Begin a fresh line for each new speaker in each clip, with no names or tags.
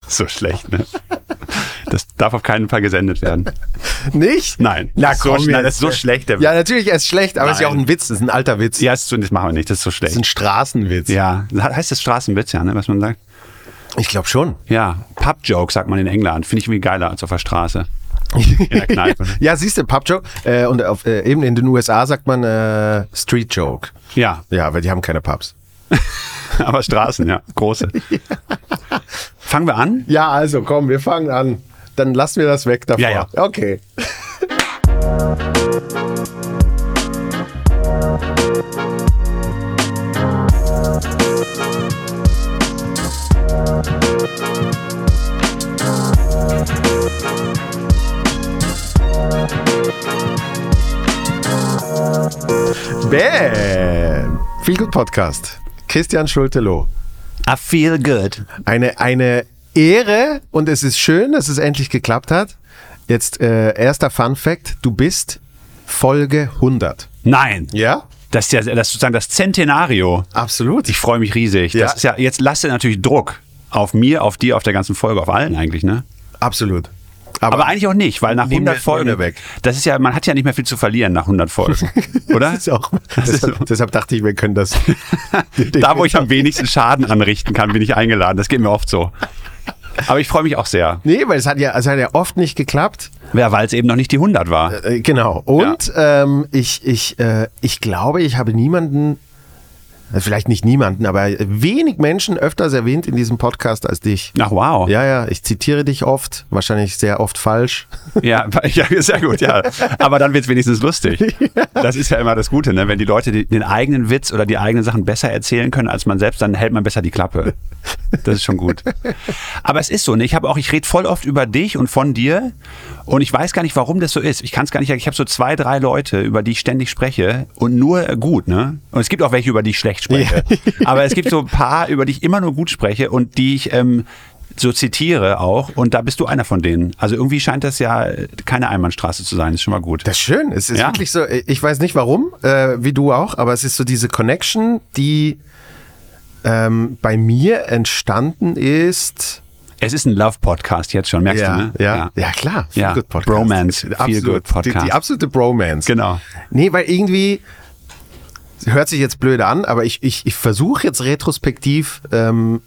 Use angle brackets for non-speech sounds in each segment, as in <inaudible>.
<laughs> so schlecht, ne? Das darf auf keinen Fall gesendet werden.
Nicht?
Nein.
Na
Das ist so,
komm
schn-
jetzt.
das ist so schlecht. Der
Ja, natürlich, er ist schlecht, aber es ist ja auch
Nein.
ein Witz, es ist ein alter Witz.
ja das, ist so- das machen wir nicht, das ist so
Es ist ein
schlecht.
Straßenwitz.
Ja, heißt das Straßenwitz, ja, ne, was man sagt?
Ich glaube schon.
Ja, Pub-Joke sagt man in England. Finde ich irgendwie geiler als auf der Straße. In der Kneipe. ne?
<laughs> Ja, siehst du, Pubjoke. Äh, und auf, äh, eben in den USA sagt man äh, Street Joke.
ja, <laughs>
Ja, weil die haben keine Pubs.
aber Straßen, ja, große. Fangen wir an?
<laughs> Ja, also komm, wir fangen an. Dann lassen wir das weg davor.
Ja, ja.
Okay. Bäm! Viel gut Podcast. Christian Schultelo.
I feel good.
Eine, eine Ehre und es ist schön, dass es endlich geklappt hat. Jetzt äh, erster Fun Fact: Du bist Folge 100.
Nein.
Ja?
Das ist ja das ist sozusagen das Centenario.
Absolut.
Ich freue mich riesig.
Ja.
Das ist ja, jetzt lasst ihr natürlich Druck auf mir, auf dir, auf der ganzen Folge, auf allen eigentlich, ne?
absolut.
Aber eigentlich auch nicht, weil nach
Nehmen wir-
100 Folgen,
nehmen wir weg.
das ist ja, man hat ja nicht mehr viel zu verlieren nach 100
<laughs>
Folgen, <laughs> oder?
Das ist auch,
Das ist
deshalb,
so.
deshalb dachte ich, wir können das.
Da, wo ich am wenigsten Schaden anrichten kann, bin ich eingeladen. Das geht mir oft so. Aber ich freue mich auch sehr.
Nee, weil es hat, ja, es hat ja oft nicht geklappt.
Ja, weil es eben noch nicht die 100 war.
Äh, genau. Und ähm, ich, ich, äh, ich glaube, ich habe niemanden, äh, vielleicht nicht niemanden, aber wenig Menschen öfters erwähnt in diesem Podcast als dich.
Ach, wow.
Ja, ja, ich zitiere dich oft, wahrscheinlich sehr oft falsch. <laughs>
Ja, <laughs> ja, sehr gut, ja. Aber dann wird es wenigstens lustig. Das ist ja immer das Gute, ne? Wenn die Leute die, den eigenen Witz oder die eigenen Sachen besser erzählen können als man selbst, dann hält man besser die Klappe. Das ist schon gut. Aber es ist so, ne? Ich habe auch, ich rede voll oft über dich und von dir und ich weiß gar nicht, warum das so ist. Ich kann es gar nicht. Ich habe so zwei, drei Leute, über die ich ständig spreche und nur gut, ne? Und es gibt auch welche, über die ich schlecht spreche. Aber es gibt so ein paar, über die ich immer nur gut spreche und die ich ähm, so zitiere auch und da bist du einer von denen. Also irgendwie scheint das ja äh, keine Einbahnstraße zu sein, ist schon mal gut.
Das ist schön. Es ist
Ja.
wirklich so, ich weiß nicht warum, äh, wie du auch, aber es ist so diese Connection, die ähm, bei mir entstanden ist.
Es ist ein Love-Podcast jetzt schon, merkst
ja,
du, ne?
ja, ja, klar. Feel
Ja,
Good Podcast.
Bromance, Feel
Absolut.
Good Podcast.
Die, die absolute Bromance.
Genau.
Nee, weil irgendwie hört sich jetzt blöde an, aber ich, ich, ich versuche jetzt retrospektiv ähm,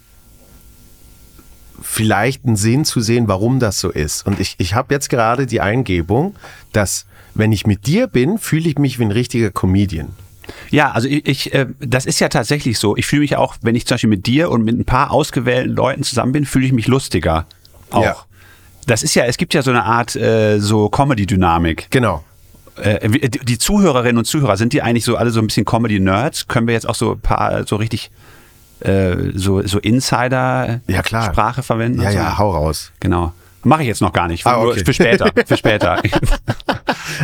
vielleicht einen Sinn zu sehen, warum das so ist. Und ich, ich habe jetzt gerade die Eingebung, dass wenn ich mit dir bin, fühle ich mich wie ein richtiger Comedian.
Ja, also ich, ich äh, das ist ja tatsächlich so. Ich fühle mich auch, wenn ich zum Beispiel mit dir und mit ein paar ausgewählten Leuten zusammen bin, fühle ich mich lustiger. Auch.
Ja.
Das ist ja, es gibt ja so eine Art äh, so Comedy-Dynamik.
Genau.
Äh, wie- die die Zuhörerinnen und Zuhörer, sind die eigentlich so alle so ein bisschen Comedy-Nerds? Können wir jetzt auch so ein paar so richtig äh, so, so
Ja, klar.
Insider-Sprache verwenden?
Ja,
und so?
ja, hau raus.
Genau. Mache ich jetzt noch gar nicht.
Ah,
Nur
okay.
Für später. Für
<laughs>
später.
Einfach,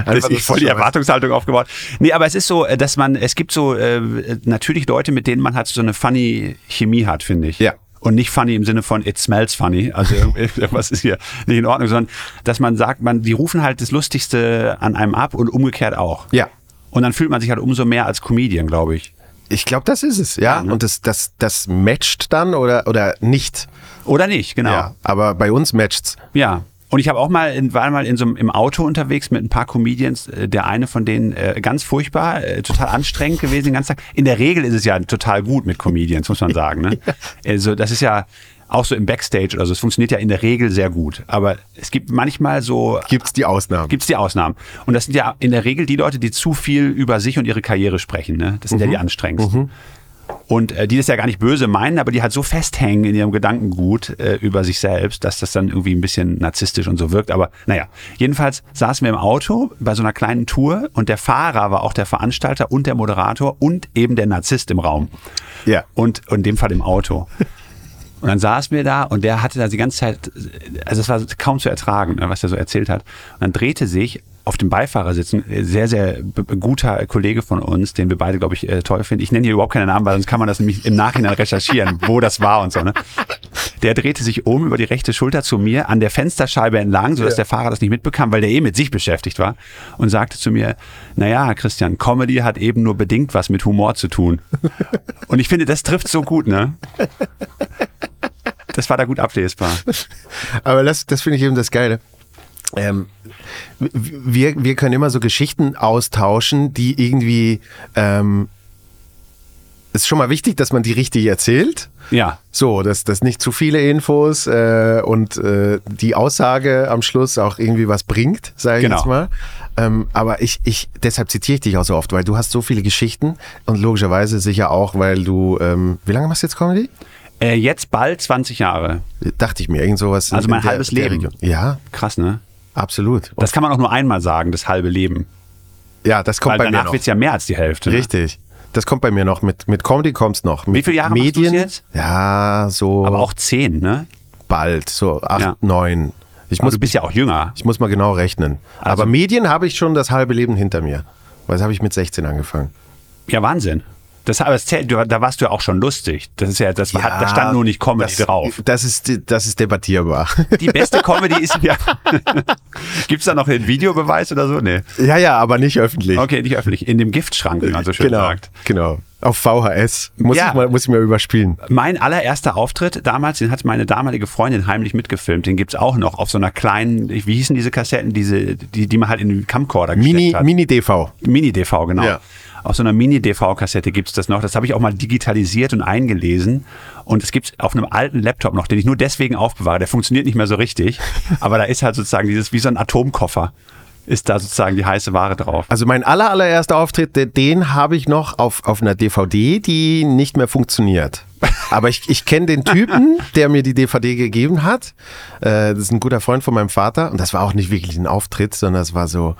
das
dass
ist voll
du
die
schon
Erwartungshaltung aufgebaut. Nee, aber es ist so, äh, dass man, es gibt so äh, natürlich Leute, mit denen man halt so eine funny Chemie hat, finde ich.
Ja.
Und nicht funny im Sinne von it smells funny,
<laughs>
also irgendwas ist hier nicht in Ordnung, sondern dass man sagt, man, die rufen halt das Lustigste an einem ab und umgekehrt auch.
Ja.
Und dann fühlt man sich halt umso mehr als Comedian, glaube ich.
Ich glaube, das ist es, ja. Und das, das, das matcht dann oder, oder nicht.
Oder nicht, genau.
Ja. Aber bei uns matcht's.
Ja. Und ich habe auch mal, in, war mal in so einem, im Auto unterwegs mit ein paar Comedians, äh, der eine von denen äh, ganz furchtbar, äh, total anstrengend gewesen den ganzen Tag. In der Regel ist es ja total gut mit Comedians, muss man sagen. Ne? Also das ist ja auch so im Backstage oder so, es funktioniert ja in der Regel sehr gut. Aber es gibt manchmal so,
Gibt's die Ausnahmen.
gibt es die Ausnahmen. Und das sind ja in der Regel die Leute, die zu viel über sich und ihre Karriere sprechen. Ne? Das sind ja die anstrengendsten. Und äh, die das ja gar nicht böse meinen, aber die halt so festhängen in ihrem Gedankengut äh, über sich selbst, dass das dann irgendwie ein bisschen narzisstisch und so wirkt. Aber naja, jedenfalls saßen wir im Auto bei so einer kleinen Tour und der Fahrer war auch der Veranstalter und der Moderator und eben der Narzisst im Raum.
Ja.
Und, und in dem Fall im Auto. Und dann saßen wir da und der hatte da die ganze Zeit, also es war kaum zu ertragen, ne, was er so erzählt hat. Und dann drehte sich auf dem Beifahrersitz ein sehr, sehr b- b- guter Kollege von uns, den wir beide, glaube ich, äh, toll finden. Ich nenne hier überhaupt keinen Namen, weil sonst kann man das nämlich im Nachhinein recherchieren, wo das war und so. Ne? Der drehte sich um über die rechte Schulter zu mir an der Fensterscheibe entlang, sodass der Fahrer das nicht mitbekam, weil der eh mit sich beschäftigt war und sagte zu mir, naja, Christian, Comedy hat eben nur bedingt was mit Humor zu tun. Und ich finde, das trifft so gut, ne? das war da gut
<laughs>
ablesbar.
Aber das, das finde ich eben das Geile. Ähm, w- wir, wir können immer so Geschichten austauschen, die irgendwie. Ähm, ist schon mal wichtig, dass man die richtig erzählt.
Ja.
So, dass, dass nicht zu viele Infos äh, und äh, die Aussage am Schluss auch irgendwie was bringt, sage ich
Genau.
jetzt mal. Ähm, aber ich, ich, deshalb zitiere ich dich auch so oft, weil du hast so viele Geschichten und logischerweise sicher auch, weil du, ähm, wie lange machst du jetzt Comedy?
Äh, jetzt bald 20 Jahre.
Dachte ich mir, irgend sowas. in-
Also mein
in der-
halbes
der
Leben.
Region. Ja,
Krass, ne?
absolut.
Das kann man auch nur einmal sagen, das halbe Leben.
Ja, das kommt
Weil
Oh, bei mir
danach
noch.
wird es ja mehr als die Hälfte. ne?
Richtig. Das kommt bei mir noch. Mit, mit Comedy kommt's noch. Mit
Wie viele Jahre machst
Medien?
du's jetzt?
Ja, so
Aber auch 10, ne?
bald. So acht,
Ja.
neun. Ich
Aber
muss,
du bist ja auch jünger.
ich muss mal genau rechnen.
Also-
Aber Medien habe ich schon das halbe Leben hinter mir. Weil das habe ich mit 16 angefangen.
Ja, Wahnsinn. Das, aber es zählt, du, da warst du ja auch schon lustig. Das ist ja, das, hat, da stand nur nicht Comedy
das,
drauf.
Das ist, das ist debattierbar. <laughs>
Die beste Comedy ist ja. Gibt es da noch den Videobeweis oder so? Nee.
ja, ja, aber nicht öffentlich.
Okay, nicht öffentlich. In dem Giftschrank, wie man so schön
genau,
sagt.
genau. Auf VHS. Muss,
Ja.
ich mal, muss ich mal überspielen.
Mein allererster Auftritt damals, den hat meine damalige Freundin heimlich mitgefilmt. Den gibt's auch noch auf so einer kleinen, wie hießen diese Kassetten, diese, die, die man halt in den Camcorder gesteckt
Mini,
hat.
Mini-DV.
Mini-DV, genau.
Ja.
Auf so einer Mini-DV-Kassette gibt's das noch. Das habe ich auch mal digitalisiert und eingelesen. Und es gibt's auf einem alten Laptop noch, den ich nur deswegen aufbewahre. Der funktioniert nicht mehr so richtig. Aber da ist halt sozusagen dieses, wie so ein Atomkoffer, ist da sozusagen die heiße Ware drauf.
Also mein aller, allererster Auftritt, de- den habe ich noch auf, auf einer DVD, die nicht mehr funktioniert. Aber ich, ich kenne den Typen, der mir die DVD gegeben hat. Äh, Das ist ein guter Freund von meinem Vater. Und das war auch nicht wirklich ein Auftritt, sondern es war so,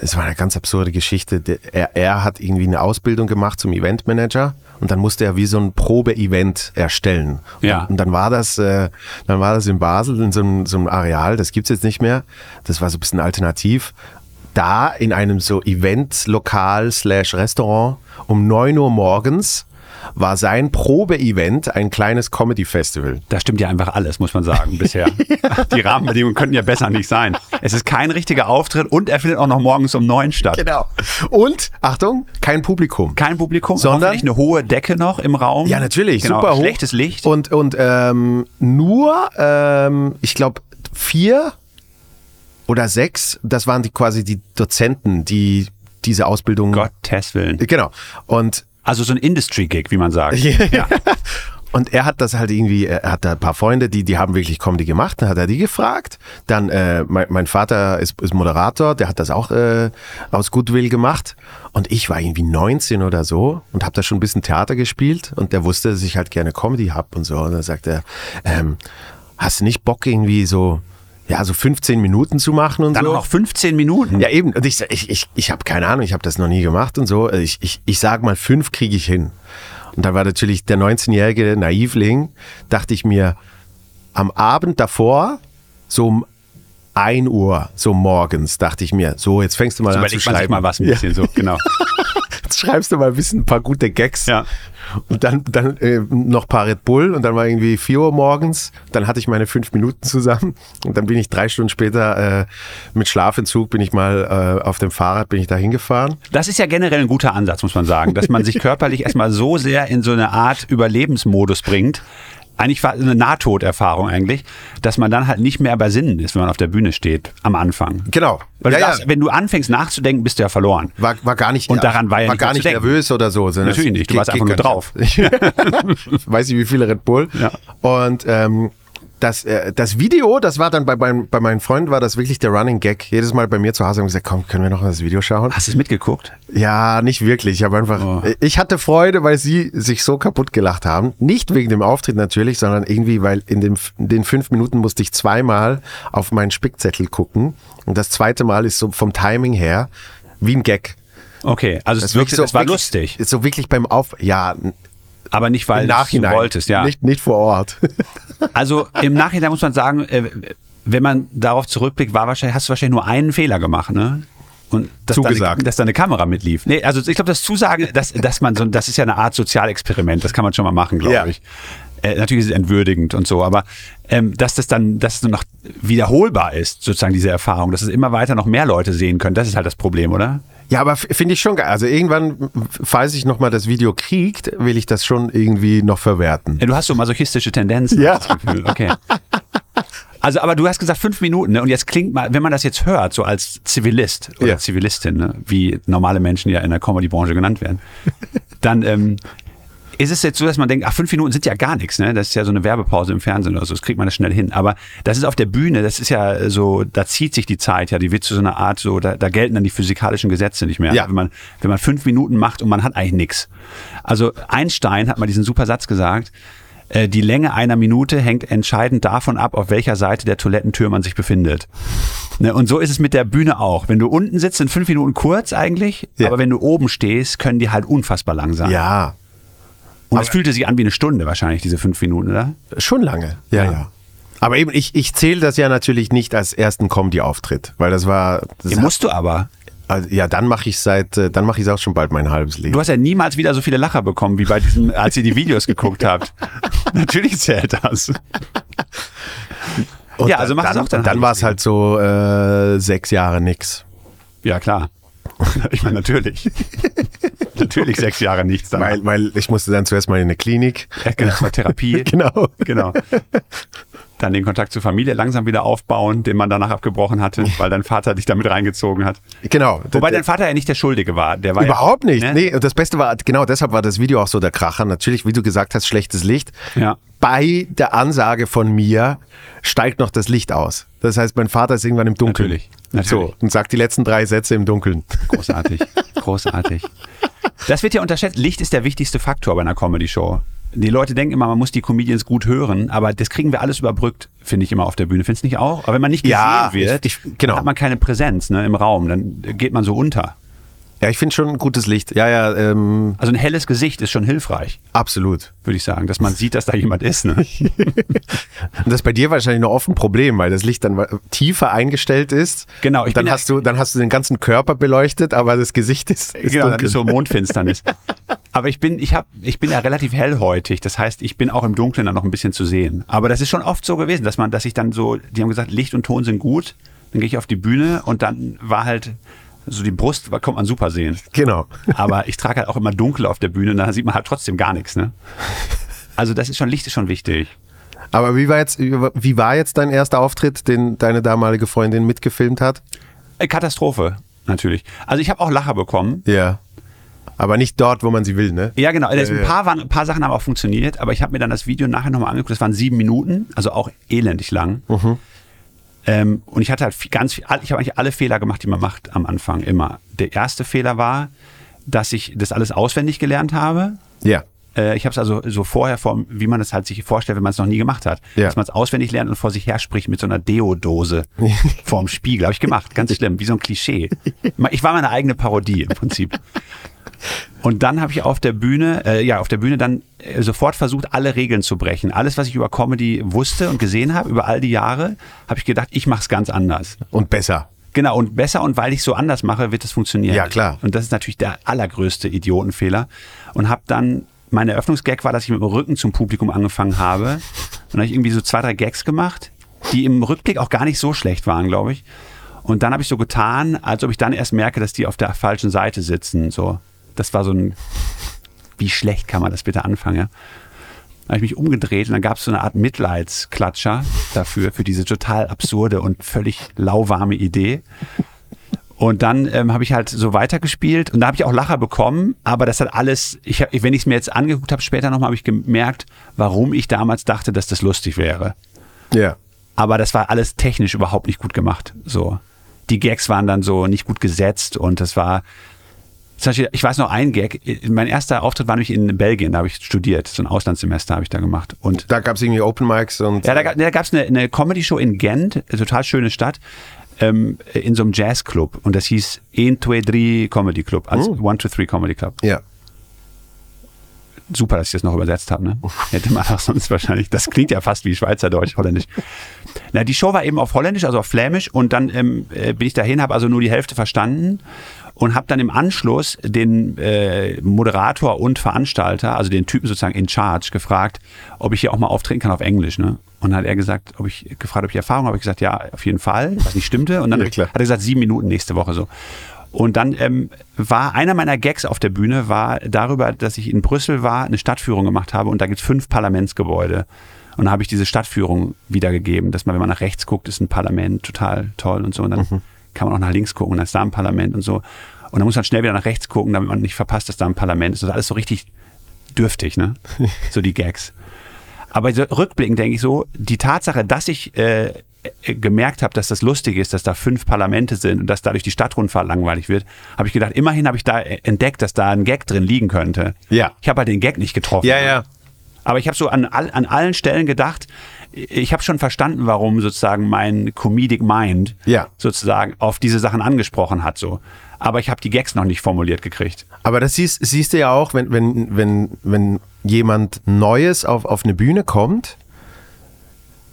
es war eine ganz absurde Geschichte. Der- Er, er hat irgendwie eine Ausbildung gemacht zum Eventmanager. Und dann musste er wie so ein Probe-Event erstellen. Und
Ja.
Und dann war das, äh, dann war das in Basel in so einem, so einem Areal, das gibt's jetzt nicht mehr. Das war so ein bisschen alternativ. Da in einem so Event-Lokal slash Restaurant um 9 Uhr morgens war sein Probe-Event ein kleines Comedy-Festival.
Da stimmt ja einfach alles, muss man
<laughs>
sagen, bisher. Die Rahmenbedingungen könnten ja besser nicht sein. Es ist kein richtiger Auftritt und er findet auch noch morgens um neun statt.
Genau. Und, Achtung, kein Publikum.
Kein Publikum,
Sondern-
hoffentlich eine hohe Decke noch im Raum.
Ja, natürlich,
Genau,
super hoch.
Schlechtes Licht.
Und, und ähm, nur, ähm, ich glaube, vier oder sechs, das waren die quasi die Dozenten, die diese Ausbildung.
Gottes Willen.
Genau. Und,
Also so ein Industry-Gig, wie man sagt.
und er hat das halt irgendwie, er hat da ein paar Freunde, die, die haben wirklich Comedy gemacht, dann hat er die gefragt. Dann, äh, mein, mein Vater ist, ist Moderator, der hat das auch äh, aus Goodwill gemacht. Und ich war irgendwie 19 oder so und habe da schon ein bisschen Theater gespielt und der wusste, dass ich halt gerne Comedy hab und so. Und dann sagt er, ähm, hast du nicht Bock irgendwie so, ja, so 15 Minuten zu machen und
Dann
so?
auch noch 15 Minuten.
Ja, eben. Und ich, sa- ich, ich, ich habe keine Ahnung, ich habe das noch nie gemacht und so. Also Ich, ich, ich sag mal, fünf kriege ich hin. Und dann war natürlich der 19-jährige Naivling, dachte ich mir, am Abend davor, so um 1 Uhr, so morgens, dachte ich mir, so, jetzt fängst du mal an
Also
zu
Überlegt man sich
schreiben.
mal was ein bisschen so, genau.
Jetzt schreibst du mal ein bisschen ein paar gute Gags.
Ja.
Und dann, dann äh, noch ein paar Red Bull und dann war irgendwie 4 Uhr morgens. Dann hatte ich meine fünf Minuten zusammen und dann bin ich drei Stunden später äh, mit Schlafentzug bin ich mal äh, auf dem Fahrrad bin ich da hingefahren.
Das ist ja generell ein guter Ansatz, muss man sagen, dass man sich
<laughs>
körperlich erstmal so sehr in so eine Art Überlebensmodus bringt. Eigentlich war eine Nahtoderfahrung eigentlich, dass man dann halt nicht mehr bei Sinnen ist, wenn man auf der Bühne steht am Anfang.
Genau.
Weil du
Ja,
darfst,
ja.
wenn du anfängst nachzudenken, bist du ja verloren.
War, war gar nicht
Und daran war ja
war
nicht
gar
zu
nicht
denken.
nervös oder so. sondern
Natürlich
es
nicht, du warst
ging-
einfach
ging
nur
ganz- Weiß <laughs> ich, wie viele Red Bull.
Ja.
Und ähm, das, äh, das Video, das war dann bei, meinem- bei meinen Freunden, war das wirklich der Running Gag. Jedes Mal bei mir zu Hause haben sie gesagt, komm, können wir noch das Video schauen?
Hast du es mitgeguckt?
Ja, nicht wirklich. Ich habe einfach,
Oh.
ich hatte Freude, weil sie sich so kaputt gelacht haben. Nicht wegen dem Auftritt natürlich, sondern irgendwie, weil in, dem, in den fünf Minuten musste ich zweimal auf meinen Spickzettel gucken. Und das zweite Mal ist so vom Timing her wie ein Gag.
Okay, also es,
Das
wirkte,
wirklich so-
es war
wirklich,
lustig,
ist So wirklich beim Auf, ja,
aber nicht, weil
im
du es
Nachhinein.
wolltest. Ja.
Nicht, nicht vor Ort. <laughs>
Also im Nachhinein muss man sagen, äh, wenn man darauf zurückblickt, war wahrscheinlich, hast du wahrscheinlich nur einen Fehler gemacht, ne? Und dass Da eine,
Zugesagt.
dass da eine Kamera mitlief. Nee, also ich glaube, das Zusagen, dass, dass man so, das ist ja eine Art Sozialexperiment, das kann man schon mal machen, glaube
Ja.
ich. Äh, natürlich ist es entwürdigend und so, aber ähm, dass das dann, dass es nur noch wiederholbar ist, sozusagen diese Erfahrung, dass es immer weiter noch mehr Leute sehen können, das ist halt das Problem, oder?
Ja, aber f- finde ich schon geil. Also irgendwann, falls ich nochmal das Video kriegt, will ich das schon irgendwie noch verwerten.
Ja, du hast so masochistische Tendenzen.
Ja.
hab ich das Gefühl. Okay. Also, aber du hast gesagt fünf Minuten, ne? Und jetzt klingt mal, wenn man das jetzt hört, so als Zivilist oder
Ja.
Zivilistin, ne? wie normale Menschen ja in der Comedy-Branche genannt werden, dann ähm, ist es jetzt so, dass man denkt, ach, fünf Minuten sind ja gar nichts, ne? Das ist ja so eine Werbepause im Fernsehen oder so, das kriegt man das schnell hin. Aber das ist auf der Bühne, das ist ja so, da zieht sich die Zeit ja, die wird zu so einer Art, so, da, da gelten dann die physikalischen Gesetze nicht mehr.
Ja.
Wenn, man, wenn man fünf Minuten macht und man hat eigentlich nichts. Also Einstein hat mal diesen super Satz gesagt, äh, die Länge einer Minute hängt entscheidend davon ab, auf welcher Seite der Toilettentür man sich befindet. Ne, und so ist es mit der Bühne auch. Wenn du unten sitzt, sind fünf Minuten kurz eigentlich,
Ja.
aber wenn du oben stehst, können die halt unfassbar lang sein.
Ja,
Und es fühlte sich an wie eine Stunde wahrscheinlich, diese fünf Minuten, oder?
schon lange. Ja,
Ja.
ja. Aber eben, ich, ich zähle das ja natürlich nicht als ersten Comedy-Auftritt, weil das war. Das
Ja, musst du aber.
also, ja, dann mache ich seit, äh, dann mache ich auch schon bald mein halbes Leben.
Du hast ja niemals wieder so viele Lacher bekommen, wie bei diesem, als ihr die Videos geguckt
<laughs>
habt. Natürlich zählt das.
Und
ja, also mach
dann,
es auch dann.
Dann war es halt so äh, sechs Jahre nix.
Ja,
<laughs>
klar. Ich meine, natürlich. natürlich sechs Jahre nichts dann.
Weil, weil ich musste dann zuerst mal in eine Klinik.
ja, genau, das war Therapie.
<laughs> Genau.
genau. Dann den Kontakt zur Familie langsam wieder aufbauen, den man danach abgebrochen hatte, weil dein Vater dich damit reingezogen hat.
Genau.
Wobei dein Vater ja nicht der Schuldige war. Der war
Überhaupt
ja,
nicht.
Ne?
Nee, und das Beste war, genau deshalb war das Video auch so der Kracher. Natürlich, wie du gesagt hast, schlechtes Licht.
Ja.
Bei der Ansage von mir steigt noch das Licht aus. Das heißt, mein Vater ist irgendwann im Dunkeln.
Natürlich, natürlich.
So, und sagt die letzten drei Sätze im Dunkeln. <laughs>
Großartig, großartig. Das wird ja unterschätzt. Licht ist der wichtigste Faktor bei einer Comedy-Show. Die Leute denken immer, man muss die Comedians gut hören, aber das kriegen wir alles überbrückt, finde ich immer auf der Bühne. Findest du nicht auch? Aber wenn man nicht gesehen
Ja,
wird,
ich- ich- genau.
hat man keine Präsenz ne, im Raum, dann geht man so unter.
Ja, ich finde schon ein gutes Licht. Ja, ja, ähm,
Also ein helles Gesicht ist schon hilfreich, <laughs>
absolut.
würde ich sagen, dass man sieht, dass da jemand ist. Ne?
Und das ist bei dir wahrscheinlich noch oft ein Problem, weil das Licht dann wa- tiefer eingestellt ist.
Genau, ich
Ich dann,
bin ja-
hast du, dann hast du den ganzen Körper beleuchtet, aber das Gesicht ist, ist
genau, dann
dunkel.
ist so
<laughs>
Mondfinsternis. Aber ich bin, ich hab, ich bin ja relativ hellhäutig. Das heißt, ich bin auch im Dunkeln dann noch ein bisschen zu sehen. Aber das ist schon oft so gewesen, dass man, dass ich dann so, die haben gesagt, Licht und Ton sind gut. Dann gehe ich auf die Bühne und dann war halt so die Brust, war- kommt man super sehen.
Genau.
Aber ich trage halt auch immer dunkel auf der Bühne und dann sieht man halt trotzdem gar nichts. Ne? Also das ist schon, Licht ist schon wichtig.
Aber wie war jetzt, wie war jetzt dein erster Auftritt, den deine damalige Freundin mitgefilmt hat?
Äh, Katastrophe, natürlich. Also ich habe auch Lacher bekommen.
Ja. Aber nicht dort, wo man sie will, ne?
Ja, genau. Also ein,
ja.
paar waren, ein paar Sachen haben auch funktioniert, aber ich habe mir dann das Video nachher nochmal angeguckt. Das waren sieben Minuten, also auch elendig lang. Ähm, und ich hatte halt viel, ganz viel, ich habe eigentlich alle Fehler gemacht, die man macht am Anfang immer. Der erste Fehler war, dass ich das alles auswendig gelernt habe.
Ja.
Äh, ich habe es also so vorher, vor, wie man das halt sich vorstellt, wenn man es noch nie gemacht hat.
Ja.
Dass man es auswendig lernt und vor sich her spricht mit so einer Deo-Dose vorm Spiegel. Habe ich gemacht, ganz schlimm, wie so ein Klischee. Ich war meine eigene Parodie im Prinzip. Und dann habe ich auf der Bühne, äh, ja, auf der Bühne dann äh, sofort versucht, alle Regeln zu brechen. Alles, was ich über Comedy wusste und gesehen habe, über all die Jahre, habe ich gedacht, ich mache es ganz anders.
Und besser.
Genau, und besser und weil ich so anders mache, wird es funktionieren.
Ja, klar.
Und das ist natürlich der allergrößte Idiotenfehler. Und habe dann, mein Eröffnungsgag war, dass ich mit dem Rücken zum Publikum angefangen habe. Und dann habe ich irgendwie so zwei, drei Gags gemacht, die im Rückblick auch gar nicht so schlecht waren, glaube ich. Und dann habe ich so getan, als ob ich dann erst merke, dass die auf der falschen Seite sitzen. So, das war so ein, wie schlecht kann man das bitte anfangen? Ja? Dann habe ich mich umgedreht und dann gab es so eine Art Mitleidsklatscher dafür, für diese total absurde und völlig lauwarme Idee. Und dann ähm, habe ich halt so weitergespielt und da habe ich auch Lacher bekommen, aber das hat alles, ich hab, wenn ich es mir jetzt angeguckt habe, später nochmal, habe ich gemerkt, warum ich damals dachte, dass das lustig wäre.
Ja.
Aber das war alles technisch überhaupt nicht gut gemacht. So. Die Gags waren dann so nicht gut gesetzt und das war. Zum Beispiel, ich weiß noch einen Gag. äh, Mein erster Auftritt war nämlich in Belgien, da habe ich studiert. So ein Auslandssemester habe ich da gemacht. Und
Da gab es irgendwie Open Mics und.
ja, da, ga- da gab es eine, eine Comedy-Show in Gent, eine total schöne Stadt, ähm, in so einem Jazzclub. Und das hieß 1, 2, 3 Comedy Club. Also 1, 2, 3 Comedy Club.
ja.
Super, dass ich das noch übersetzt habe. Ne? Hätte man auch sonst wahrscheinlich. Das klingt ja fast wie Schweizerdeutsch, Holländisch. Na, die Show war eben auf Holländisch, also auf Flämisch. Und dann ähm, äh, bin ich dahin, habe also nur die Hälfte verstanden und habe dann im Anschluss den äh, Moderator und Veranstalter, also den Typen sozusagen in Charge, gefragt, ob ich hier auch mal auftreten kann auf Englisch. Ne? Und dann hat er gesagt, ob ich gefragt, ob ich Erfahrung habe. Hab Ich gesagt, ja, auf jeden Fall, was nicht stimmte. Und dann
Ja, klar.
hat er gesagt, sieben Minuten nächste Woche so. Und dann ähm, war einer meiner Gags auf der Bühne war darüber, dass ich in Brüssel war, eine Stadtführung gemacht habe und da gibt es fünf Parlamentsgebäude. Und da habe ich diese Stadtführung wiedergegeben, dass man, wenn man nach rechts guckt, ist ein Parlament total toll und so. Und dann kann man auch nach links gucken, und dann ist da ein Parlament und so. Und dann muss man schnell wieder nach rechts gucken, damit man nicht verpasst, dass da ein Parlament ist. Das ist alles so richtig dürftig, ne? So die Gags. Aber so, rückblickend denke ich so, die Tatsache, dass ich äh, äh, gemerkt habe, dass das lustig ist, dass da fünf Parlamente sind und dass dadurch die Stadtrundfahrt langweilig wird, habe ich gedacht, immerhin habe ich da äh, entdeckt, dass da ein Gag drin liegen könnte.
Ja.
Ich habe halt den Gag nicht getroffen.
Ja, ja.
Aber ich habe so an, all, an allen Stellen gedacht, ich habe schon verstanden, warum sozusagen mein Comedic Mind
Ja.
sozusagen auf diese Sachen angesprochen hat. So. Aber ich habe die Gags noch nicht formuliert gekriegt.
Aber das siehst, siehst du ja auch, wenn, wenn, wenn, wenn jemand Neues auf, auf eine Bühne kommt,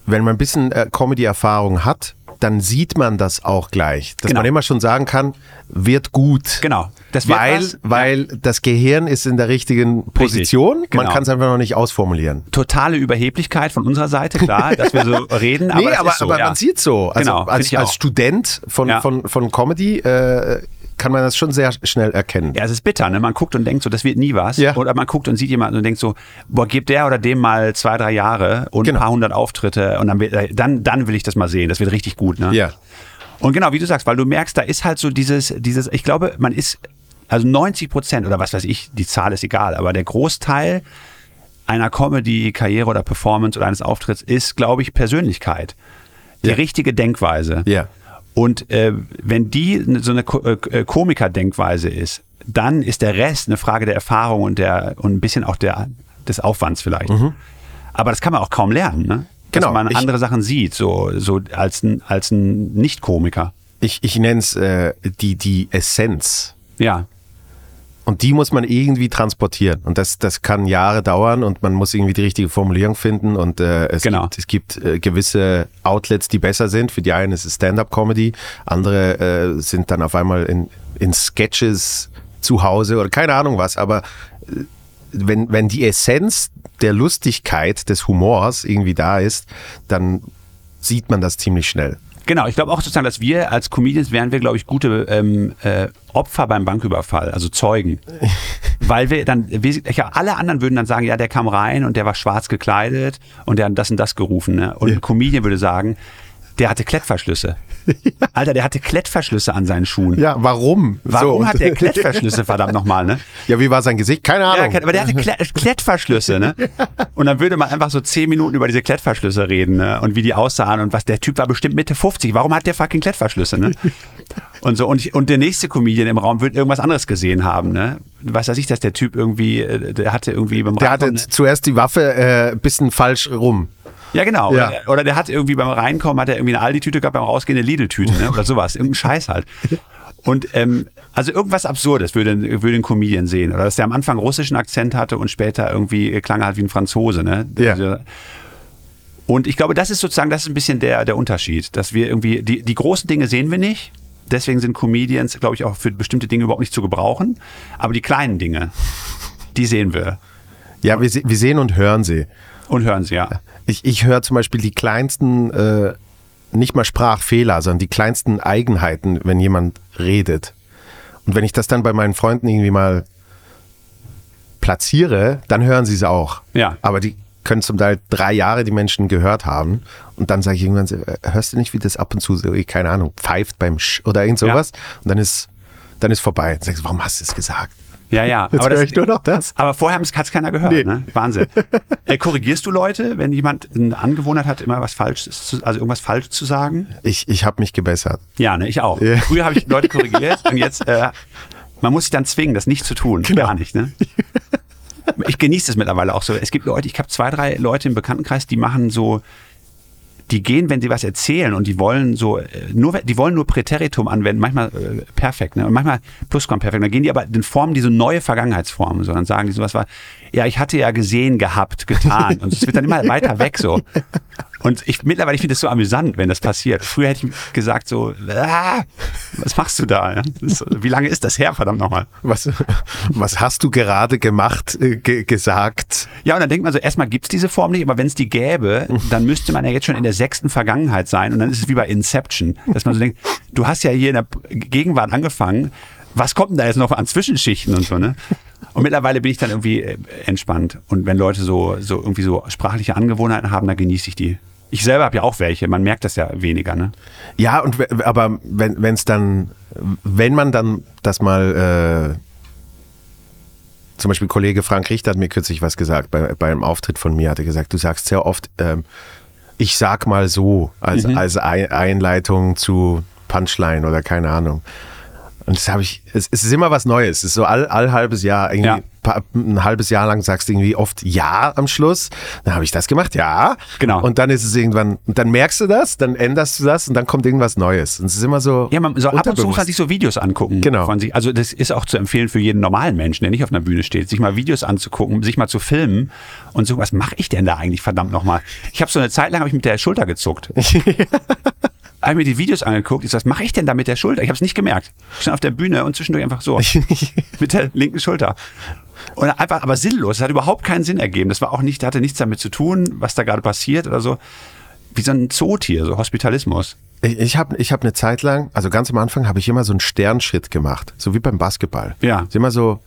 wenn man ein bisschen äh, Comedy-Erfahrung hat, dann sieht man das auch gleich. Dass
Genau.
man immer schon sagen kann, wird gut.
Genau. Das wird
weil
was.
weil das Gehirn ist in der richtigen Position.
genau.
Man kann es einfach noch nicht ausformulieren.
Totale Überheblichkeit von unserer Seite, klar, dass
<laughs>
wir so reden. Aber,
nee,
es
aber,
ist so,
aber
ja.
man sieht so. Also
Genau, find
als,
ich auch.
als Student von,
Ja.
von, von Comedy äh, kann man das schon sehr schnell erkennen.
Ja, es ist bitter, ne? Man guckt und denkt so, das wird nie was.
Ja.
Oder man guckt und sieht jemanden und denkt so, boah, gib der oder dem mal zwei, drei Jahre und
Genau.
ein paar hundert Auftritte und dann, wird- äh, dann, dann will ich das mal sehen. Das wird richtig gut, ne?
Ja.
Und genau, wie du sagst, weil du merkst, da ist halt so dieses, dieses, ich glaube, man ist, also 90 Prozent oder was weiß ich, die Zahl ist egal, aber der Großteil einer Comedy-Karriere oder Performance oder eines Auftritts ist, glaube ich, Persönlichkeit. Die
Ja.
richtige Denkweise.
Ja.
Und äh, wenn die ne- so eine Ko äh, äh, Komiker-Denkweise ist, dann ist der Rest eine Frage der Erfahrung und, der, und ein bisschen auch der, des Aufwands vielleicht. Aber das kann man auch kaum lernen, ne? Dass
Mhm. Genau,
man
ich-
andere Sachen sieht, so, so als ein, als ein Nicht-Komiker.
Ich, ich nenne es äh, die, die Essenz.
Ja,
Und die muss man irgendwie transportieren. Und das, das kann Jahre dauern und man muss irgendwie die richtige Formulierung finden. Und äh, es
Genau.
gibt, es gibt äh, gewisse Outlets, die besser sind. Für die einen ist es Stand-up-Comedy, andere äh, sind dann auf einmal in, in Sketches zu Hause oder keine Ahnung was. Aber äh, wenn, wenn die Essenz der Lustigkeit, des Humors irgendwie da ist, dann sieht man das ziemlich schnell.
Genau, ich glaube auch sozusagen, dass wir als Comedians wären wir, glaube ich, gute ähm, äh, Opfer beim Banküberfall, also
<laughs>
Zeugen. Weil wir dann, wir, ich, ja, alle anderen würden dann sagen, ja, der kam rein und der war schwarz gekleidet und der hat das und das gerufen. Ne? Und ein Comedian würde sagen, der hatte
<laughs>
Klettverschlüsse. Alter, der hatte Klettverschlüsse an seinen Schuhen.
Ja, warum?
Warum
so.
hat
<laughs>
der Klettverschlüsse, verdammt nochmal, ne?
Ja, wie war sein Gesicht? Keine
Ja,
Ahnung.
kann- aber der
<laughs>
hatte Klett- Klettverschlüsse, ne? Und dann würde man einfach so zehn Minuten über diese Klettverschlüsse reden, ne? Und wie die aussahen und was. Der Typ war bestimmt Mitte 50. Warum hat der fucking Klettverschlüsse,
<laughs>
ne? Und so. Und, ich, und der nächste Comedian im Raum wird irgendwas anderes gesehen haben, ne? Was weiß ich, dass der Typ irgendwie, äh, der hatte irgendwie beim
Der hatte
Radfahren-
zuerst die Waffe äh, bisschen falsch rum.
ja, genau.
Ja.
Oder, oder der hat irgendwie beim Reinkommen, hat er irgendwie eine Aldi-Tüte gehabt, beim Rausgehen eine Lidl-Tüte ne? oder sowas. Irgendein Scheiß halt. Und ähm, also irgendwas Absurdes würde, ein- würde ein Comedian sehen. Oder dass der am Anfang russischen Akzent hatte und später irgendwie klang er halt wie ein Franzose. Ne?
Ja.
Diese- Und ich glaube, das ist sozusagen, das ist ein bisschen der, der Unterschied. Dass wir irgendwie, die, die großen Dinge sehen wir nicht. Deswegen sind Comedians, glaube ich, auch für bestimmte Dinge überhaupt nicht zu gebrauchen. Aber die kleinen Dinge, die sehen wir
Ja, wir, se- wir sehen und hören sie.
und hören sie, ja.
Ich, ich höre zum Beispiel die kleinsten, äh, nicht mal Sprachfehler, sondern die kleinsten Eigenheiten, wenn jemand redet. Und wenn ich das dann bei meinen Freunden irgendwie mal platziere, dann hören sie es auch.
Ja.
Aber die können zum Teil drei Jahre die Menschen gehört haben. Und dann sage ich irgendwann, so, äh, hörst du nicht, wie das ab und zu, so, eh, keine Ahnung, pfeift beim Sch oder irgend sowas? Und dann ist, dann ist vorbei. Dann sagst du, warum hast du es gesagt?
Ja, ja.
Jetzt
aber
höre
das-
ich nur noch das.
Aber vorher hat es keiner gehört,
Nee.
ne?
<laughs>
Wahnsinn. äh, korrigierst du Leute, wenn jemand eine Angewohnheit hat, immer was Falsches, zu, also irgendwas falsch zu sagen?
Ich, ich habe mich gebessert.
Ja, ne, ich auch.
Ja.
Früher habe ich Leute korrigiert und jetzt, äh, man muss sich dann zwingen, das nicht zu tun.
Genau.
Gar nicht,
<laughs>
ne? Ich genieße es mittlerweile auch so. Es gibt Leute, ich habe zwei, drei Leute im Bekanntenkreis, die machen so, die gehen, wenn sie was erzählen und die wollen so, äh, nur, die wollen nur Präteritum anwenden, manchmal äh, perfekt, ne? Und manchmal Plusquamperfekt. Dann gehen die aber, dann formen die so neue Vergangenheitsformen, sondern sagen die sowas war, ja, ich hatte ja gesehen, gehabt, getan. Und es wird dann immer weiter weg so. Und ich mittlerweile, ich finde das so amüsant, wenn das passiert. Früher hätte ich gesagt so, ah, Was machst du da? ja? Das ist, wie lange ist das her, verdammt nochmal?
Was, <laughs> was hast du gerade gemacht, äh, ge gesagt?
Ja, und dann denkt man so, erstmal gibt's diese Form nicht, aber wenn's die gäbe, dann müsste man ja jetzt schon in der sechsten Vergangenheit sein. Und dann ist es wie bei Inception, dass man so denkt, du hast ja hier in der Gegenwart angefangen, was kommt denn da jetzt noch an Zwischenschichten und so, ne? Und mittlerweile bin ich dann irgendwie äh, entspannt. Und wenn Leute so, so irgendwie so sprachliche Angewohnheiten haben, dann genieße ich die. Ich selber habe ja auch welche, man merkt das ja weniger, ne?
Ja, und we- aber wenn es dann, wenn man dann das mal, äh, zum Beispiel Kollege Frank Richter hat mir kürzlich was gesagt, bei, bei einem Auftritt von mir hat er gesagt, du sagst sehr oft, ähm, ich sag mal so, als, als Ei- Einleitung zu Punchline oder keine Ahnung. Und das habe ich, es, es ist immer was Neues. Es ist so all, all halbes Jahr, irgendwie
Ja.
pa- ein halbes Jahr lang sagst du irgendwie oft Ja am Schluss. Dann habe ich das gemacht, ja.
Genau.
Und dann ist es irgendwann, und dann merkst du das, dann änderst du das und dann kommt irgendwas Neues. Und es ist immer so.
Ja, man so ab und zu muss man
unterbewusst.
sich so Videos angucken.
Genau.
Von sich. Also das ist auch zu empfehlen für jeden normalen Menschen, der nicht auf einer Bühne steht, sich mal Videos anzugucken, sich mal zu filmen und so, was mache ich denn da eigentlich verdammt nochmal? Ich habe so eine Zeit lang hab ich mit der Schulter
<laughs>
gezuckt. Hab mir die Videos angeguckt, ich so, was mache ich denn da mit der Schulter? Ich habe es nicht gemerkt. Ich stand auf der Bühne und zwischendurch einfach
<laughs>
so <laughs> mit der linken Schulter. Und einfach, aber sinnlos. Es hat überhaupt keinen Sinn ergeben. Das war auch nicht, hatte nichts damit zu tun, was da gerade passiert oder so. Wie so ein Zootier, so Hospitalismus.
Ich, ich habe ich hab eine Zeit lang, also ganz am Anfang habe ich immer so einen Sternschritt gemacht, so wie beim Basketball.
Ja.
Ist immer so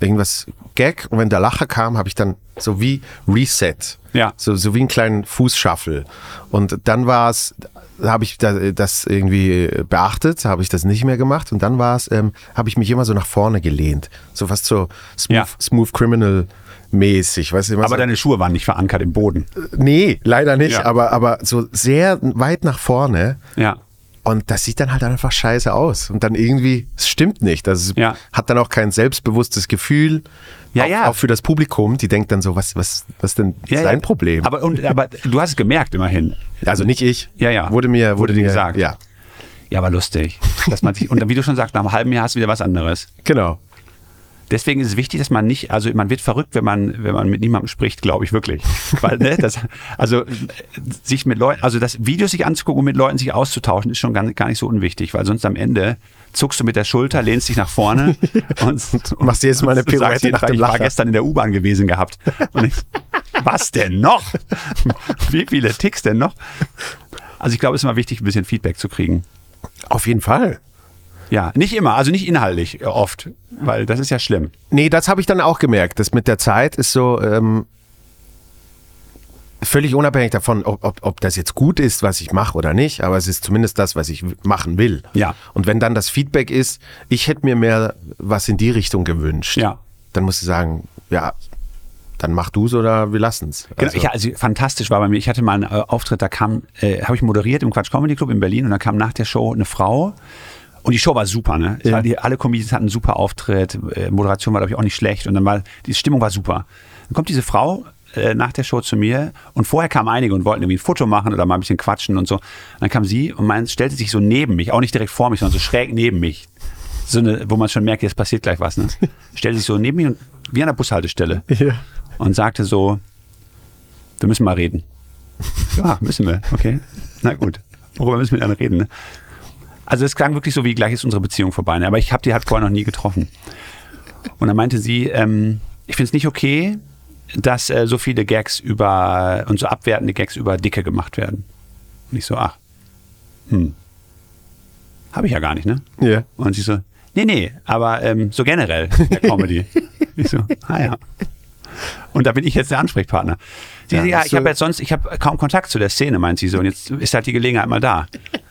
irgendwas Gag und wenn der Lacher kam, habe ich dann so wie Reset.
Ja.
So, so wie einen kleinen Fußschaffel. Und dann war es, habe ich da- das irgendwie beachtet, habe ich das nicht mehr gemacht und dann war es, ähm, habe ich mich immer so nach vorne gelehnt. So fast so Smooth,
Ja.
smooth Criminal mäßig, weißt du, immer
Aber
so,
deine Schuhe waren nicht verankert im Boden.
nee, leider nicht,
Ja.
aber, aber so sehr weit nach vorne.
Ja.
Und das sieht dann halt einfach scheiße aus. Und dann irgendwie, es stimmt nicht. Also es
Ja.
hat dann auch kein selbstbewusstes Gefühl.
Ja,
auch,
ja.
auch für das Publikum, die denkt dann so, was, was, was denn
ja
sein
ja.
Problem?
Aber, und, aber du hast es gemerkt, immerhin.
also nicht ich.
Ja, ja.
Wurde mir, wurde,
Wurde dir
mir
gesagt.
Ja,
Ja, aber lustig. Dass man sich, und wie du schon sagst, nach einem halben Jahr hast du wieder was anderes.
genau.
Deswegen ist es wichtig, dass man nicht, also man wird verrückt, wenn man, wenn man mit niemandem spricht, glaube ich wirklich. Weil, ne, das, also sich mit Leuten, also das Videos sich anzugucken und mit Leuten sich auszutauschen, ist schon gar, gar nicht so unwichtig, weil sonst am Ende zuckst du mit der Schulter, lehnst dich nach vorne
<laughs>
und, und <laughs>
Machst jedes Mal eine
sagst
Pirouette
jeden
nach
Tag,
dem
Ich war
Lacher.
gestern in der U-Bahn gewesen gehabt. Und ich, was denn noch? Wie viele Ticks denn noch? Also ich glaube, es ist immer wichtig, ein bisschen Feedback zu kriegen.
Auf jeden Fall.
Ja, nicht immer, also nicht inhaltlich äh, oft, weil das ist ja schlimm.
Nee, das habe ich dann auch gemerkt. Das mit der Zeit ist so ähm, völlig unabhängig davon, ob, ob, ob das jetzt gut ist, was ich mache oder nicht, aber es ist zumindest das, was ich w- machen will.
Ja.
Und wenn dann das Feedback ist, ich hätte mir mehr was in die Richtung gewünscht,
Ja.
dann musst du sagen, ja, dann mach du's oder wir lassen's.
Genau,
Also,
ja, also fantastisch war bei mir. Ich hatte mal einen äh, Auftritt, da kam, äh, habe ich moderiert im Quatsch Comedy Club in Berlin und da kam nach der Show eine Frau und die Show war super, ne? Es War, die, alle Comedians hatten einen super Auftritt, äh, Moderation war glaube ich auch nicht schlecht und dann war die Stimmung war super. Dann kommt diese Frau äh, nach der Show zu mir und vorher kamen einige und wollten irgendwie ein Foto machen oder mal ein bisschen quatschen und so. Und dann kam sie und meint, stellte sich so neben mich, auch nicht direkt vor mich, sondern so schräg neben mich so eine, wo man schon merkt, jetzt passiert gleich was. Ne? Stellte sich so neben mich und wie an der Bushaltestelle
<laughs> Ja.
und sagte so, wir müssen mal reden. <laughs> Ja, müssen wir, okay. Na gut, worüber müssen wir dann reden? Ne? Also es klang wirklich so, wie gleich ist unsere Beziehung vorbei. Ne? Aber ich habe die Hardcore noch nie getroffen. Und dann meinte sie, ähm, ich finde es nicht okay, dass äh, so viele Gags über und so abwertende Gags über Dicke gemacht werden. Und ich so, ach, hm. Habe ich ja gar nicht, ne?
Ja.
Und sie so, nee, nee, aber ähm, so generell in der
<laughs>
Comedy. ich so, ah ja. Und da bin ich jetzt der Ansprechpartner. Sie
Ja,
so, ja
hast
ich
du-
habe jetzt sonst, ich habe kaum Kontakt zu der Szene, meint sie so. Und jetzt ist halt die Gelegenheit mal da,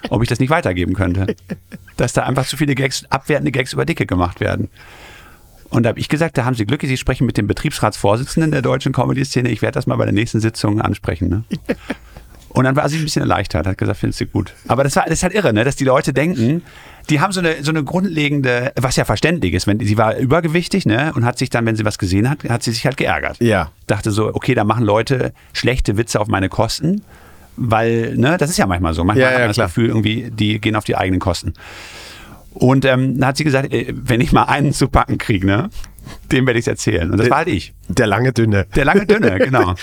ob ich das nicht weitergeben könnte. Dass da einfach zu viele Gags, abwertende Gags über Dicke gemacht werden. Und da habe ich gesagt, da haben Sie Glück, Sie sprechen mit dem Betriebsratsvorsitzenden der deutschen Comedy-Szene. Ich werde das mal bei der nächsten Sitzung ansprechen. Ne? Und dann war sie ein bisschen erleichtert, hat gesagt, findest du gut. Aber das, war, das ist halt irre, ne? dass die Leute denken, die haben so eine, so eine grundlegende, was ja verständlich ist, wenn, sie war übergewichtig ne? und hat sich dann, wenn sie was gesehen hat, hat sie sich halt geärgert.
Ja.
Dachte so, okay, da machen Leute schlechte Witze auf meine Kosten, weil, ne, das ist ja manchmal so. Manchmal
Ja,
hat
ja,
man das
klar.
Gefühl, irgendwie, die gehen auf die eigenen Kosten. Und ähm, dann hat sie gesagt, äh, wenn ich mal einen zu packen kriege, ne, dem werde ich es erzählen.
Äh.
Und das war halt ich.
Der lange Dünne.
Der lange
<laughs>
Dünne, genau.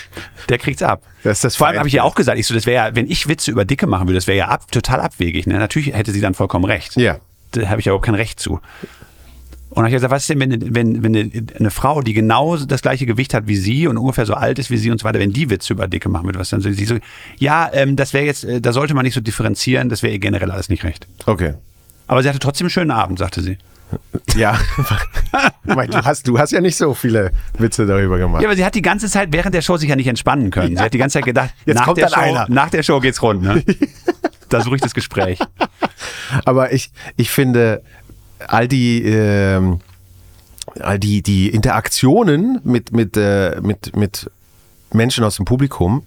Der kriegt's ab.
Das ist das
Vor allem habe ich ja
Feindbild.
auch gesagt, ich so, das wäre ja, wenn ich Witze über Dicke machen würde, das wäre ja ab, total abwegig. Ne? Natürlich hätte sie dann vollkommen recht.
Ja.
da habe ich ja auch kein Recht zu. Und dann habe ich gesagt, was ist denn, wenn, wenn, wenn eine, eine Frau, die genau das gleiche Gewicht hat wie sie und ungefähr so alt ist wie sie und so weiter, wenn die Witze über Dicke machen wird, was dann so, sie so ja, ähm, das wäre jetzt, äh, da sollte man nicht so differenzieren, das wäre ihr generell alles nicht recht.
Okay.
Aber sie hatte trotzdem einen schönen Abend, sagte sie. <laughs>
Ja. <laughs> Ich meine, du, hast, du hast ja nicht so viele Witze darüber gemacht.
Ja, aber sie hat die ganze Zeit während der Show sich ja nicht entspannen können. Sie hat die ganze Zeit gedacht,
Jetzt
nach,
kommt
der Show,
dann einer.
nach der Show geht's rund.
<laughs>
Ne? da suche ich das Gespräch.
Aber ich, ich finde, all die, ähm, all die, die Interaktionen mit, mit, äh, mit, mit Menschen aus dem Publikum,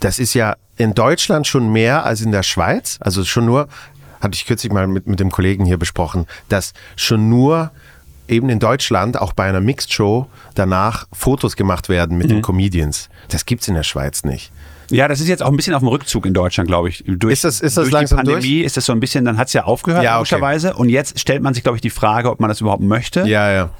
das ist ja in Deutschland schon mehr als in der Schweiz. Also schon nur, hatte ich kürzlich mal mit, mit dem Kollegen hier besprochen, dass schon nur eben in Deutschland auch bei einer Mixed Show danach Fotos gemacht werden mit den Comedians. Das gibt es in der Schweiz nicht.
Ja, das ist jetzt auch ein bisschen auf dem Rückzug in Deutschland, glaube ich. Durch,
Ist das- ist das
durch
langsam
die Pandemie ist das so ein bisschen, dann hat's ja aufgehört,
Ja, okay.
logischerweise. Und jetzt stellt man sich, glaube ich, die Frage, ob man das überhaupt möchte.
Ja, ja.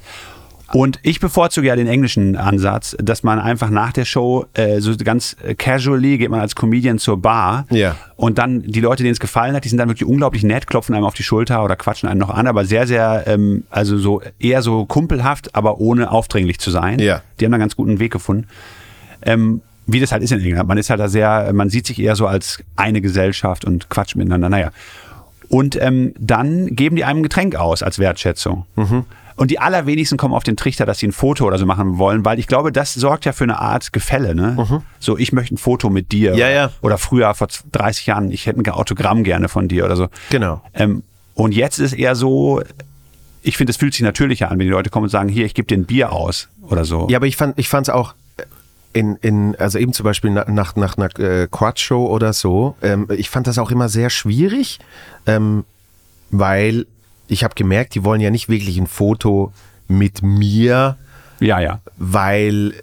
Und ich bevorzuge ja den englischen Ansatz, dass man einfach nach der Show äh, so ganz äh, casually geht man als Comedian zur Bar
Ja.
und dann die Leute, denen es gefallen hat, die sind dann wirklich unglaublich nett, klopfen einem auf die Schulter oder quatschen einen noch an, aber sehr, sehr, ähm, also so eher so kumpelhaft, aber ohne aufdringlich zu sein.
Ja.
Die haben da einen ganz guten Weg gefunden. Ähm, wie das halt ist in England. Man ist halt da sehr, man sieht sich eher so als eine Gesellschaft und quatscht miteinander. Naja. Und ähm, dann geben die einem ein Getränk aus als Wertschätzung.
Mhm.
Und die allerwenigsten kommen auf den Trichter, dass sie ein Foto oder so machen wollen, weil ich glaube, das sorgt ja für eine Art Gefälle. Ne? So, ich möchte ein Foto mit dir.
Mhm. Ja, ja.
Oder früher, vor 30 Jahren, ich hätte ein Autogramm gerne von dir oder so.
Genau.
Ähm, und jetzt ist eher so, ich finde, es fühlt sich natürlicher an, wenn die Leute kommen und sagen, hier, ich gebe dir ein Bier aus oder so.
Ja, aber ich fand ich fand's auch äh, in, in also eben zum Beispiel na- nach nach einer äh, Quatsch Show oder so. Ähm, ich fand das auch immer sehr schwierig, ähm, weil ich habe gemerkt, die wollen ja nicht wirklich ein Foto mit mir,
ja. ja.
weil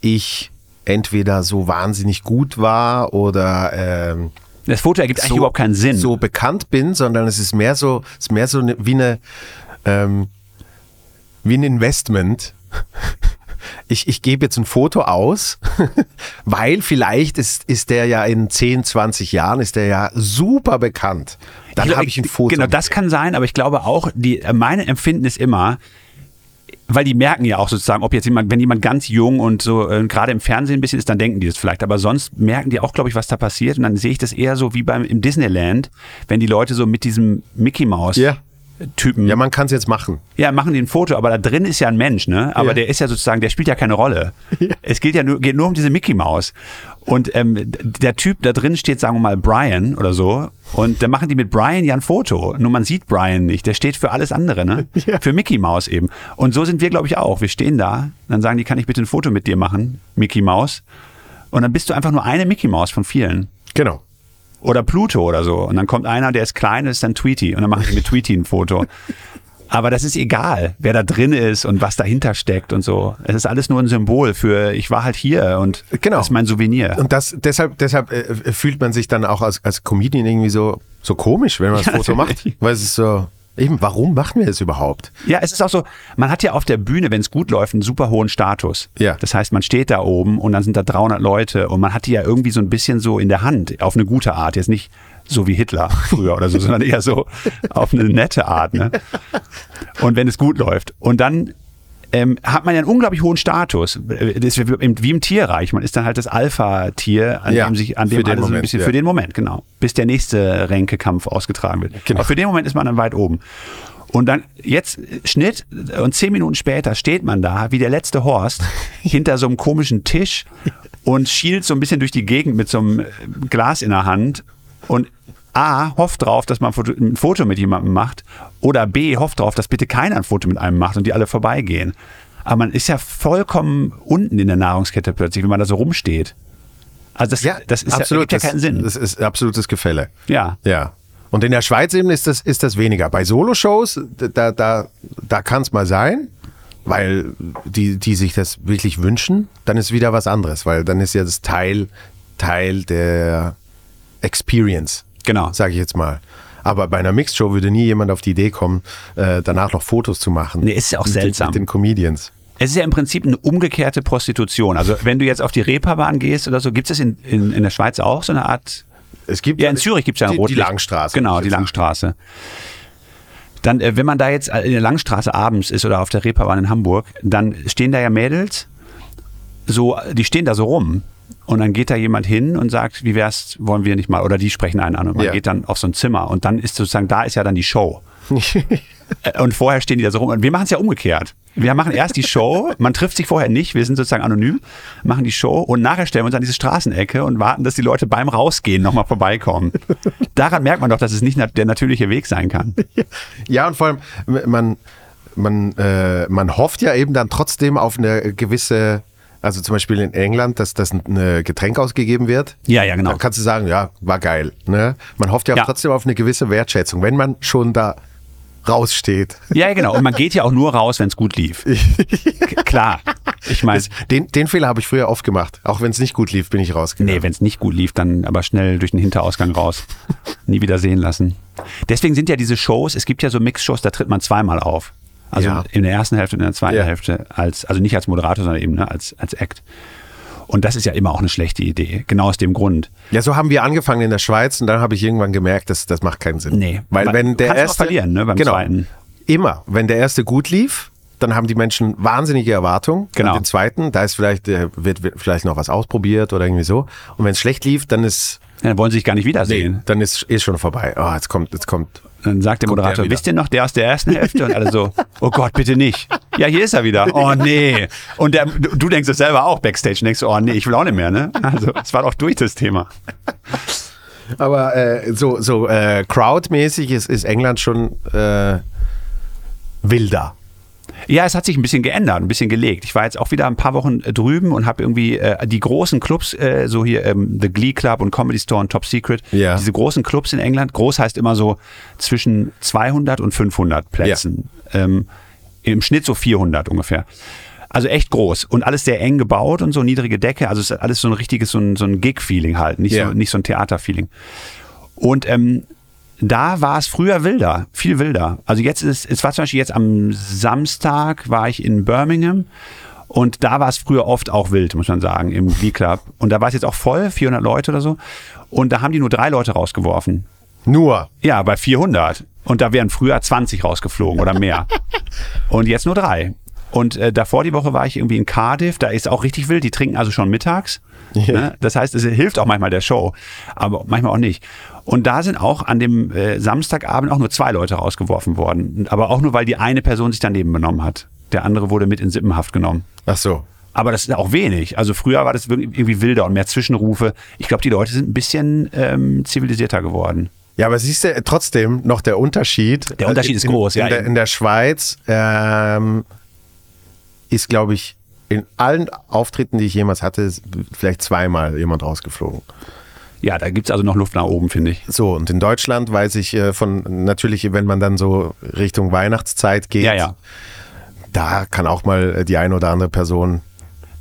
ich entweder so wahnsinnig gut war oder ähm,
Das Foto ergibt eigentlich
so,
überhaupt keinen Sinn.
so bekannt bin, sondern es ist mehr so, es ist mehr so ne, wie eine ähm, wie ein Investment. <laughs> Ich, ich gebe jetzt ein Foto aus, <laughs> weil vielleicht ist, ist der ja in 10, 20 Jahren, ist der ja super bekannt. Dann
glaub,
habe ich ein Foto.
Genau, das kann sein, aber ich glaube auch, die, äh, mein Empfinden ist immer, weil die merken ja auch sozusagen, ob jetzt jemand, wenn jemand ganz jung und so äh, gerade im Fernsehen ein bisschen ist, dann denken die das vielleicht. Aber sonst merken die auch, glaube ich, was da passiert. Und dann sehe ich das eher so wie beim im Disneyland, wenn die Leute so mit diesem Mickey Mouse
Ja.
Typen,
ja,
ja,
man kann es jetzt machen.
machen die ein Foto, aber da drin ist ja ein Mensch, ne? Aber
Ja.
der ist ja sozusagen, der spielt ja keine
<laughs>
Rolle. Es geht ja nur, geht nur um diese Mickey Mouse. Und ähm, d- der Typ da drin steht, sagen wir mal, Brian oder so. Und dann machen die mit Brian ja ein Foto. Nur man sieht Brian nicht. Der steht für alles andere, ne?
<laughs> Ja.
Für Mickey Mouse eben. Und so sind wir, glaube ich, auch. Wir stehen da, dann sagen die, kann ich bitte ein Foto mit dir machen, Mickey Mouse? Und dann bist du einfach nur eine Mickey Mouse von vielen.
Genau.
Oder Pluto oder so. Und dann kommt einer, der ist klein, ist dann Tweety. Und dann machen die mit Tweety ein Foto. Aber das ist egal, wer da drin ist und was dahinter steckt und so. Es ist alles nur ein Symbol für, ich war halt hier und
Genau.
das ist mein Souvenir.
Und das, deshalb, deshalb äh, fühlt man sich dann auch als, als Comedian irgendwie so, so komisch, wenn man das
Ja,
Foto macht.
natürlich.
Weil es ist so, eben, warum machen wir das überhaupt?
Ja, es ist auch so, man hat ja auf der Bühne, wenn es gut läuft, einen super hohen Status.
Ja.
Das heißt, man steht da oben und dann sind da 300 Leute und man hat die ja irgendwie so ein bisschen so in der Hand, auf eine gute Art. Jetzt nicht so wie Hitler früher
<laughs>
oder so, sondern eher so auf eine nette Art. Ne? Und wenn es gut läuft. Und dann ähm, hat man ja einen unglaublich hohen Status. Äh, Das ist wie im- wie im Tierreich. Man ist dann halt das Alpha-Tier, an
Ja,
dem sich, an
für
dem
den
alles so ein
Moment,
bisschen,
ja.
für den Moment, genau. Bis der nächste Ränkekampf ausgetragen wird.
Genau.
Aber für den Moment ist man dann weit oben. Und dann jetzt äh, Schnitt und zehn Minuten später steht man da wie der letzte
<laughs>
Horst hinter so einem komischen Tisch und schielt so ein bisschen durch die Gegend mit so einem äh, Glas in der Hand und A, hofft drauf, dass man ein Foto- ein Foto mit jemandem macht oder B, hofft drauf, dass bitte keiner ein Foto mit einem macht und die alle vorbeigehen. Aber man ist ja vollkommen unten in der Nahrungskette plötzlich, wenn man da so rumsteht. Also das, das ist ja, ergibt ja keinen
das,
Sinn.
Das ist absolutes Gefälle.
ja.
Ja. Und in der Schweiz eben ist das, ist das weniger. Bei Soloshows, da, da, da kann es mal sein, weil die, die sich das wirklich wünschen, dann ist wieder was anderes, weil dann ist ja das Teil, Teil der Experience.
Genau.
Sage ich jetzt mal. Aber bei einer Mixshow würde nie jemand auf die Idee kommen, äh, danach noch Fotos zu machen.
Nee, ist ja auch
Mit den-
seltsam.
Mit den Comedians.
Es ist ja im Prinzip eine umgekehrte Prostitution. Also wenn du jetzt auf die Reeperbahn gehst oder so, gibt es in, in, in der Schweiz auch so eine Art
Es gibt
Ja, in Zürich gibt es ja eine
die, die Langstraße.
Genau, die Langstraße. Dann, äh, wenn man da jetzt in der Langstraße abends ist oder auf der Reeperbahn in Hamburg, dann stehen da ja Mädels, so, die stehen da so rum. Und dann geht da jemand hin und sagt, wie wär's, wollen wir nicht mal, oder die sprechen einen an und man
Ja.
geht dann auf so ein Zimmer und dann ist sozusagen, da ist ja dann die Show. Äh, Und vorher stehen die da so rum. Und wir machen es ja umgekehrt. Wir machen erst die Show, man trifft sich vorher nicht, wir sind sozusagen anonym, machen die Show und nachher stellen wir uns an diese Straßenecke und warten, dass die Leute beim Rausgehen nochmal vorbeikommen. Daran merkt man doch, dass es nicht nat- der natürliche Weg sein kann.
Ja, und vor allem, äh, man, man, äh, man hofft ja eben dann trotzdem auf eine gewisse, also zum Beispiel in England, dass das ein äh, Getränk ausgegeben wird.
Ja, ja, genau.
Dann kannst du sagen, ja, war geil. Ne? Man hofft ja,
Ja.
trotzdem auf eine gewisse Wertschätzung, wenn man schon da raussteht.
Ja, ja, genau. Und man geht ja auch nur raus, wenn es gut lief. K- Klar. Ich meine,
<laughs> Den, den Fehler habe ich früher oft gemacht. Auch wenn es nicht gut lief, bin ich rausgegangen.
nee, wenn es nicht gut lief, dann aber schnell durch den Hinterausgang
<laughs>
raus. Nie wieder sehen lassen. Deswegen sind ja diese Shows, es gibt ja so Mix-Shows, da tritt man zweimal auf. Also
Ja.
in der ersten Hälfte und in der zweiten
Ja.
Hälfte als, also nicht als Moderator, sondern eben ne, als, als Act. Und das ist ja immer auch eine schlechte Idee. Genau aus dem Grund.
Ja, so haben wir angefangen in der Schweiz und dann habe ich irgendwann gemerkt, das, das macht keinen Sinn.
Nee.
Weil
Man-
wenn der
kannst auch
erste
verlieren, ne, beim
genau,
zweiten.
Immer, wenn der erste gut lief, dann haben die Menschen wahnsinnige Erwartungen
Genau.
an den zweiten. Da ist vielleicht äh, wird, wird vielleicht noch was ausprobiert oder irgendwie so. Und wenn es schlecht lief, dann ist
Ja, Dann wollen sie sich gar nicht wiedersehen.
dann ist ist schon vorbei. Oh, jetzt kommt jetzt kommt.
Dann sagt der
Kommt der
Moderator,
wieder.
wisst ihr noch, der aus der ersten Hälfte? Und alle so, oh Gott, bitte nicht. Ja, hier ist er wieder. Oh nee. Und der, du du denkst es selber auch backstage und denkst, oh nee, ich will auch nicht mehr, ne? Also, es war doch durch das Thema.
Aber äh, so so äh, crowdmäßig ist ist England schon äh, wilder.
Ja, es hat sich ein bisschen geändert, ein bisschen gelegt. Ich war jetzt auch wieder ein paar Wochen äh, drüben und habe irgendwie äh, die großen Clubs, äh, so hier ähm, The Glee Club und Comedy Store und Top Secret,
Ja.
diese großen Clubs in England, groß heißt immer so zwischen 200 und 500 Plätzen. Ähm, Im Schnitt so 400 ungefähr. Also echt groß und alles sehr eng gebaut und so niedrige Decke. Also es ist alles so ein richtiges, so ein, so ein Gig-Feeling halt, nicht,
Ja.
so, nicht so ein Theater-Feeling. Und ähm, da war es früher wilder, viel wilder. Also jetzt ist es war zum Beispiel jetzt am Samstag war ich in Birmingham und da war es früher oft auch wild, muss man sagen, im Glee Club. Und da war es jetzt auch voll, 400 Leute oder so. Und da haben die nur drei Leute rausgeworfen.
Nur
Ja, bei 400. Und da wären früher 20 rausgeflogen oder mehr. Und jetzt nur drei. Und äh, davor die Woche war ich irgendwie in Cardiff, da ist auch richtig wild, die trinken also schon mittags. Ne? Das heißt, es hilft auch manchmal der Show, aber manchmal auch nicht. Und da sind auch an dem äh, Samstagabend auch nur zwei Leute rausgeworfen worden. Aber auch nur, weil die eine Person sich daneben benommen hat. Der andere wurde mit in Sippenhaft genommen.
ach so.
Aber das ist auch wenig. Also früher war das wirklich irgendwie wilder und mehr Zwischenrufe. Ich glaube, die Leute sind ein bisschen ähm, zivilisierter geworden.
Ja, aber siehst du äh, trotzdem noch der Unterschied.
Der Unterschied
Äh,
ist
in,
groß,
in
ja,
Der,
eben.
in der Schweiz ähm, ist, glaube ich, in allen Auftritten, die ich jemals hatte, ist vielleicht zweimal jemand rausgeflogen.
Ja, da gibt's also noch Luft nach oben, finde ich.
So, und in Deutschland weiß ich äh, von, natürlich, wenn man dann so Richtung Weihnachtszeit geht,
Ja, ja.
da kann auch mal äh, die eine oder andere Person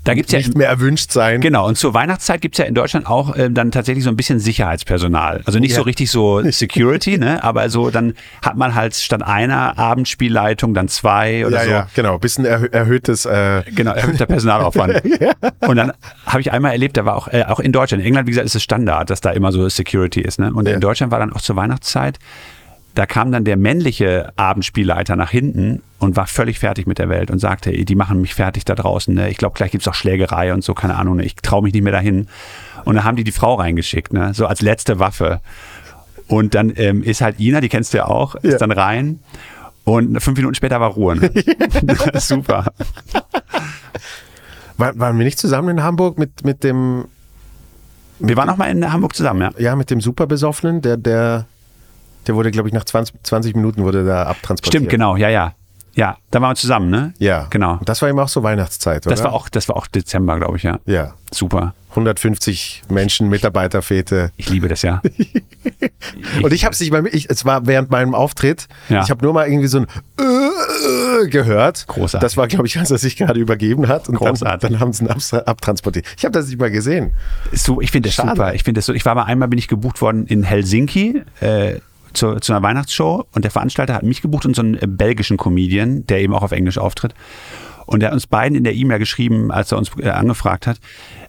Da gibt's ja.
nicht mehr erwünscht sein.
Genau, und zur Weihnachtszeit gibt's ja in Deutschland auch ähm, dann tatsächlich so ein bisschen Sicherheitspersonal. Also nicht so
Ja.
richtig
<laughs>
so Security, ne? aber so dann hat man halt statt einer Abendspielleitung dann zwei oder
Ja,
so.
ja, genau. Bisschen erhö erhöhtes. Äh,
Genau, erhöhter
<laughs>
Personalaufwand. Und dann habe ich einmal erlebt, da war auch, äh, auch in Deutschland, in England, wie gesagt, ist es Standard, dass da immer so Security ist. Ne? Und
Ja.
in Deutschland war dann auch zur Weihnachtszeit, da kam dann der männliche Abendspielleiter nach hinten und war völlig fertig mit der Welt und sagte, "Ey, die machen mich fertig da draußen. Ne? Ich glaube, gleich gibt's auch Schlägerei und so, keine Ahnung. Ne? Ich traue mich nicht mehr dahin. Und dann haben die die Frau reingeschickt, ne? so als letzte Waffe. Und dann ähm, ist halt Ina, die kennst du ja auch,
Ja.
ist dann rein. Und fünf Minuten später war Ruhe.
<laughs>
Ne? <laughs> Super.
war- waren wir nicht zusammen in Hamburg mit, mit dem
Wir waren auch mal in Hamburg zusammen, ja.
Ja, mit dem Superbesoffenen, der, der, der wurde, glaube ich, nach 20, 20 Minuten wurde da abtransportiert.
Stimmt, genau, ja, ja. Ja, da waren wir zusammen, ne?
Ja.
Genau.
Und das war eben auch so Weihnachtszeit, oder?
Das war auch, das war auch Dezember, glaube ich, ja.
Ja.
Super.
150 Menschen, Mitarbeiterfete.
Ich liebe das
<laughs>
ja.
Und ich habe es nicht mal, ich, es war während meinem Auftritt,
Ja.
ich habe nur mal irgendwie so ein äh, äh, gehört.
Großartig.
Das war, glaube ich, <laughs> als er sich gerade übergeben hat. Und
Großartig.
Dann, dann haben sie ihn abs- abtransportiert. Ich habe das nicht mal gesehen.
So, ich finde das
Schade.
super. Ich finde das so. Ich war mal einmal bin ich gebucht worden in Helsinki äh, zu, zu einer Weihnachtsshow und der Veranstalter hat mich gebucht und so einen äh, belgischen Comedian, der eben auch auf Englisch auftritt. Und er hat uns beiden in der E-Mail geschrieben, als er uns äh, angefragt hat,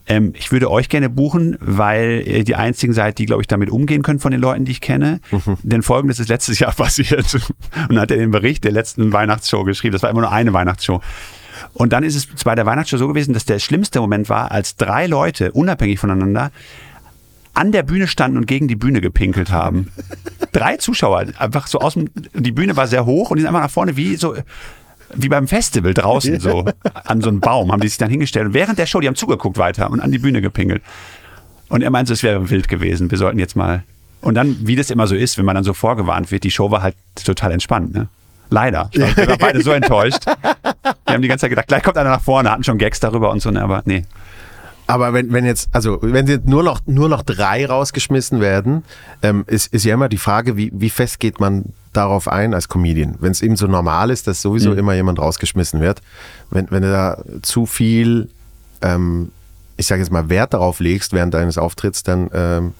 ähm, ich würde euch gerne buchen, weil ihr die einzigen seid, die, glaube ich, damit umgehen können von den Leuten, die ich kenne. Denn folgendes ist letztes Jahr <laughs> passiert. Und dann hat er den Bericht der letzten Weihnachtsshow geschrieben. Das war immer nur eine Weihnachtsshow. Und dann ist es bei der Weihnachtsshow so gewesen, dass der schlimmste Moment war, als drei Leute, unabhängig voneinander, an der Bühne standen und gegen die Bühne gepinkelt haben. Drei Zuschauer, einfach so aus dem, die Bühne war sehr hoch und die sind einfach nach vorne wie so, wie beim Festival draußen so, an so einem Baum, haben die sich dann hingestellt und während der Show, die haben zugeguckt weiter und an die Bühne gepinkelt. Und er meinte, es wäre wild gewesen, wir sollten jetzt mal. Und dann, wie das immer so ist, wenn man dann so vorgewarnt wird, die Show war halt total entspannt, ne? Leider. Ich glaub, Wir waren beide so enttäuscht. Wir haben die ganze Zeit gedacht, gleich kommt einer nach vorne, hatten schon Gags darüber und so, ne, aber nee.
Aber wenn, wenn jetzt, also wenn jetzt nur noch, nur noch drei rausgeschmissen werden, ähm, ist, ist ja immer die Frage, wie, wie fest geht man darauf ein als Comedian? Wenn es eben so normal ist, dass
Mhm.
sowieso immer jemand rausgeschmissen wird, wenn, wenn du da zu viel, ähm, ich sage jetzt mal, Wert darauf legst während deines Auftritts, dann ähm,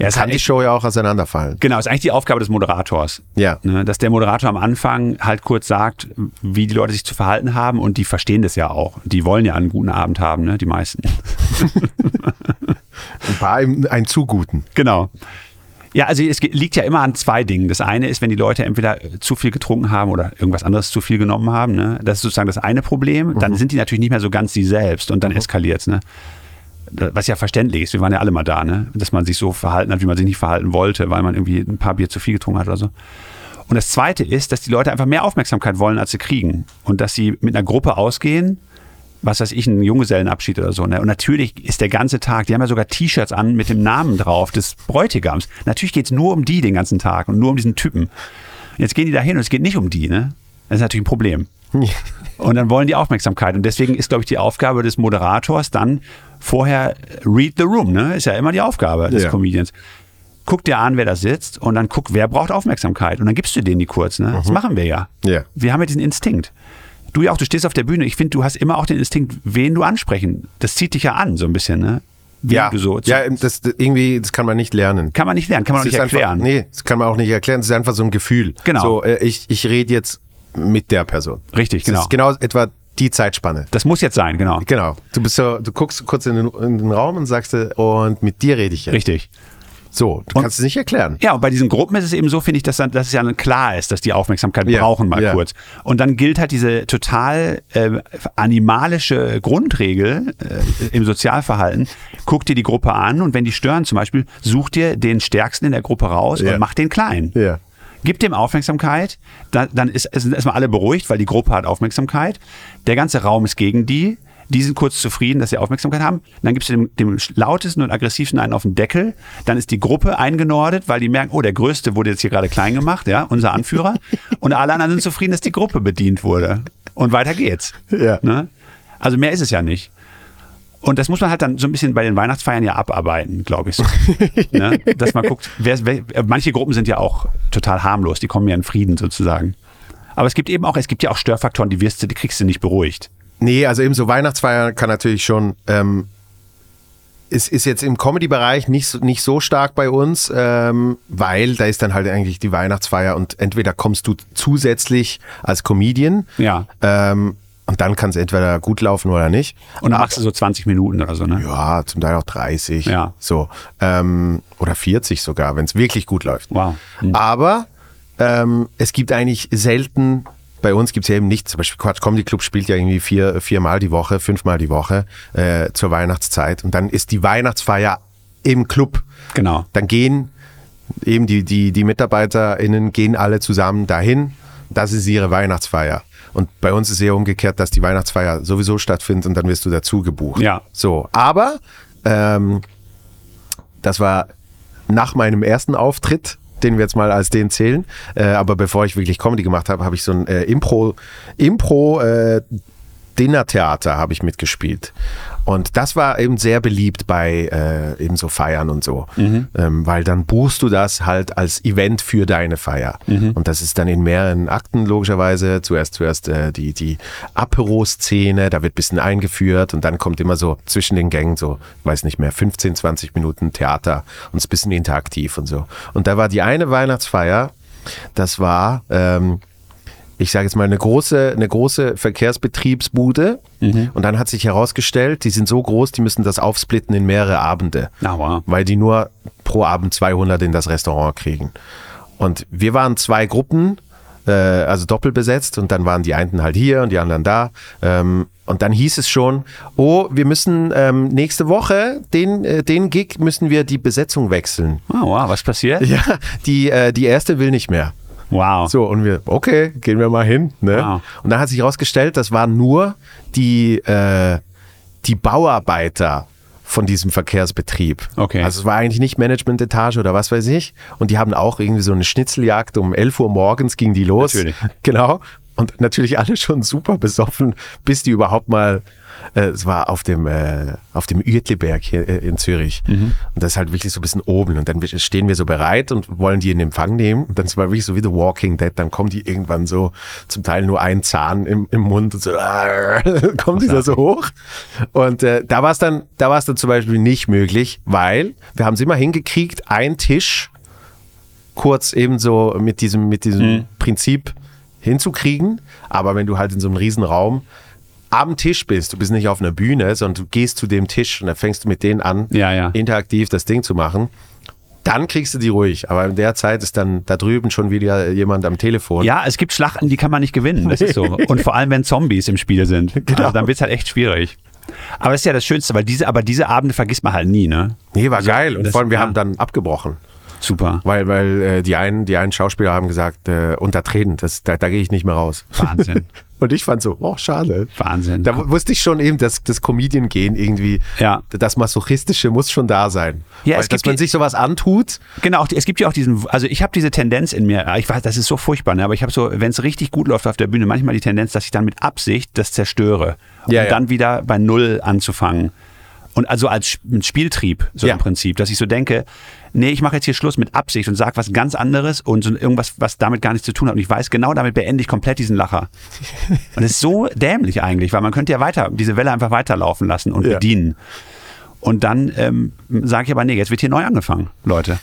Ja, es
kann
hat
die
echt-
Show ja auch auseinanderfallen.
Genau, ist eigentlich die Aufgabe des Moderators.
Ja.
Ne, dass der Moderator am Anfang halt kurz sagt, wie die Leute sich zu verhalten haben und die verstehen das ja auch. Die wollen ja einen guten Abend haben, ne, die meisten.
Ein paar eben einen zu guten.
Genau. Ja, also es ge- liegt ja immer an zwei Dingen. Das eine ist, wenn die Leute entweder äh, zu viel getrunken haben oder irgendwas anderes zu viel genommen haben. Ne? Das ist sozusagen das eine Problem. Dann sind die natürlich nicht mehr so ganz sie selbst und dann eskaliert's. Ne? Da- Was ja verständlich ist. Wir waren ja alle mal da, ne? dass man sich so verhalten hat, wie man sich nicht verhalten wollte, weil man irgendwie ein paar Bier zu viel getrunken hat oder so. Und das zweite ist, dass die Leute einfach mehr Aufmerksamkeit wollen, als sie kriegen. Und dass sie mit einer Gruppe ausgehen, was weiß ich, einen Junggesellenabschied oder so. Ne? Und natürlich ist der ganze Tag, die haben ja sogar T-Shirts an mit dem Namen drauf des Bräutigams. Natürlich geht es nur um die den ganzen Tag und nur um diesen Typen. Jetzt gehen die da hin und es geht nicht um die, ne? Das ist natürlich ein Problem. Und dann wollen die Aufmerksamkeit. Und deswegen ist, glaube ich, die Aufgabe des Moderators dann vorher äh, read the room, ne? Ist ja immer die Aufgabe des
Ja.
Comedians. Guck dir an, wer da sitzt und dann guck, wer braucht Aufmerksamkeit. Und dann gibst du denen die kurz, ne? Das machen wir ja.
<laughs> Ja.
Wir haben ja diesen Instinkt. Du ja auch, du stehst auf der Bühne. Ich finde, du hast immer auch den Instinkt, wen du ansprechen. Das zieht dich ja an, so ein bisschen, ne? Wen
Ja,
Du so,
ja irgendwie, das irgendwie, das kann man nicht lernen.
Kann man nicht lernen, kann man auch
Es
nicht
ist einfach-
erklären.
Nee, das kann man auch nicht erklären. Es ist einfach so ein Gefühl.
Genau.
So, äh, ich, ich rede jetzt mit der Person.
Richtig,
Das ist genau etwa die Zeitspanne.
Das muss jetzt sein, genau.
Genau. Du bist so, du guckst kurz in den, in den Raum und sagst, äh, und mit dir rede ich jetzt.
Richtig.
So, du kannst es nicht erklären.
Ja, und bei diesen Gruppen ist es eben so, finde ich, dass, dann, dass es ja dann klar ist, dass die Aufmerksamkeit
Ja,
brauchen, mal
ja.
kurz. Und dann gilt halt diese total äh, animalische Grundregel äh, im Sozialverhalten. Guck dir die Gruppe an und wenn die stören zum Beispiel, such dir den Stärksten in der Gruppe raus
Ja.
und mach den klein.
Ja.
Gib dem Aufmerksamkeit, dann, dann ist, sind erstmal alle beruhigt, weil die Gruppe hat Aufmerksamkeit. Der ganze Raum ist gegen die. Die sind kurz zufrieden, dass sie Aufmerksamkeit haben. Und dann gibst du dem, dem lautesten und aggressivsten einen auf den Deckel. Dann ist die Gruppe eingenordet, weil die merken, oh, der Größte wurde jetzt hier gerade klein gemacht, ja, unser Anführer. Und alle anderen sind zufrieden, dass die Gruppe bedient wurde. Und weiter geht's.
Ja.
Ne? Also mehr ist es ja nicht. Und das muss man halt dann so ein bisschen bei den Weihnachtsfeiern ja abarbeiten, glaube ich.
<laughs>
So. ne? Dass man guckt, wer, wer, äh, manche Gruppen sind ja auch total harmlos, die kommen ja in Frieden sozusagen. Aber es gibt eben auch, es gibt ja auch Störfaktoren, die wirst du, die kriegst du nicht beruhigt.
Nee, also eben so Weihnachtsfeier kann natürlich schon, ähm, es ist jetzt im Comedy-Bereich nicht so, nicht so stark bei uns, ähm, weil da ist dann halt eigentlich die Weihnachtsfeier und entweder kommst du zusätzlich als Comedian
Ja.
ähm, und dann kann es entweder gut laufen oder nicht.
Und dann machst du so 20 Minuten oder so, ne?
Ja, zum Teil auch 30.
Ja.
So. Ähm, oder 40 sogar, wenn es wirklich gut läuft.
Wow. Mhm.
Aber ähm, es gibt eigentlich selten, bei uns gibt es ja eben nicht, zum Beispiel Quatsch Comedy Club spielt ja irgendwie vier, viermal die Woche, fünfmal die Woche äh, zur Weihnachtszeit. Und dann ist die Weihnachtsfeier im Club.
Genau.
Dann gehen eben die, die, die MitarbeiterInnen gehen alle zusammen dahin. Das ist ihre Weihnachtsfeier. Und bei uns ist eher umgekehrt, dass die Weihnachtsfeier sowieso stattfindet und dann wirst du dazu gebucht.
Ja.
So, aber ähm, das war nach meinem ersten Auftritt, den wir jetzt mal als den zählen. Äh, aber bevor ich wirklich Comedy gemacht habe, habe ich so ein äh, Impro, Impro äh, Dinnertheater habe ich mitgespielt. Und das war eben sehr beliebt bei äh, eben so Feiern und so. Ähm, weil dann buchst du das halt als Event für deine Feier. Und das ist dann in mehreren Akten logischerweise. Zuerst zuerst äh, die, die Apero-Szene, da wird ein bisschen eingeführt und dann kommt immer so zwischen den Gängen so, weiß nicht mehr, 15, 20 Minuten Theater und es ist ein bisschen interaktiv und so. Und da war die eine Weihnachtsfeier, das war ähm, ich sage jetzt mal, eine große, eine große Verkehrsbetriebsbude. Und dann hat sich herausgestellt, die sind so groß, die müssen das aufsplitten in mehrere Abende.
Na, wow.
Weil die nur pro Abend 200 in das Restaurant kriegen. Und wir waren zwei Gruppen, äh, also doppelt besetzt. Und dann waren die einen halt hier und die anderen da. Ähm, und dann hieß es schon, oh, wir müssen ähm, nächste Woche, den, äh, den Gig müssen wir die Besetzung wechseln.
Ah, wow, was passiert?
Ja, die, äh, die erste will nicht mehr.
Wow.
So, und wir, okay, gehen wir mal hin. Ne?
Wow.
Und dann hat sich herausgestellt, das waren nur die, äh, die Bauarbeiter von diesem Verkehrsbetrieb.
Okay.
Also es war eigentlich nicht Management-Etage oder was weiß ich. Und die haben auch irgendwie so eine Schnitzeljagd. Um 11 Uhr morgens ging die los.
Natürlich.
<laughs> Genau. Und natürlich alle schon super besoffen, bis die überhaupt mal, äh, es war auf dem, äh, auf dem Uertleberg hier äh, in Zürich. Und das ist halt wirklich so ein bisschen oben. Und dann stehen wir so bereit und wollen die in Empfang nehmen. Und dann ist man wirklich so wie The Walking Dead. Dann kommen die irgendwann so, zum Teil nur ein Zahn im, im Mund und so, <laughs> kommen die da so hoch. Und äh, da war es dann, da war es dann zum Beispiel nicht möglich, weil wir haben es immer hingekriegt, ein Tisch kurz eben so mit diesem, mit diesem
Mhm.
Prinzip hinzukriegen. Aber wenn du halt in so einem Riesenraum am Tisch bist, du bist nicht auf einer Bühne, sondern du gehst zu dem Tisch und dann fängst du mit denen an,
Ja, ja.
interaktiv das Ding zu machen, dann kriegst du die ruhig. Aber in der Zeit ist dann da drüben schon wieder jemand am Telefon.
Ja, es gibt Schlachten, die kann man nicht gewinnen. Das ist
<laughs>
so. Und vor allem, wenn Zombies im Spiel sind.
Genau.
Also, dann wird's halt echt schwierig. Aber das ist ja das Schönste, weil diese, aber diese Abende vergisst man halt nie, ne?
Nee, war geil. Und
das-
vor allem, wir
ja.
haben dann abgebrochen.
Super.
Weil, weil äh, die, einen, die einen Schauspieler haben gesagt, äh, unter Tränen, das, da, da gehe ich nicht mehr raus.
Wahnsinn.
<laughs> Und ich fand so, oh, schade.
Wahnsinn.
Da wu- wusste ich schon eben, dass das Comedian-Gehen irgendwie,
Ja.
das Masochistische muss schon da sein.
Ja,
Weil,
es
dass
gibt
man
die-
sich sowas antut.
Genau, auch die- es gibt ja auch diesen, also ich habe diese Tendenz in mir, ich weiß, das ist so furchtbar, ne? aber ich habe so, wenn es richtig gut läuft auf der Bühne, manchmal die Tendenz, dass ich dann mit Absicht das zerstöre und
Ja, ja.
dann wieder bei Null anzufangen. Und also als Sp- ein Spieltrieb, so
Ja.
im Prinzip, dass ich so denke, nee, ich mache jetzt hier Schluss mit Absicht und sag was ganz anderes und so irgendwas, was damit gar nichts zu tun hat. Und ich weiß genau, damit beende ich komplett diesen Lacher. Und es ist so dämlich eigentlich, weil man könnte ja weiter, diese Welle einfach weiterlaufen lassen und
Ja.
bedienen. Und dann ähm, sage ich aber, nee, jetzt wird hier neu angefangen, Leute.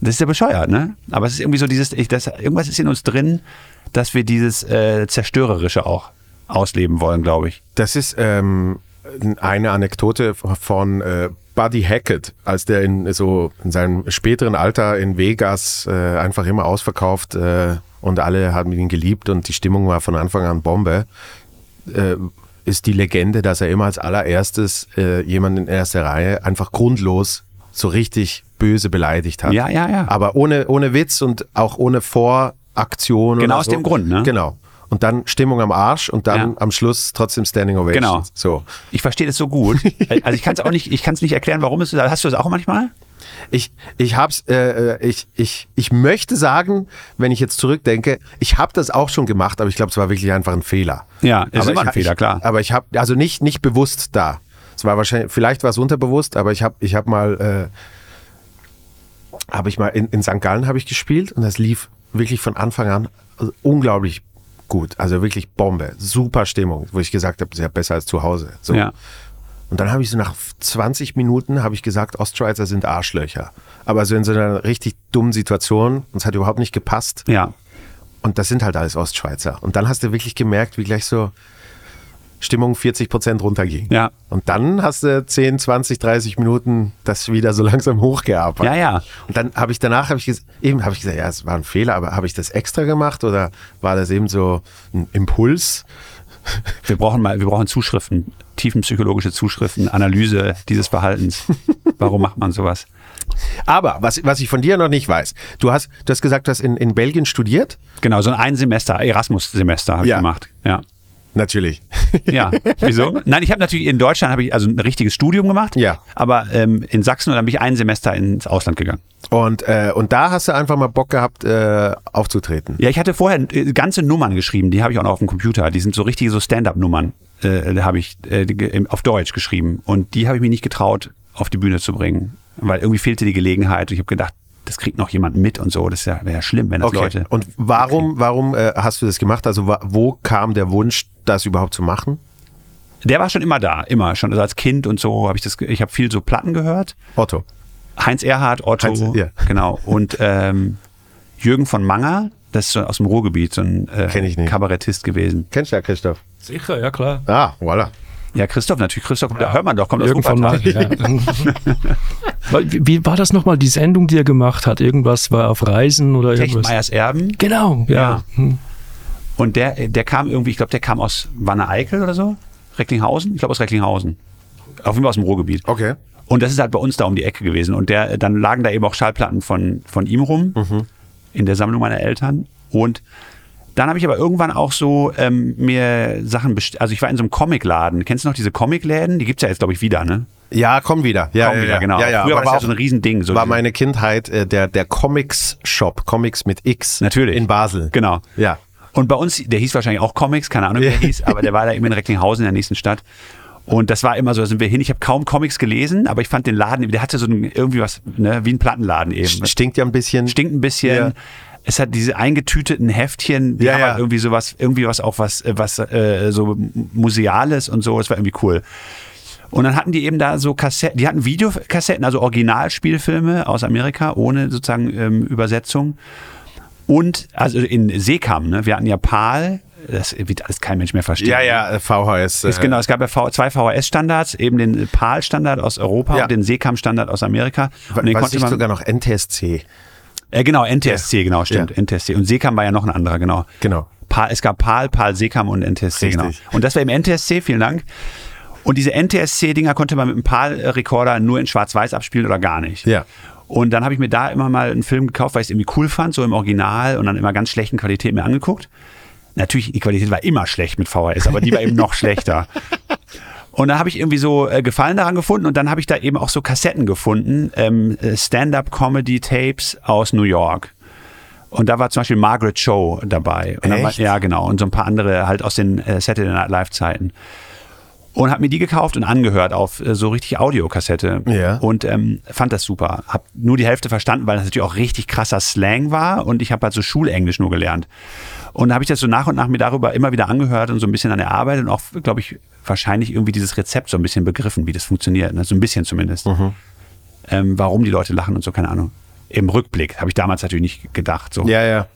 Das ist ja bescheuert, ne? Aber es ist irgendwie so dieses, ich, das, irgendwas ist in uns drin, dass wir dieses äh, Zerstörerische auch ausleben wollen, glaube ich.
Das ist ähm, eine Anekdote von äh, Buddy Hackett, als der in so in seinem späteren Alter in Vegas äh, einfach immer ausverkauft äh, und alle haben ihn geliebt und die Stimmung war von Anfang an Bombe. Äh, ist die Legende, dass er immer als allererstes äh, jemanden in erster Reihe einfach grundlos so richtig böse beleidigt hat.
Ja, ja, ja.
Aber ohne, ohne Witz und auch ohne Voraktion.
Genau
oder
aus
so.
dem Grund, ne?
Genau. Und dann Stimmung am Arsch und dann
Ja.
am Schluss trotzdem Standing Ovation.
Genau.
So.
Ich verstehe das so
<laughs>
gut. Also ich kann es auch nicht, ich kann es nicht erklären, warum es so Hast du das auch manchmal?
Ich, ich hab's, äh, äh, ich, ich, ich möchte sagen, wenn ich jetzt zurückdenke, ich habe das auch schon gemacht, aber ich glaube, es war wirklich einfach ein Fehler.
Ja, es ist
Aber
immer
ich,
ein Fehler,
ich,
klar.
Aber ich habe, also nicht, nicht bewusst da. Es war wahrscheinlich, vielleicht war es unterbewusst, aber ich habe, ich habe mal, äh, habe ich mal in, in St. Gallen habe ich gespielt und das lief wirklich von Anfang an also unglaublich gut. Also wirklich Bombe, super Stimmung, wo ich gesagt habe, ist ja besser als zu Hause. So.
Ja.
Und dann habe ich so nach 20 Minuten habe ich gesagt, Ostschweizer sind Arschlöcher. Aber so in so einer richtig dummen Situation, uns hat überhaupt nicht gepasst.
Ja.
Und das sind halt alles Ostschweizer. Und dann hast du wirklich gemerkt, wie gleich so Stimmung 40 Prozent runterging.
Ja.
Und dann hast du 10, 20, 30 Minuten das wieder so <laughs> langsam
Ja,
hochgearbeitet.
ja.
Und dann habe ich danach, habe ich ges- eben habe ich gesagt, ja, es war ein Fehler, aber habe ich das extra gemacht oder war das eben so ein Impuls?
Wir brauchen mal, wir brauchen Zuschriften, tiefenpsychologische Zuschriften, Analyse dieses Verhaltens. Warum macht man sowas?
Aber was, was ich von dir noch nicht weiß, du hast, du hast gesagt, du hast in, in Belgien studiert.
Genau, so ein ein Semester, Erasmus-Semester habe ich
Ja.
gemacht. Ja.
Natürlich. <laughs>
Ja, wieso? Nein, ich habe natürlich in Deutschland habe ich also ein richtiges Studium gemacht.
Ja.
Aber ähm, in Sachsen und dann bin ich ein Semester ins Ausland gegangen.
Und, äh, und da hast du einfach mal Bock gehabt, äh, aufzutreten.
Ja, ich hatte vorher äh, ganze Nummern geschrieben, die habe ich auch noch auf dem Computer. Die sind so richtige so Stand-up-Nummern, äh, habe ich äh, ge- im- auf Deutsch geschrieben und die habe ich mir nicht getraut, auf die Bühne zu bringen, weil irgendwie fehlte die Gelegenheit. Und ich habe gedacht, das kriegt noch jemand mit und so. Das ist ja, wäre ja schlimm, wenn das Leute.
Und warum, warum äh, hast du das gemacht? Also wa- wo kam der Wunsch, das überhaupt zu machen?
Der war schon immer da, immer schon. Also als Kind und so habe ich das. ge- Ich habe viel so Platten gehört.
Otto.
Heinz Erhard, Otto,
Heinz, ja.
genau. Und ähm, Jürgen von Manger, Das ist so aus dem Ruhrgebiet, so ein äh,
Kenn ich nicht.
Kabarettist gewesen.
Kennst du ja, Christoph?
Sicher, ja klar.
Ah, voilà.
Ja, Christoph, natürlich. Christoph, da hört man doch, kommt
Irgendwann
aus
mal.
Wuppertal.
Ja. <laughs> Weil, wie, wie war das nochmal, die Sendung, die er gemacht hat? Irgendwas war auf Reisen oder irgendwas?
Techmeyers Erben.
Genau, ja. Hm.
Und der, der kam irgendwie, ich glaube, der kam aus Wanne-Eickel oder so? Recklinghausen? Ich glaube aus Recklinghausen. Auf jeden Fall aus dem Ruhrgebiet.
Okay.
Und das ist halt bei uns da um die Ecke gewesen. Und der, dann lagen da eben auch Schallplatten von, von ihm rum
Mhm.
in der Sammlung meiner Eltern. Und dann habe ich aber irgendwann auch so ähm, mir Sachen bestellt. Also ich war in so einem Comicladen. Kennst du noch diese Comicläden? Die gibt es ja jetzt, glaube ich, wieder, ne?
Ja, komm wieder. Ja,
Komm
ja,
wieder,
ja.
genau.
Ja, ja.
Früher
aber
war das ja
auch-
so ein Riesending. So
war meine Kindheit äh, der, der Comics-Shop, Comics mit X.
Natürlich.
In Basel.
Genau.
Ja.
Und bei uns, der hieß wahrscheinlich auch Comics, keine Ahnung, wie der
Ja.
hieß, aber der war da eben in Recklinghausen in der nächsten Stadt. Und das war immer so, da sind wir hin. Ich habe kaum Comics gelesen, aber ich fand den Laden, der hatte so ein, irgendwie was, ne, wie ein Plattenladen eben.
Sch- Stinkt ja ein bisschen.
Stinkt ein bisschen.
Ja.
Es hat diese eingetüteten Heftchen, die
Ja,
haben
ja.
Halt irgendwie sowas, irgendwie was auch was, äh, was äh, so Museales und so, das war irgendwie cool. Und dann hatten die eben da so Kassetten, die hatten Videokassetten, also Originalspielfilme aus Amerika, ohne sozusagen ähm, Übersetzung. Und, also in Seekam, ne? wir hatten ja PAL, das wird alles kein Mensch mehr verstehen.
Ja, ja, äh, VHS.
Ist
äh,
genau, es gab ja v zwei VHS-Standards, eben den PAL-Standard aus Europa
Ja.
und den Seekam-Standard aus Amerika.
wa-
Und den
weiß ich sogar noch NTSC.
äh, genau, NTSC, genau, stimmt.
Ja.
NTSC. Und Sekam war ja noch ein anderer, genau.
Genau.
Pal, es gab Pal, Pal, Sekam und NTSC,
Richtig.
genau. Und das war eben NTSC, vielen Dank. Und diese NTSC-Dinger konnte man mit einem PAL-Rekorder nur in Schwarz-Weiß abspielen oder gar nicht.
Ja.
Und dann habe ich mir da immer mal einen Film gekauft, weil ich es irgendwie cool fand, so im Original und dann immer ganz schlechten Qualität mir angeguckt. Natürlich, die Qualität war immer schlecht mit VHS, aber die war eben noch schlechter. Und da habe ich irgendwie so äh, Gefallen daran gefunden und dann habe ich da eben auch so Kassetten gefunden, ähm, äh, Stand-up-Comedy-Tapes aus New York. Und da war zum Beispiel Margaret Cho dabei. Und dann War,
Echt?
ja, genau. Und so ein paar andere halt aus den äh, Saturday Night Live-Zeiten. Und habe mir die gekauft und angehört auf äh, so richtig Audiokassette.
Ja.
Und ähm, fand das super. Hab nur die Hälfte verstanden, weil das natürlich auch richtig krasser Slang war. Und ich habe halt so Schulenglisch nur gelernt. Und da habe ich das so nach und nach mir darüber immer wieder angehört und so ein bisschen an der Arbeit und auch, glaube ich, wahrscheinlich irgendwie dieses Rezept so ein bisschen begriffen, wie das funktioniert. Ne? So ein bisschen zumindest. Ähm, warum die Leute lachen und so, keine Ahnung. Im Rückblick habe ich damals natürlich nicht gedacht. So.
Ja, ja.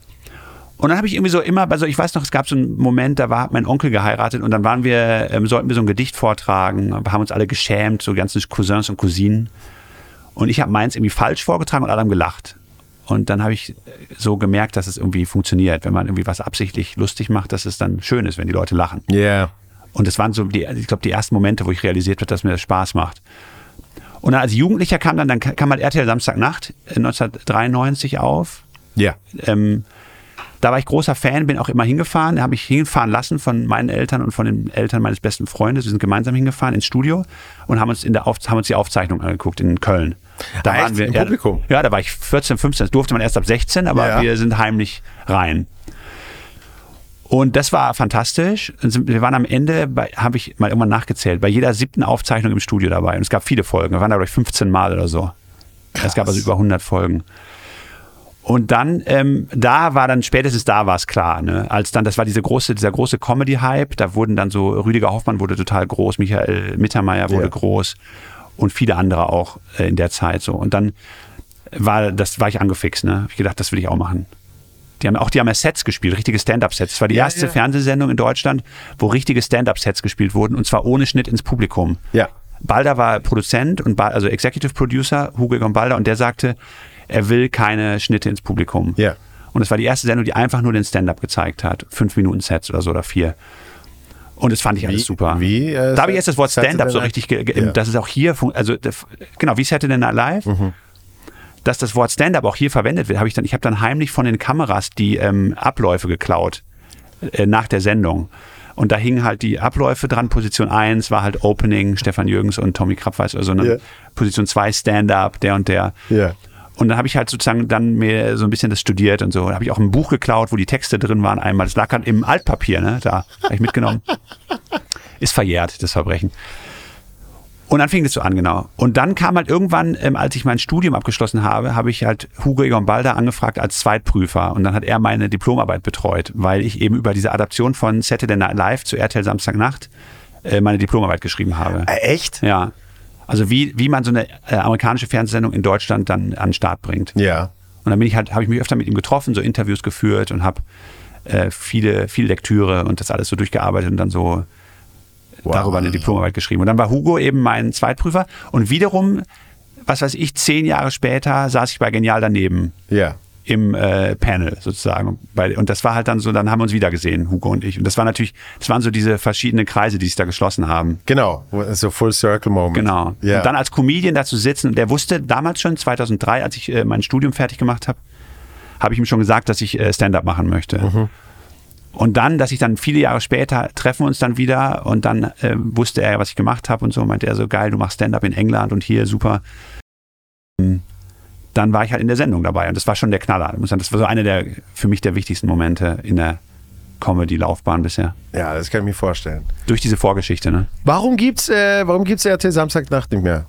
Und dann habe ich irgendwie so immer, bei so, ich weiß noch, es gab so einen Moment, da war hat mein Onkel geheiratet und dann waren wir, ähm, sollten wir so ein Gedicht vortragen, haben uns alle geschämt, so die ganzen Cousins und Cousinen. Und ich habe meins irgendwie falsch vorgetragen und alle haben gelacht. Und dann habe ich äh, so gemerkt, dass es irgendwie funktioniert. Wenn man irgendwie was absichtlich lustig macht, dass es dann schön ist, wenn die Leute lachen.
Ja.
Und das waren so, die, ich glaube, die ersten Momente, wo ich realisiert habe, dass mir das Spaß macht. Und dann als Jugendlicher kam dann, dann kam halt RTL Samstagnacht äh, 1993 auf
Ja.
ähm, da war ich großer Fan, bin auch immer hingefahren, habe mich hingefahren lassen von meinen Eltern und von den Eltern meines besten Freundes. Wir sind gemeinsam hingefahren ins Studio und haben uns, in der Auf haben uns die Aufzeichnung angeguckt in Köln. Da
Ah, echt?
waren wir
Im
ja,
Publikum?
Ja, da war ich 14, 15. Das durfte man erst ab 16, aber
Ja.
wir sind heimlich rein. Und das war fantastisch. Und sind- Wir waren am Ende, habe ich mal irgendwann nachgezählt, bei jeder siebten Aufzeichnung im Studio dabei. Und es gab viele Folgen. Wir waren da, glaube ich, 15 Mal oder so. Es gab also über 100 Folgen. Und dann, ähm, da war dann, spätestens da war es klar, ne? als dann, das war diese große, dieser große Comedy-Hype, da wurden dann so, Rüdiger Hoffmann wurde total groß, Michael Mittermeier wurde
Ja.
groß und viele andere auch äh, in der Zeit so. Und dann war, das war ich angefixt, ne? Hab ich gedacht, das will ich auch machen. Die haben auch, die haben ja Sets gespielt, richtige Stand-Up-Sets. Das war die
Ja,
erste
ja.
Fernsehsendung in Deutschland, wo richtige Stand-Up-Sets gespielt wurden und zwar ohne Schnitt ins Publikum.
Ja.
Balder war Produzent und Ba- also Executive Producer Hugo Egon Balder und der sagte, er will keine Schnitte ins Publikum.
Ja.
Und es war die erste Sendung, die einfach nur den Stand-up gezeigt hat, fünf Minuten Sets oder so oder vier. Und das fand ich alles
Wie-
super.
wie, äh,
da habe ich erst das Wort
Saturday
Stand-up so
Night-
richtig, ge ge
Ja. Mhm.
dass es auch hier, fun- also der f- genau, wie Saturday Night Live, dass das Wort Stand-up auch hier verwendet wird, habe ich dann, ich habe dann heimlich von den Kameras die ähm, Abläufe geklaut äh, nach der Sendung. Und da hingen halt die Abläufe dran. Position 1 war halt Opening, Stefan Jürgens und Tommy Krapfeis oder so. Ne?
Ja.
Position 2 Stand-up, der und der.
Ja.
Und dann habe ich halt sozusagen dann mir so ein bisschen das studiert und so. Da habe ich auch ein Buch geklaut, wo die Texte drin waren einmal. Das lag halt im Altpapier, ne? Da habe ich mitgenommen. Ist verjährt, das Verbrechen. Und dann fing das so an, genau. Und dann kam halt irgendwann, ähm, als ich mein Studium abgeschlossen habe, habe ich halt Hugo Egon Balder angefragt als Zweitprüfer. Und dann hat er meine Diplomarbeit betreut, weil ich eben über diese Adaption von Saturday Night Live zu RTL Samstagnacht äh, meine Diplomarbeit geschrieben habe.
Äh, echt?
Ja. Also wie, wie man so eine äh, amerikanische Fernsehsendung in Deutschland dann an den Start bringt.
Ja.
Und dann bin ich halt, habe ich mich öfter mit ihm getroffen, so Interviews geführt und habe äh, viele, viele Lektüre und das alles so durchgearbeitet und dann so darüber eine Diplomarbeit geschrieben. Und dann war Hugo eben mein Zweitprüfer und wiederum, was weiß ich, zehn Jahre später saß ich bei Genial daneben
Ja.
im äh, Panel sozusagen. Bei, und das war halt dann so, dann haben wir uns wieder gesehen, Hugo und ich. Und das war natürlich, das waren so diese verschiedenen Kreise, die sich da geschlossen haben.
Genau, so Full Circle Moment.
Genau.
Ja.
Und dann als Comedian da zu sitzen, und der wusste damals schon, 2003, als ich äh, mein Studium fertig gemacht habe, habe ich ihm schon gesagt, dass ich äh, Stand-up machen möchte. Und dann, dass ich dann viele Jahre später treffen wir uns dann wieder und dann äh, wusste er, was ich gemacht habe und so, meinte er so, geil, du machst Stand-up in England und hier, super. Ähm, Dann war ich halt in der Sendung dabei und das war schon der Knaller. Ich muss sagen, Das war so einer der, für mich der wichtigsten Momente in der Comedy-Laufbahn bisher.
ja, das kann ich mir vorstellen.
Durch diese Vorgeschichte, ne?
Warum gibt's, äh, warum gibt's RT Samstagnacht nicht mehr?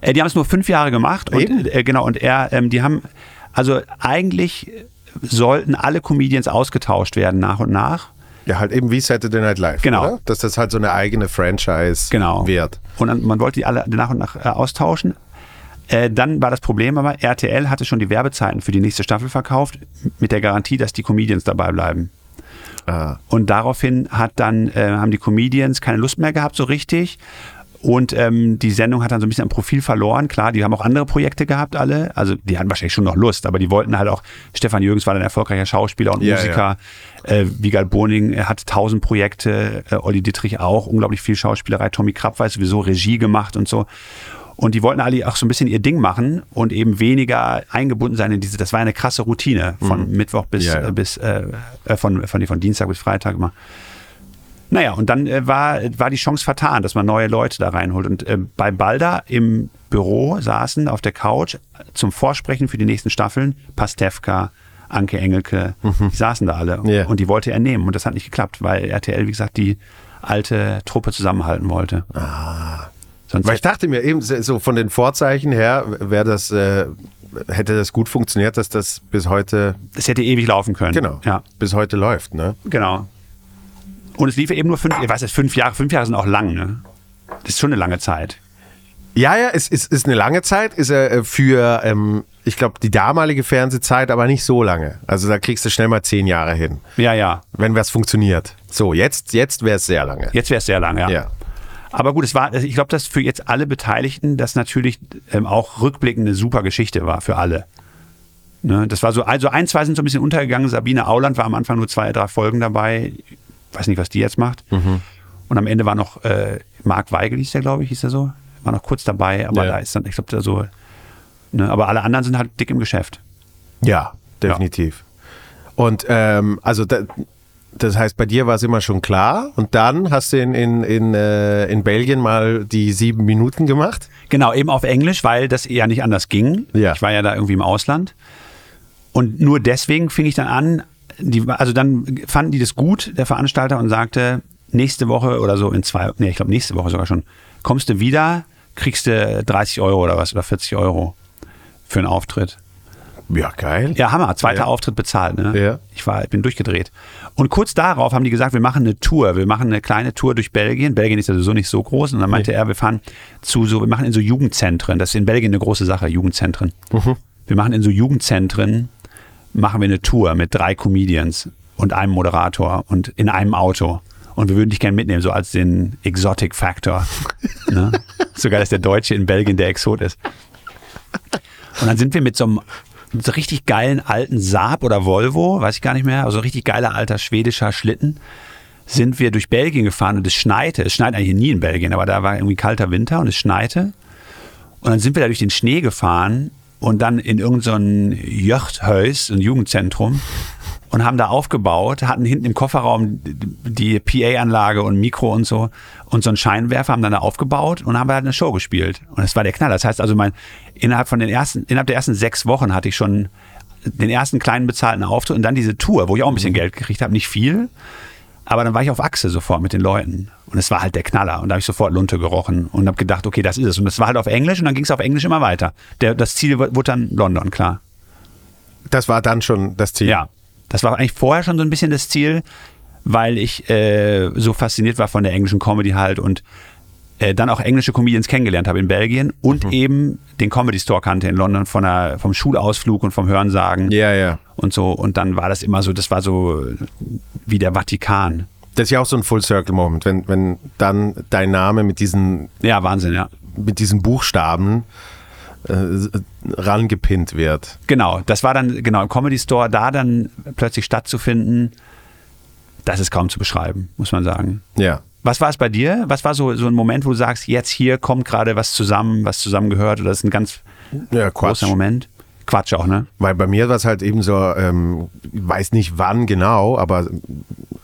Äh, die haben es nur fünf Jahre gemacht
Eben.
und äh, genau und er, ähm, die haben also eigentlich sollten alle Comedians ausgetauscht werden nach und nach.
Ja, halt eben wie Saturday Night Live.
Genau.
Oder? Dass das halt so eine eigene Franchise
Genau.
wird.
Und dann, man wollte die alle nach und nach äh, austauschen. Äh, dann war das Problem aber, RTL hatte schon die Werbezeiten für die nächste Staffel verkauft, mit der Garantie, dass die Comedians dabei bleiben.
Ah.
Und daraufhin hat dann, äh, haben die Comedians keine Lust mehr gehabt, so richtig. Und ähm, die Sendung hat dann so ein bisschen am Profil verloren. Klar, die haben auch andere Projekte gehabt, alle. Also die hatten wahrscheinlich schon noch Lust, aber die wollten halt auch, Stefan Jürgens war dann erfolgreicher Schauspieler und
Ja,
Musiker. Äh, Wiegald Boning äh, hat tausend Projekte, äh, Olli Dittrich auch, unglaublich viel Schauspielerei. Tommy Krapp war sowieso Regie gemacht und so. Und die wollten alle auch so ein bisschen ihr Ding machen und eben weniger eingebunden sein in diese, das war eine krasse Routine von Mittwoch bis,
Mhm. Ja, ja.
äh, bis äh, äh, von, von, von Dienstag bis Freitag immer. Naja, und dann äh, war, war die Chance vertan, dass man neue Leute da reinholt. Und äh, bei Balda im Büro saßen auf der Couch zum Vorsprechen für die nächsten Staffeln Pastewka, Anke Engelke, die saßen da alle.
Mhm. Ja.
Und die wollte er nehmen. Und das hat nicht geklappt, weil RTL, wie gesagt, die alte Truppe zusammenhalten wollte. Ah. Sonst
Weil ich dachte mir eben, so von den Vorzeichen her, wäre das, äh, hätte das gut funktioniert, dass das bis heute,
es hätte ewig laufen können.
genau,
Ja.
bis heute läuft, ne?
Genau. Und es lief eben nur fünf, ich weiß nicht, fünf Jahre. Fünf Jahre sind auch lang, ne? Das ist schon eine lange Zeit.
Ja, ja, es ist, ist eine lange Zeit, ist er äh, für, ähm, ich glaube, die damalige Fernsehzeit, aber nicht so lange. Also da kriegst du schnell mal zehn Jahre hin,
Ja, ja.
wenn was funktioniert. So, jetzt, jetzt wäre es sehr lange.
Jetzt wäre es sehr lang, ja.
Ja.
Aber gut, es war, also ich glaube, dass für jetzt alle Beteiligten das natürlich ähm, auch rückblickend eine super Geschichte war für alle. Ne? Das war so, also ein, zwei sind so ein bisschen untergegangen. Sabine Auland war am Anfang nur zwei, drei Folgen dabei. Ich weiß nicht, was die jetzt macht. Und am Ende war noch äh, Marc Weigel, hieß der, glaube ich, hieß er so. War noch kurz dabei, aber
Ja.
da ist dann, ich glaube, da so. Ne? Aber alle anderen sind halt dick im Geschäft.
Ja, definitiv. Und ähm, also da, das heißt, bei dir war es immer schon klar und dann hast du in, in, in, äh, in Belgien mal die sieben Minuten gemacht.
Genau, eben auf Englisch, weil das ja nicht anders ging.
Ja.
Ich war ja da irgendwie im Ausland. Und nur deswegen fing ich dann an, die, also dann fanden die das gut, der Veranstalter, und sagte, nächste Woche oder so in zwei, nee, ich glaube nächste Woche sogar schon, kommst du wieder, kriegst du 30 Euro oder was, oder 40 Euro für einen Auftritt.
Ja, geil.
Ja, Hammer, zweiter
Ja.
Auftritt bezahlt. Ne?
Ja.
Ich war, ich bin durchgedreht. Und kurz darauf haben die gesagt, wir machen eine Tour, wir machen eine kleine Tour durch Belgien. Belgien ist ja sowieso nicht so groß. Und dann meinte er, wir fahren zu so, wir machen in so Jugendzentren. Das ist in Belgien eine große Sache, Jugendzentren.
Mhm.
Wir machen in so Jugendzentren, machen wir eine Tour mit drei Comedians und einem Moderator und in einem Auto. Und wir würden dich gerne mitnehmen, so als den Exotic Factor. ne? Sogar, dass der Deutsche in Belgien der Exot ist. Und dann sind wir mit so einem mit so richtig geilen alten Saab oder Volvo, weiß ich gar nicht mehr, also ein richtig geiler alter schwedischer Schlitten, sind wir durch Belgien gefahren und es schneite. Es schneit eigentlich nie in Belgien, aber da war irgendwie kalter Winter und es schneite. Und dann sind wir da durch den Schnee gefahren und dann in irgendein so Jörthäus, ein Jugendzentrum, und haben da aufgebaut, hatten hinten im Kofferraum die PA-Anlage und Mikro und so und so einen Scheinwerfer, haben dann da aufgebaut und haben da halt eine Show gespielt. Und das war der Knall. Das heißt also, mein, innerhalb von den ersten, innerhalb der ersten sechs Wochen hatte ich schon den ersten kleinen bezahlten Auftritt und dann diese Tour, wo ich auch ein bisschen Geld gekriegt habe, nicht viel. Aber dann war ich auf Achse sofort mit den Leuten. Und es war halt der Knaller. Und da habe ich sofort Lunte gerochen und habe gedacht, okay, das ist es. Und das war halt auf Englisch und dann ging es auf Englisch immer weiter. Der, das Ziel wurde dann London, klar.
Das war dann schon das Ziel.
Ja. Das war eigentlich vorher schon so ein bisschen das Ziel, weil ich äh, so fasziniert war von der englischen Comedy halt und äh, dann auch englische Comedians kennengelernt habe in Belgien und eben den Comedy Store kannte in London von der, vom Schulausflug und vom Hörensagen
Ja, ja.
und so. Und dann war das immer so, das war so wie der Vatikan.
Das ist ja auch so ein Full-Circle-Moment, wenn, wenn dann dein Name mit diesen,
Ja, Wahnsinn, ja.
mit diesen Buchstaben äh, rangepinnt wird.
Genau, das war dann, genau, im Comedy Store, da dann plötzlich stattzufinden, das ist kaum zu beschreiben, muss man sagen.
Ja.
Was war es bei dir? Was war so, so ein Moment, wo du sagst, jetzt hier kommt gerade was zusammen, was zusammengehört oder das ist ein ganz
Ja, Quatsch.
großer Moment? Quatsch auch, ne?
Weil bei mir war es halt eben so, ähm, ich weiß nicht wann genau, aber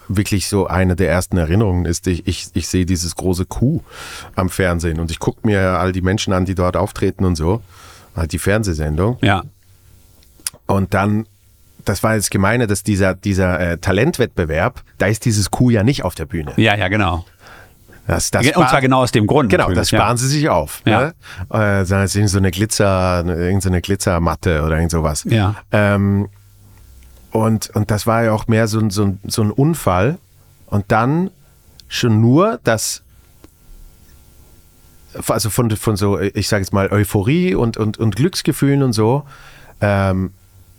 wirklich so eine der ersten Erinnerungen ist, ich, ich, ich sehe dieses große Kuh am Fernsehen und ich gucke mir all die Menschen an, die dort auftreten und so, halt die Fernsehsendung.
Ja.
Und dann, das war jetzt gemeine, dass dieser, dieser äh, Talentwettbewerb, da ist dieses Kuh ja nicht auf der Bühne.
Ja, ja, genau.
Das, das
und zwar
sparen-
genau aus dem Grund.
Genau, das
natürlich,
sparen sie sich auf.
Ja.
Ne? Äh, sondern es ist irgend so eine Glitzer, irgend so eine Glitzermatte oder irgend sowas.
Ja.
Ähm, und, und das war ja auch mehr so, ein- so, ein- so ein Unfall. Und dann schon nur das, also von, von so, ich sage jetzt mal, Euphorie und, und, und Glücksgefühlen und so, ähm,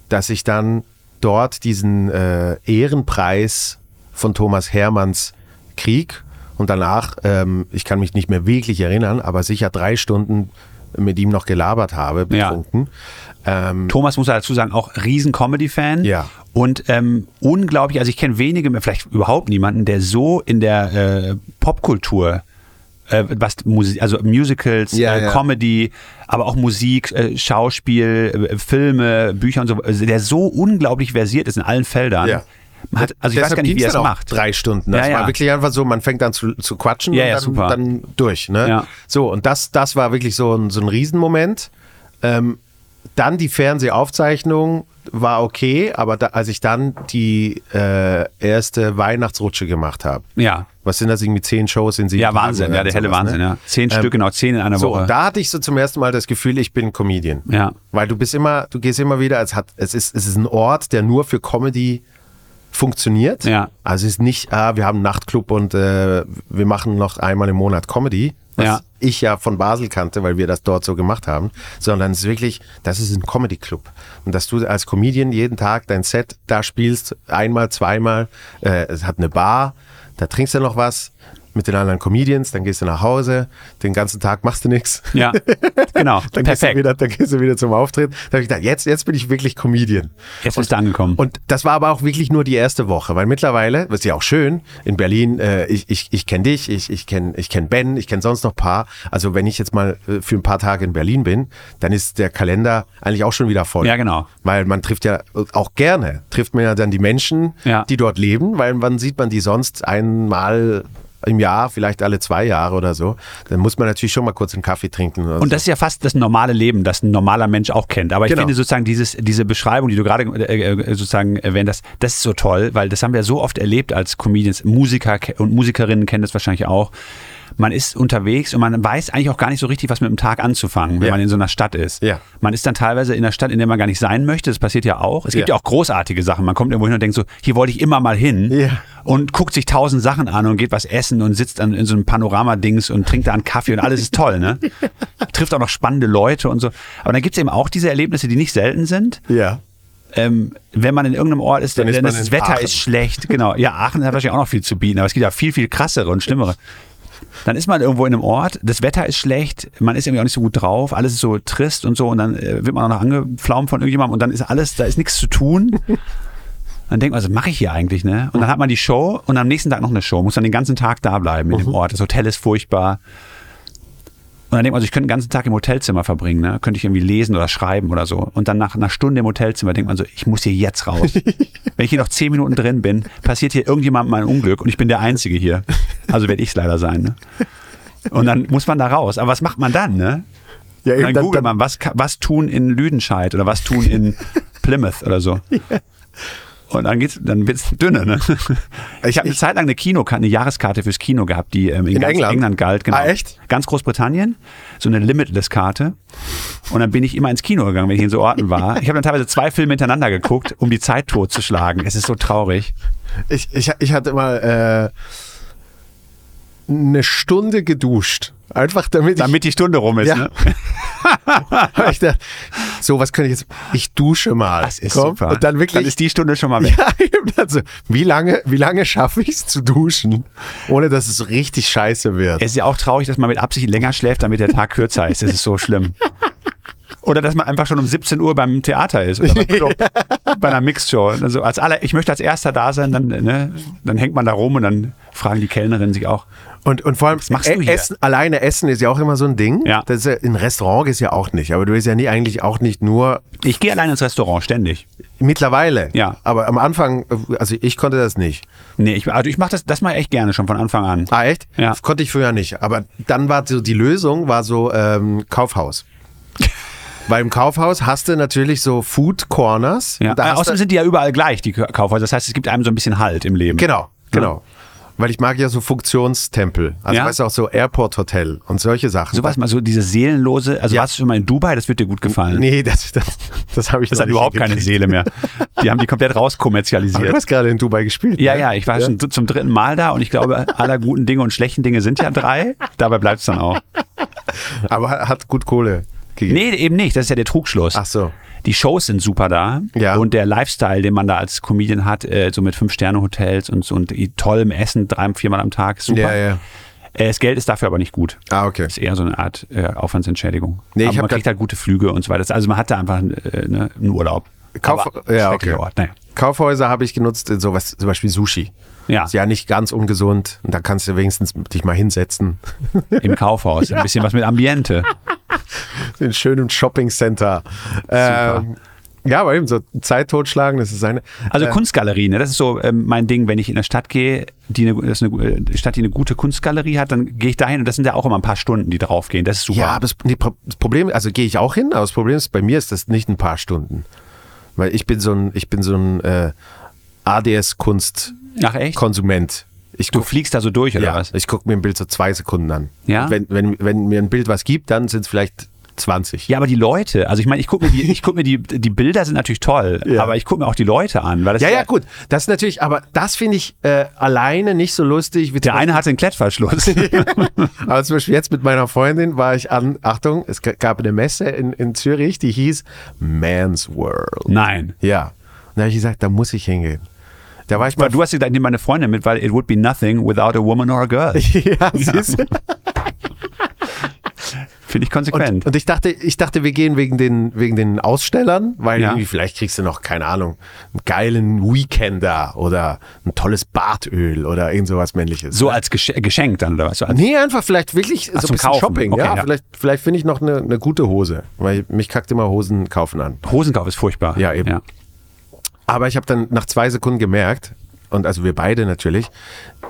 dass ich dann dort diesen äh, Ehrenpreis von Thomas Hermanns Krieg und danach, ähm, ich kann mich nicht mehr wirklich erinnern, aber sicher drei Stunden mit ihm noch gelabert habe,
Ja.
betrunken. Ähm,
Thomas muss dazu sagen, auch riesen Comedy-Fan.
Ja.
Und ähm, unglaublich, also ich kenne wenige, mehr, vielleicht überhaupt niemanden, der so in der äh, Popkultur, äh, was Musik, also Musicals,
Ja,
äh,
ja.
Comedy, aber auch Musik, äh, Schauspiel, äh, Filme, Bücher und so, also der so unglaublich versiert ist in allen Feldern.
Ja.
Man Hat, also ich weiß
Deshalb
gar nicht, wie
ging's
er es
dann auch
macht.
Drei Stunden. Das
Ja, ja.
war wirklich einfach so, man fängt an zu, zu quatschen
Ja,
und
ja,
dann,
super.
dann durch. Ne?
Ja.
So, und das, das war wirklich so ein, so ein Riesenmoment. Ähm, dann die Fernsehaufzeichnung war okay, aber da, als ich dann die äh, erste Weihnachtsrutsche gemacht habe,
Ja.
was sind das irgendwie zehn Shows in sieben
Ja,
Tagen
Wahnsinn,
oder
ja, der helle
sowas,
Wahnsinn,
ne?
ja. Zehn Stück, genau, zehn in einer
So,
Woche.
und da hatte ich so zum ersten Mal das Gefühl, ich bin Comedian.
Ja.
Weil du bist immer, du gehst immer wieder, es, hat, es, ist, es ist ein Ort, der nur für Comedy funktioniert.
Ja.
Also es ist nicht, ah, wir haben einen Nachtclub und äh, wir machen noch einmal im Monat Comedy, was
Ja.
ich ja von Basel kannte, weil wir das dort so gemacht haben, sondern es ist wirklich, das ist ein Comedy-Club. Und dass du als Comedian jeden Tag dein Set da spielst, einmal, zweimal, äh, es hat eine Bar, da trinkst du noch was mit den anderen Comedians, dann gehst du nach Hause, den ganzen Tag machst du nichts. <laughs>
Ja, genau,
Dann gehst, du
perfekt.
wieder, dann gehst du wieder zum Auftritt. Da habe ich gedacht, jetzt, jetzt bin ich wirklich Comedian.
Jetzt bist du angekommen.
Und das war aber auch wirklich nur die erste Woche, weil mittlerweile, was ja auch schön, in Berlin, äh, ich, ich, ich kenne dich, ich, ich kenne ich kenn Ben, ich kenne sonst noch ein paar. Also wenn ich jetzt mal äh, für ein paar Tage in Berlin bin, dann ist der Kalender eigentlich auch schon wieder voll.
Ja, genau.
Weil man trifft ja äh, auch gerne, trifft man ja dann die Menschen,
Ja.
die dort leben, weil wann sieht man die sonst einmal im Jahr, vielleicht alle zwei Jahre oder so. Dann muss man natürlich schon mal kurz einen Kaffee trinken. Oder
Und
so.
das ist ja fast das normale Leben, das ein normaler Mensch auch kennt. Aber ich
Genau.
finde sozusagen dieses, diese Beschreibung, die du gerade äh, äh, sozusagen erwähnt hast, das ist so toll, weil das haben wir so oft erlebt als Comedians. Musiker ke- und Musikerinnen kennen das wahrscheinlich auch. Man ist unterwegs und man weiß eigentlich auch gar nicht so richtig, was mit dem Tag anzufangen, wenn
Ja.
man in so einer Stadt ist.
Ja.
Man ist dann teilweise in einer Stadt, in der man gar nicht sein möchte. Das passiert ja auch. Es gibt ja,
Ja.
auch großartige Sachen. Man kommt irgendwo hin und denkt so, hier wollte ich immer mal hin
Ja.
Mhm. und guckt sich tausend Sachen an und geht was essen und sitzt dann in so einem Panoramadings und trinkt da einen Kaffee und alles ist toll, ne? Trifft auch noch spannende Leute und so. Aber dann gibt es eben auch diese Erlebnisse, die nicht selten sind.
ja.
Ähm, wenn man in irgendeinem Ort ist, dann,
Dann ist
dann
man
ist das
in
Wetter
Aachen.
ist schlecht. Genau. Ja, Aachen hat wahrscheinlich auch noch viel zu bieten, aber es gibt ja viel, viel krassere und schlimmere. Dann ist man irgendwo in einem Ort, das Wetter ist schlecht, man ist irgendwie auch nicht so gut drauf, alles ist so trist und so und dann äh, wird man auch noch angeflaumt von irgendjemandem und dann ist alles, da ist nichts zu
<laughs>
tun. Dann denkt man, was mache ich hier eigentlich, ne? Und dann hat man die Show und am nächsten Tag noch eine Show, muss dann den ganzen Tag da bleiben in
Mhm.
dem Ort. Das Hotel ist furchtbar. Und dann denkt man, also ich könnte den ganzen Tag im Hotelzimmer verbringen, ne? Könnte ich irgendwie lesen oder schreiben oder so. Und dann nach einer Stunde im Hotelzimmer denkt man so, ich muss hier jetzt raus. Wenn ich hier noch zehn Minuten drin bin, passiert hier irgendjemandem ein Unglück und ich bin der Einzige hier. Also werde ich es leider sein, ne? Und dann muss man da raus. Aber was macht man dann, ne?
Ja,
Dann,
eben, dann,
googelt
dann,
man, was, ka- was tun in Lüdenscheid oder was tun
<laughs>
in Plymouth oder so. Und dann geht's, dann wird's dünner,
<laughs>
ne? Ich habe eine Zeit lang eine Kinokarte, eine Jahreskarte fürs Kino gehabt, die ähm, in,
In
ganz
England?
galt, genau.
Ah, echt?
Ganz Großbritannien, so eine Limitless-Karte. Und dann bin ich immer ins Kino gegangen, wenn ich in so Orten war. Ich habe dann teilweise zwei Filme hintereinander geguckt, um die Zeit totzuschlagen. Es ist so traurig.
ich, ich, ich hatte mal äh, eine Stunde geduscht Einfach damit, <laughs> ich-
Damit die Stunde rum ist,
Ja.
ne?
ich dachte, so was könnte ich jetzt. Ich dusche mal.
Das ist
Komm,
super.
Und dann wirklich.
Dann ist die Stunde schon mal weg.
<laughs> ja, eben dann so, wie lange, wie lange schaffe ich es zu duschen, ohne dass es richtig scheiße wird?
Es ist ja auch traurig, dass man mit Absicht länger schläft, damit der Tag kürzer ist. Das ist so
<laughs>
schlimm. Oder dass man einfach schon um 17 Uhr beim Theater ist
<laughs>
oder beim Club, bei einer Mixshow. Also als alle, ich möchte als erster da sein, dann, ne, dann hängt man da rum und dann fragen die Kellnerinnen sich auch.
Und, und vor allem,
machst du
e-
hier?
Essen, alleine Essen ist ja auch immer so ein Ding.
Ja.
Das ist ja, ein Restaurant ist ja auch nicht, aber du bist ja nie eigentlich auch nicht nur
Ich gehe allein ins Restaurant ständig.
mittlerweile.
Ja.
Aber am Anfang, also ich konnte das nicht.
Nee, ich, also ich mache das, das mal echt gerne schon von Anfang an.
Ah, echt?
Ja.
Das konnte ich früher nicht. Aber dann war so die Lösung, war so ähm,
<laughs>
Kaufhaus. Weil im Kaufhaus hast du natürlich so Food Corners.
Ja.
Und da
Äh,
hast
Außerdem
du-
sind die ja überall gleich, die Ka- Kaufhäuser. Das heißt, es gibt einem so ein bisschen Halt im Leben.
Genau, genau. Weil ich mag ja so Funktionstempel. Also
Ja.
weißt du auch so Airport Hotel und solche Sachen.
Sowas mal so diese seelenlose, also
Ja.
warst du schon mal in Dubai, das wird dir gut gefallen.
Nee, das, das, das habe ich
Das
noch
hat
nicht
überhaupt keine
hingekriegt.
Seele mehr. Die haben die komplett
Aber <laughs>
rauskommerzialisiert.
du hast gerade in Dubai gespielt.
Ja,
ne?
ja, ich war schon zu- zum dritten Mal da und ich glaube, <laughs> aller guten Dinge und schlechten Dinge sind ja drei. Dabei bleibt es dann auch.
Aber hat hat gut Kohle gegeben.
Nee, eben nicht. Das ist ja der Trugschluss.
Ach so.
Die Shows sind super da.
Ja.
Und der Lifestyle, den man da als Comedian hat, äh, so mit Fünf-Sterne-Hotels und, so und i- tollem Essen, drei, viermal am Tag, super.
Ja, ja.
Äh, das Geld ist dafür aber nicht gut.
Ah, okay.
Ist eher so eine Art äh, Aufwandsentschädigung.
Nee, ich
aber
hab
man kriegt
da-
halt gute Flüge und so weiter. Also man hat da einfach äh, ne, einen Urlaub.
Kauf-
aber
ja,
schrecklicher
okay.
Ort. Naja.
Kaufhäuser habe ich genutzt in sowas, zum Beispiel Sushi.
Ja.
Ist ja nicht ganz ungesund und da kannst du wenigstens dich mal hinsetzen. <laughs>
Im Kaufhaus. Ein bisschen was mit Ambiente.
in schönem Shoppingcenter. Ähm, ja, aber eben so Zeit totschlagen, das ist eine.
Also Kunstgalerie, ne? das ist so ähm, mein Ding, wenn ich in eine Stadt gehe, die eine, das ist eine äh, Stadt, die eine gute Kunstgalerie hat, dann gehe ich dahin und das sind ja auch immer ein paar Stunden, die draufgehen. Das ist super.
Ja, aber das, nee, Pro- das Problem, also gehe ich auch hin, aber das Problem ist, bei mir ist das nicht ein paar Stunden. Weil ich bin so ein, ich bin so ein äh, ADS-Kunst-Konsument.
Ach echt?
Ich
Du
guck-
fliegst da so durch oder
ja,
was?
ich gucke mir ein Bild so zwei Sekunden an.
Ja?
Und Wenn, wenn, wenn mir ein Bild was gibt, dann sind es vielleicht 20.
Ja, aber die Leute, also ich meine, ich gucke mir,
<laughs>
die, ich guck mir die, die Bilder sind natürlich toll,
Ja.
aber ich gucke mir auch die Leute an. Weil das
Ja,
ist
ja, gut. Das ist natürlich, aber das finde ich äh, alleine nicht so lustig wie
Der eine hatte einen
<laughs>
Klettverschluss.
Aber zum Beispiel jetzt mit meiner Freundin war ich an, Achtung, es g- gab eine Messe in, in Zürich, die hieß Man's
<laughs>
World.
Nein.
Ja. Und da habe ich gesagt, da muss ich hingehen. Da war ich mal.
Weil du hast gesagt, ich nehme meine Freundin mit, weil it would be nothing without a woman or a girl.
<laughs> ja, siehst du?
Finde ich konsequent.
Und, und ich dachte, ich dachte, wir gehen wegen den, wegen den Ausstellern, weil
Ja.
irgendwie vielleicht kriegst du noch, keine Ahnung, einen geilen Weekender oder ein tolles Bartöl oder irgend sowas männliches.
so als Gesch- Geschenk dann oder was? So als
Nee, einfach vielleicht wirklich so ein
zum
bisschen
Kaufen.
Shopping.
Okay,
ja.
ja.
vielleicht, vielleicht finde ich noch eine, eine gute Hose, weil mich kackt immer Hosen kaufen an.
Hosenkauf ist furchtbar.
Ja, eben. Aber ich habe dann nach zwei Sekunden gemerkt, und also wir beide natürlich,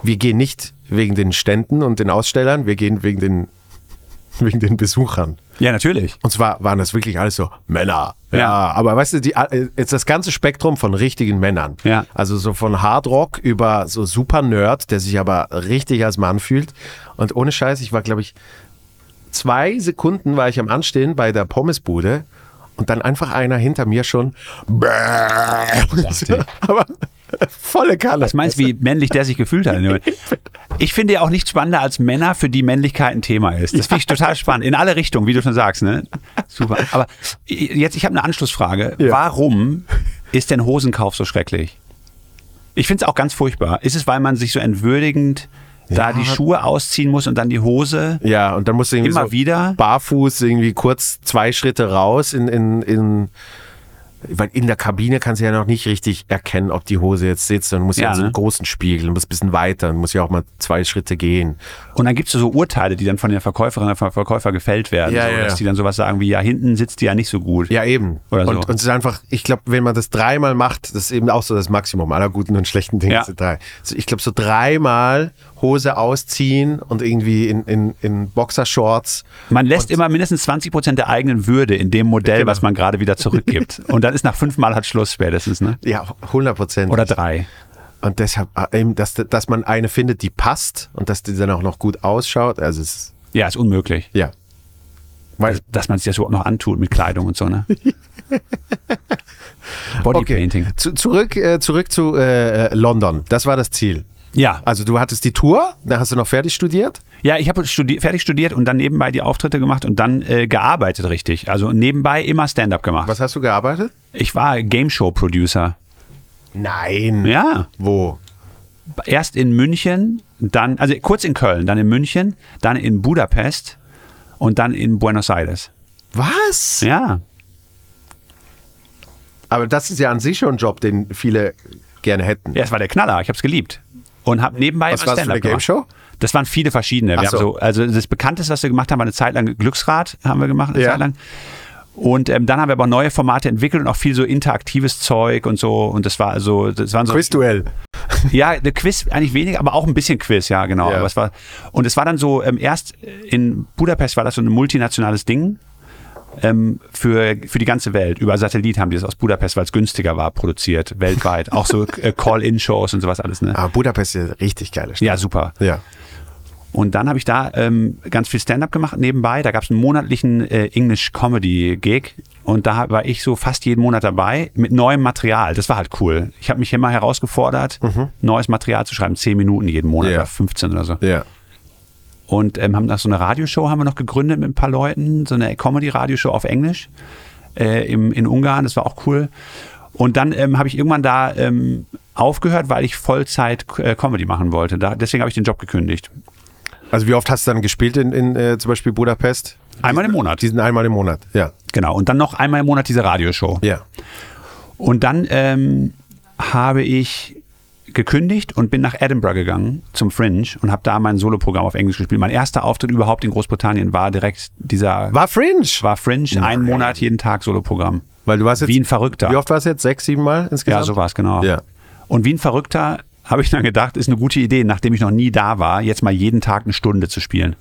wir gehen nicht wegen den Ständen und den Ausstellern, wir gehen wegen den, <laughs> wegen den Besuchern.
ja natürlich.
Und zwar waren das wirklich alles so Männer. Ja,
Ja.
aber weißt du, die, äh, jetzt das ganze Spektrum von richtigen Männern.
Ja.
Also so von Hardrock über so super Nerd, der sich aber richtig als Mann fühlt. Und ohne Scheiß, ich war, glaube ich, zwei Sekunden war ich am Anstehen bei der Pommesbude und dann einfach einer hinter mir schon. Bäh. <laughs> aber volle Kanne.
Was meinst du, wie männlich der sich gefühlt hat? in dem
<laughs>
Moment? Ich finde ja auch nichts spannender als Männer, für die Männlichkeit ein Thema ist. Das finde ich total spannend. In alle Richtungen, wie du schon sagst. Ne? Super. Aber jetzt, ich habe eine Anschlussfrage.
Ja.
Warum ist denn Hosenkauf so schrecklich? Ich finde es auch ganz furchtbar. Ist es, weil man sich so entwürdigend da die Schuhe ausziehen muss und dann die Hose?
Ja, und dann musst du irgendwie
Immer
so
wieder?
barfuß irgendwie kurz zwei Schritte raus in, in, in weil in der Kabine kannst du ja noch nicht richtig erkennen, ob die Hose jetzt sitzt. Dann musst du ja,
Ja,
in so einen
ne?
großen Spiegel, musst ein bisschen weiter, dann musst ja auch mal zwei Schritte gehen.
Und dann gibt es so Urteile, die dann von der Verkäuferin oder vom Verkäufer gefällt werden.
Ja,
so,
ja,
dass
ja.
die dann sowas sagen wie, ja, hinten sitzt die ja nicht so gut.
Ja, eben.
Oder so.
und, und es ist einfach, ich glaube, wenn man das dreimal macht, das ist eben auch so das Maximum aller guten und schlechten Dinge.
Ja.
sind Drei. Also ich glaube, so dreimal Hose ausziehen und irgendwie in, in, in Boxershorts.
Man lässt immer mindestens 20 Prozent der eigenen Würde in dem Modell,
Genau.
was man gerade wieder
<laughs>
zurückgibt. Und dann ist nach fünfmal hat Schluss spätestens, ne?
Ja, 100 Prozent.
Oder drei.
Und deshalb, äh, eben, dass, dass man eine findet, die passt und dass die dann auch noch gut ausschaut. Also es ist,
Ja, ist unmöglich.
ja. Weil,
Dass man sich das überhaupt noch antut mit Kleidung und so,
<laughs>
ne?
okay.
Bodypainting.
Zu, zurück, äh, zurück zu äh, äh, London. Das war das Ziel.
Ja.
Also du hattest die Tour, dann hast du noch fertig studiert.
Ja, ich habe studi fertig studiert und dann nebenbei die Auftritte gemacht und dann äh, gearbeitet richtig. Also nebenbei immer Stand-up gemacht.
Was hast du gearbeitet?
Ich war Game Show Producer.
Nein.
Ja,
Wo?
erst in München, dann also kurz in Köln, dann in München, dann in Budapest und dann in Buenos Aires.
Was?
Ja.
Aber das ist ja an sich schon ein Job, den viele gerne hätten.
Ja, es war der Knaller. Ich habe es geliebt. Und habe nebenbei
Was
immer
war's für
Stand-up
eine
gemacht.
Gameshow?
Das waren viele verschiedene.
Ach
Wir haben
so.
so, also das Bekannteste, was wir gemacht haben, war eine Zeit lang Glücksrad, haben wir gemacht, eine
Ja.
Zeit lang. Und ähm, dann haben wir aber neue Formate entwickelt und auch viel so interaktives Zeug und so. Und das war also, das waren so.
Quizduell.
Ja, der Quiz eigentlich weniger, aber auch ein bisschen Quiz, ja, genau.
Ja.
Aber es war, und es war dann so, ähm, erst in Budapest war das so ein multinationales Ding ähm, für, für die ganze Welt. Über Satellit haben die das aus Budapest, weil es günstiger war, produziert, weltweit. auch so äh, Call-In-Shows und sowas alles, ne?
Aber Ah, Budapest ist eine richtig geile Stadt.
Ja, super.
Ja.
Und dann habe ich da ähm, ganz viel Stand-up gemacht nebenbei. Da gab es einen monatlichen äh, English Comedy Gig und da war ich so fast jeden Monat dabei mit neuem Material. Das war halt cool. Ich habe mich immer herausgefordert, neues Material zu schreiben, zehn Minuten jeden Monat
Ja.
oder 15 oder so.
Ja.
Und ähm, haben noch so eine Radioshow haben wir noch gegründet mit ein paar Leuten, so eine Comedy-Radioshow auf Englisch äh, im, in Ungarn. Das war auch cool. Und dann ähm, habe ich irgendwann da ähm, aufgehört, weil ich Vollzeit äh, Comedy machen wollte. Da, deswegen habe ich den Job gekündigt.
Also wie oft hast du dann gespielt in, in äh, zum Beispiel Budapest?
Einmal im Monat.
Diesen einmal im Monat. Ja.
Genau, und dann noch einmal im Monat diese Radioshow.
Ja.
Und dann ähm, habe ich gekündigt und bin nach Edinburgh gegangen zum Fringe und habe da mein Soloprogramm auf Englisch gespielt. Mein erster Auftritt überhaupt in Großbritannien war direkt dieser
War Fringe.
war Fringe, einen Monat jeden Tag Soloprogramm.
Weil du warst jetzt
Wie ein Verrückter.
Wie oft warst du jetzt? Sechs, sieben Mal insgesamt?
Ja, so war es, genau.
Ja.
Und wie ein Verrückter habe ich dann gedacht, ist eine gute Idee, nachdem ich noch nie da war, jetzt mal jeden Tag eine Stunde zu spielen.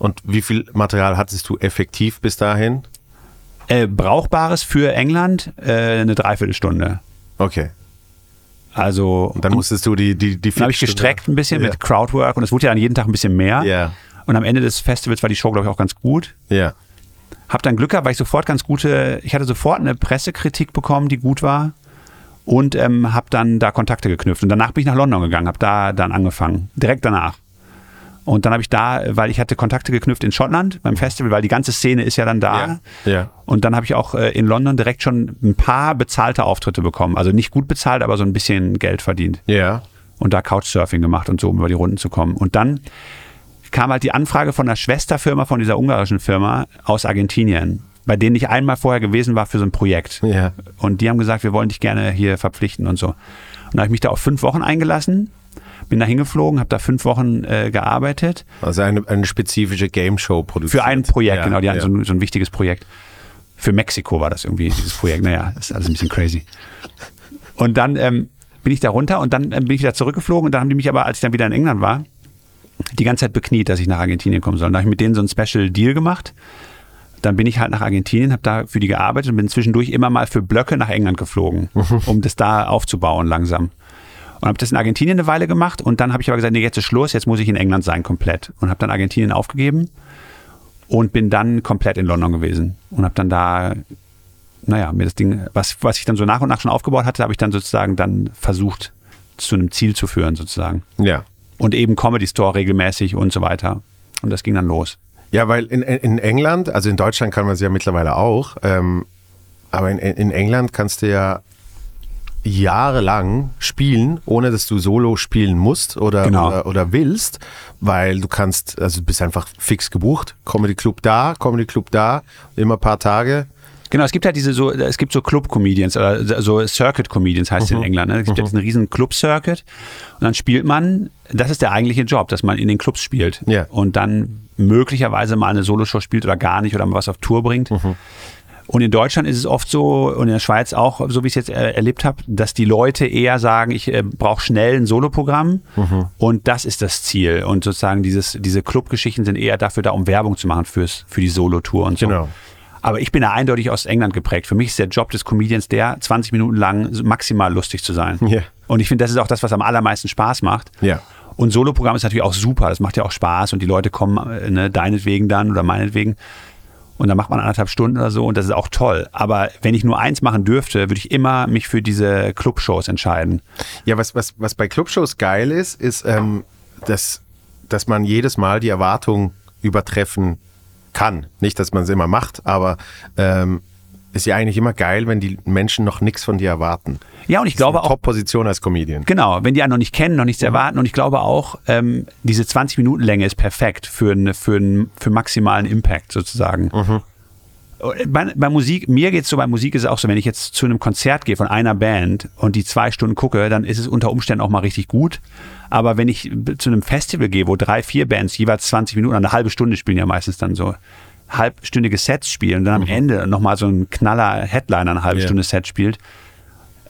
Und wie viel Material hattest du effektiv bis dahin?
Äh, Brauchbares für England äh, eine Dreiviertelstunde.
Okay.
Also
Und dann musstest du die die die.
Dann habe ich gestreckt ein bisschen
ja.
mit Crowdwork und es wurde ja dann jeden Tag ein bisschen mehr.
Ja.
Und am Ende des Festivals war die Show, glaube ich, auch ganz gut.
Ja.
Hab dann Glück gehabt, weil ich sofort ganz gute, ich hatte sofort eine Pressekritik bekommen, die gut war. Und ähm, habe dann da Kontakte geknüpft. Und danach bin ich nach London gegangen, habe da dann angefangen. Direkt danach. Und dann habe ich da, weil ich hatte Kontakte geknüpft in Schottland beim Festival, weil die ganze Szene ist ja dann da.
Ja, ja.
Und dann habe ich auch äh, in London direkt schon ein paar bezahlte Auftritte bekommen. Also nicht gut bezahlt, aber so ein bisschen Geld verdient
Ja.
und da Couchsurfing gemacht und so, um über die Runden zu kommen. Und dann kam halt die Anfrage von einer Schwesterfirma, von dieser ungarischen Firma aus Argentinien, bei denen ich einmal vorher gewesen war für so ein Projekt.
Ja.
Und die haben gesagt, wir wollen dich gerne hier verpflichten und so. Und da habe ich mich da auf fünf Wochen eingelassen, bin da hingeflogen, habe da fünf Wochen äh, gearbeitet
Also eine, eine spezifische Game Show produziert.
für ein Projekt,
ja,
genau. Die hatten
ja.
so, ein, so ein wichtiges Projekt. Für Mexiko war das irgendwie, dieses Projekt. Naja, ist alles ein bisschen crazy. Und dann ähm, bin ich da runter und dann ähm, bin ich wieder zurückgeflogen und dann haben die mich aber, als ich dann wieder in England war, die ganze Zeit bekniet, dass ich nach Argentinien kommen soll. Und Da habe ich mit denen so einen Special Deal gemacht. Dann bin ich halt nach Argentinien, habe da für die gearbeitet und bin zwischendurch immer mal für Blöcke nach England geflogen,
<laughs>
um das da aufzubauen langsam. Und habe das in Argentinien eine Weile gemacht und dann habe ich aber gesagt, nee, jetzt ist Schluss, jetzt muss ich in England sein komplett. Und habe dann Argentinien aufgegeben und bin dann komplett in London gewesen und habe dann da, naja, mir das Ding, was, was ich dann so nach und nach schon aufgebaut hatte, habe ich dann sozusagen dann versucht, zu einem Ziel zu führen sozusagen.
Ja.
Und eben Comedy Store regelmäßig und so weiter. Und das ging dann los.
Ja, weil in, in England, also in Deutschland kann man es ja mittlerweile auch, ähm, aber in, in England kannst du ja jahrelang spielen, ohne dass du solo spielen musst oder,
Genau.
oder, oder willst, weil du kannst, also du bist einfach fix gebucht. Comedy Club da, Comedy Club da, immer paar Tage.
Genau, es gibt halt diese so, es gibt so Club-Comedians oder so Circuit-Comedians heißt es
Mhm.
in England. Ne? Es gibt ja diesen riesen Club-Circuit und dann spielt man, das ist der eigentliche Job, dass man in den Clubs spielt
Ja.
und dann möglicherweise mal eine Soloshow spielt oder gar nicht oder mal was auf Tour bringt.
Mhm.
Und in Deutschland ist es oft so und in der Schweiz auch, so wie ich es jetzt äh, erlebt habe, dass die Leute eher sagen, ich äh, brauche schnell ein Soloprogramm
Mhm.
und das ist das Ziel. Und sozusagen dieses, diese Club-Geschichten sind eher dafür da, um Werbung zu machen fürs, für die Solotour und so.
Genau.
Aber ich bin da eindeutig aus England geprägt. Für mich ist der Job des Comedians der, 20 Minuten lang maximal lustig zu sein.
Ja.
Und ich finde, das ist auch das, was am allermeisten Spaß macht.
Ja.
Und Soloprogramm ist natürlich auch super. Das macht ja auch Spaß und die Leute kommen äh, ne, deinetwegen dann oder meinetwegen. Und dann macht man anderthalb Stunden oder so und das ist auch toll. Aber wenn ich nur eins machen dürfte, würde ich immer mich für diese Clubshows entscheiden.
Ja, was, was, was bei Clubshows geil ist, ist, ähm, dass, dass man jedes Mal die Erwartung übertreffen kann. Nicht, dass man es immer macht, aber ähm, ist ja eigentlich immer geil, wenn die Menschen noch nichts von dir erwarten.
Ja, und ich glaube
Eine
auch,
Top-Position als Comedian.
Genau, wenn die einen noch nicht kennen, noch nichts erwarten. Und ich glaube auch, ähm, diese 20 Minuten Länge ist perfekt für, eine, für, einen, für maximalen Impact sozusagen. Bei, bei Musik, mir geht es so, bei Musik ist es auch so, wenn ich jetzt zu einem Konzert gehe von einer Band und die zwei Stunden gucke, dann ist es unter Umständen auch mal richtig gut. Aber wenn ich b- zu einem Festival gehe, wo drei, vier Bands jeweils 20 Minuten, eine halbe Stunde spielen ja meistens dann so, halbstündige Sets spielen und dann am Ende nochmal so ein knaller Headliner eine halbe
Ja.
Stunde Set spielt,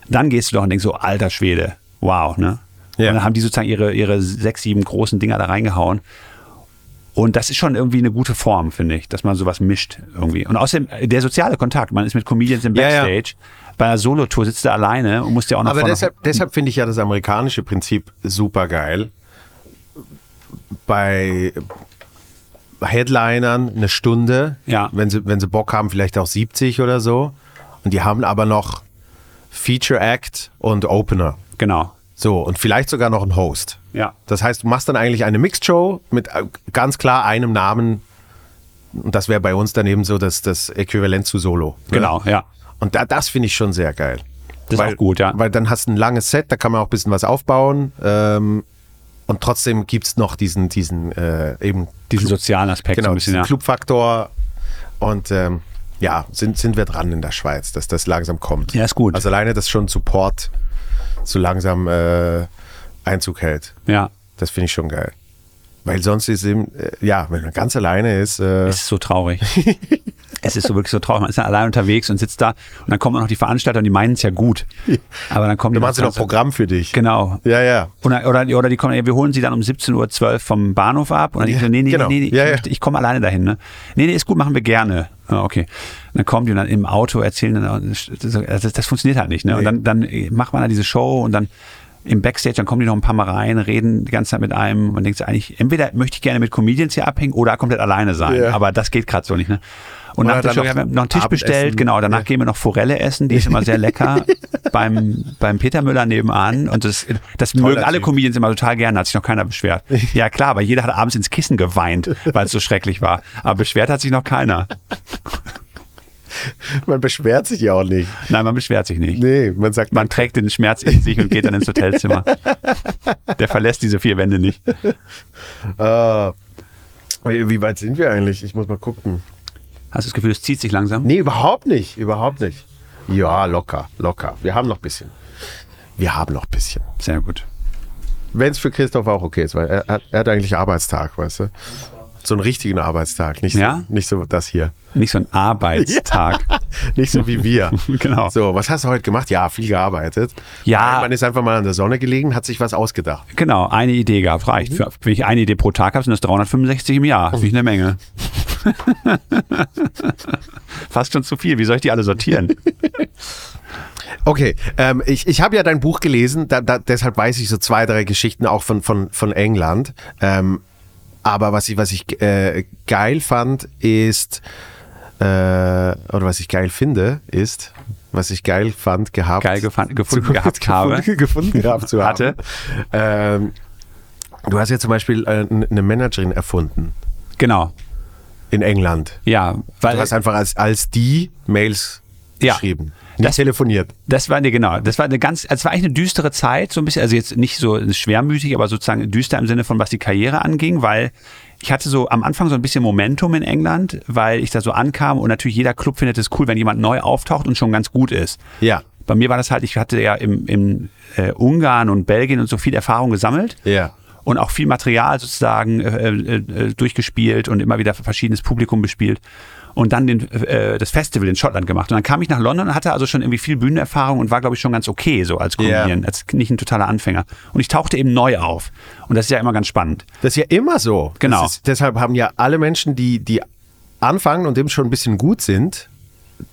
dann gehst du doch und denkst so, alter Schwede, wow, ne?
Ja.
Und dann haben die sozusagen ihre, ihre sechs, sieben großen Dinger da reingehauen. Und das ist schon irgendwie eine gute Form, finde ich, dass man sowas mischt irgendwie. Und außerdem äh, der soziale Kontakt. Man ist mit Comedians im
Ja, ja.
Backstage. Bei einer Solotour sitzt du alleine und musst ja auch noch
Aber
von-
deshalb, deshalb finde ich ja das amerikanische Prinzip super geil. Bei Headlinern eine Stunde,
Ja.
wenn, sie, wenn sie Bock haben, vielleicht auch 70 oder so. Und die haben aber noch Feature Act und Opener.
Genau.
So, und vielleicht sogar noch einen Host.
Ja.
Das heißt, du machst dann eigentlich eine Mixed Show mit äh, ganz klar einem Namen. Und das wäre bei uns dann eben so das, das Äquivalent zu Solo. ne?
Genau, ja.
Und da, das finde ich schon sehr geil.
Das ist auch gut, ja.
Weil dann hast du ein langes Set, da kann man auch ein bisschen was aufbauen. Ähm, und trotzdem gibt es noch diesen, diesen äh, eben
Diesen sozialen Aspekt so
genau,
ein bisschen,
diesen
ja.
Clubfaktor. Und ähm, ja, sind, sind wir dran in der Schweiz, dass das langsam kommt.
Ja, ist gut.
Also alleine, dass schon Support so langsam äh, Einzug hält.
ja.
Das finde ich schon geil. Weil sonst ist eben, äh, ja, wenn man ganz alleine ist, äh,
Es ist so
<laughs>
traurig. es ist so wirklich so traurig. Man ist dann allein unterwegs und sitzt da und dann kommen auch noch die Veranstalter und die meinen es ja gut. Aber dann kommen
dann
die
machen sie noch
ganz-
Programm für dich.
Genau.
Ja, ja.
Oder, oder, oder die kommen, ja, wir holen sie dann um 17.12 Uhr vom Bahnhof ab. Und dann
Ja,
die so, nee, nee,
genau.
nee, nee, ich,
Ja, ja.
möchte- ich komme alleine dahin. Ne? Nee, nee, ist gut, machen wir gerne. Ah, okay. Und dann kommen die und dann im Auto erzählen, dann, das, das funktioniert halt nicht. Ne? Und dann, dann macht man da diese Show und dann im Backstage, dann kommen die noch ein paar Mal rein, reden die ganze Zeit mit einem. Man denkt sich eigentlich, entweder möchte ich gerne mit Comedians hier abhängen oder komplett alleine sein.
Ja.
Aber das geht gerade so nicht. Ne? Und
Oder
nach der
dann
Show
noch
haben wir noch einen Tisch
Abendessen.
bestellt, genau. Danach gehen wir noch Forelle essen, die ist immer sehr
<laughs>
lecker beim, beim Peter Müller nebenan. Und das, das mögen alle
Typ.
Comedians immer total gerne, hat sich noch keiner
<laughs>
beschwert. Ja klar, aber jeder hat abends ins Kissen geweint, weil es so schrecklich war. Aber beschwert hat sich noch keiner.
Man beschwert sich ja auch nicht.
Nein, man beschwert sich nicht.
Nee, man sagt,
Man trägt den Schmerz in sich und geht dann ins Hotelzimmer. Der verlässt diese vier Wände nicht.
äh, wie weit sind wir eigentlich? Ich muss mal gucken.
Hast du das Gefühl, es zieht sich langsam?
Nee, überhaupt nicht. Überhaupt nicht. Ja, locker, locker. Wir haben noch ein bisschen. Wir haben noch ein bisschen.
Sehr gut.
Wenn es für Christoph auch okay ist, weil er, hat- er hat eigentlich Arbeitstag, weißt du? So einen richtigen Arbeitstag, nicht,
Ja?
so, nicht so das hier.
Nicht so ein
<laughs>
Arbeitstag.
Nicht so wie wir.
<laughs> Genau.
So, was hast du heute gemacht? Ja, viel gearbeitet.
Ja.
Nein, Man ist einfach mal an der Sonne gelegen, hat sich was ausgedacht.
Genau, eine Idee gab, reicht. Für, wenn ich eine Idee pro Tag habe, sind das 365 im Jahr. Finde ich eine Menge. <laughs> Fast schon zu viel. Wie soll ich die alle sortieren?
Okay, ähm, ich, ich habe ja dein Buch gelesen, da, da, deshalb weiß ich so zwei, drei Geschichten auch von, von, von England. Ähm, aber was ich, was ich äh, geil fand, ist, äh, oder was ich geil finde, ist, was ich geil fand,
<laughs>
gehabt.
Geil gefan- gefunden
<laughs> zu-
gehabt habe.
Gefunden, gefunden gehabt zu
Hatte.
haben. Ähm, du hast ja zum Beispiel äh, n- eine Managerin erfunden
Genau.
in England.
Ja,
Du
weil
hast einfach als, als die Mails
Ja.
geschrieben. Nicht
Das-
telefoniert.
das war nee, genau, das war eine ganz, es war eigentlich eine düstere Zeit, so ein bisschen, also jetzt nicht so schwermütig, aber sozusagen düster im Sinne von was die Karriere anging, weil ich hatte so am Anfang so ein bisschen Momentum in England, weil ich da so ankam und natürlich jeder Club findet es cool, wenn jemand neu auftaucht und schon ganz gut ist.
Ja.
Bei mir war das halt, ich hatte ja im, in äh, Ungarn und Belgien und so viel Erfahrung gesammelt
Ja.
und auch viel Material sozusagen äh, äh, äh, durchgespielt und immer wieder verschiedenes Publikum bespielt und dann den, äh, das Festival in Schottland gemacht. Und dann kam ich nach London und hatte also schon irgendwie viel Bühnenerfahrung und war, glaube ich, schon ganz okay so als
Ja.
Comedian, als nicht ein totaler Anfänger. Und ich tauchte eben neu auf. Und das ist ja immer ganz spannend.
Das ist ja immer so.
Genau.
Das ist, deshalb haben ja alle Menschen, die, die anfangen und dem schon ein bisschen gut sind,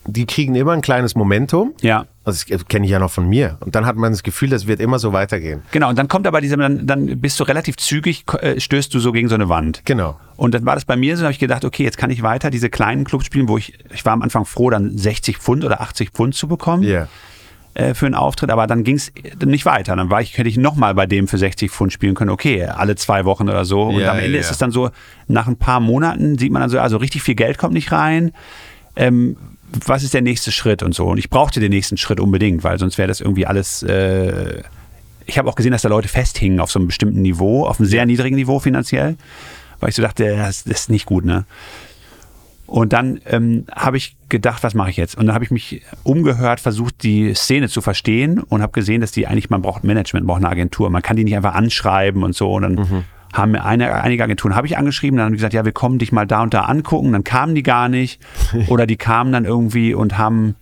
die kriegen immer ein kleines Momentum.
Ja.
Also das kenne ich ja noch von mir. Und dann hat man das Gefühl, das wird immer so weitergehen.
Genau, und dann kommt aber diese, dann, dann bist du relativ zügig, ko- äh, stößt du so gegen so eine Wand.
Genau.
Und dann war das bei mir so, da habe ich gedacht, okay, jetzt kann ich weiter diese kleinen Clubs spielen, wo ich, ich war am Anfang froh, dann 60 Pfund oder 80 Pfund zu bekommen
Ja.
äh, für einen Auftritt, aber dann ging es nicht weiter. Dann war ich, hätte ich nochmal bei dem für 60 Pfund spielen können, okay, alle zwei Wochen oder so. Und
Ja,
am Ende
ja,
ist
ja.
es dann so, nach ein paar Monaten sieht man dann so, also richtig viel Geld kommt nicht rein. Ähm, was ist der nächste Schritt und so? Und ich brauchte den nächsten Schritt unbedingt, weil sonst wäre das irgendwie alles. Äh, ich habe auch gesehen, dass da Leute festhingen auf so einem bestimmten Niveau, auf einem sehr niedrigen Niveau finanziell, weil ich so dachte, das, das ist nicht gut, ne? Und dann ähm, habe ich gedacht, was mache ich jetzt? Und dann habe ich mich umgehört, versucht, die Szene zu verstehen und habe gesehen, dass die eigentlich, man braucht Management, man braucht eine Agentur. Man kann die nicht einfach anschreiben und so. Und dann haben mir eine, einige Agenturen habe ich angeschrieben, dann haben die gesagt, ja, wir kommen dich mal da und da angucken. Dann kamen die gar nicht. Oder die kamen dann irgendwie und haben,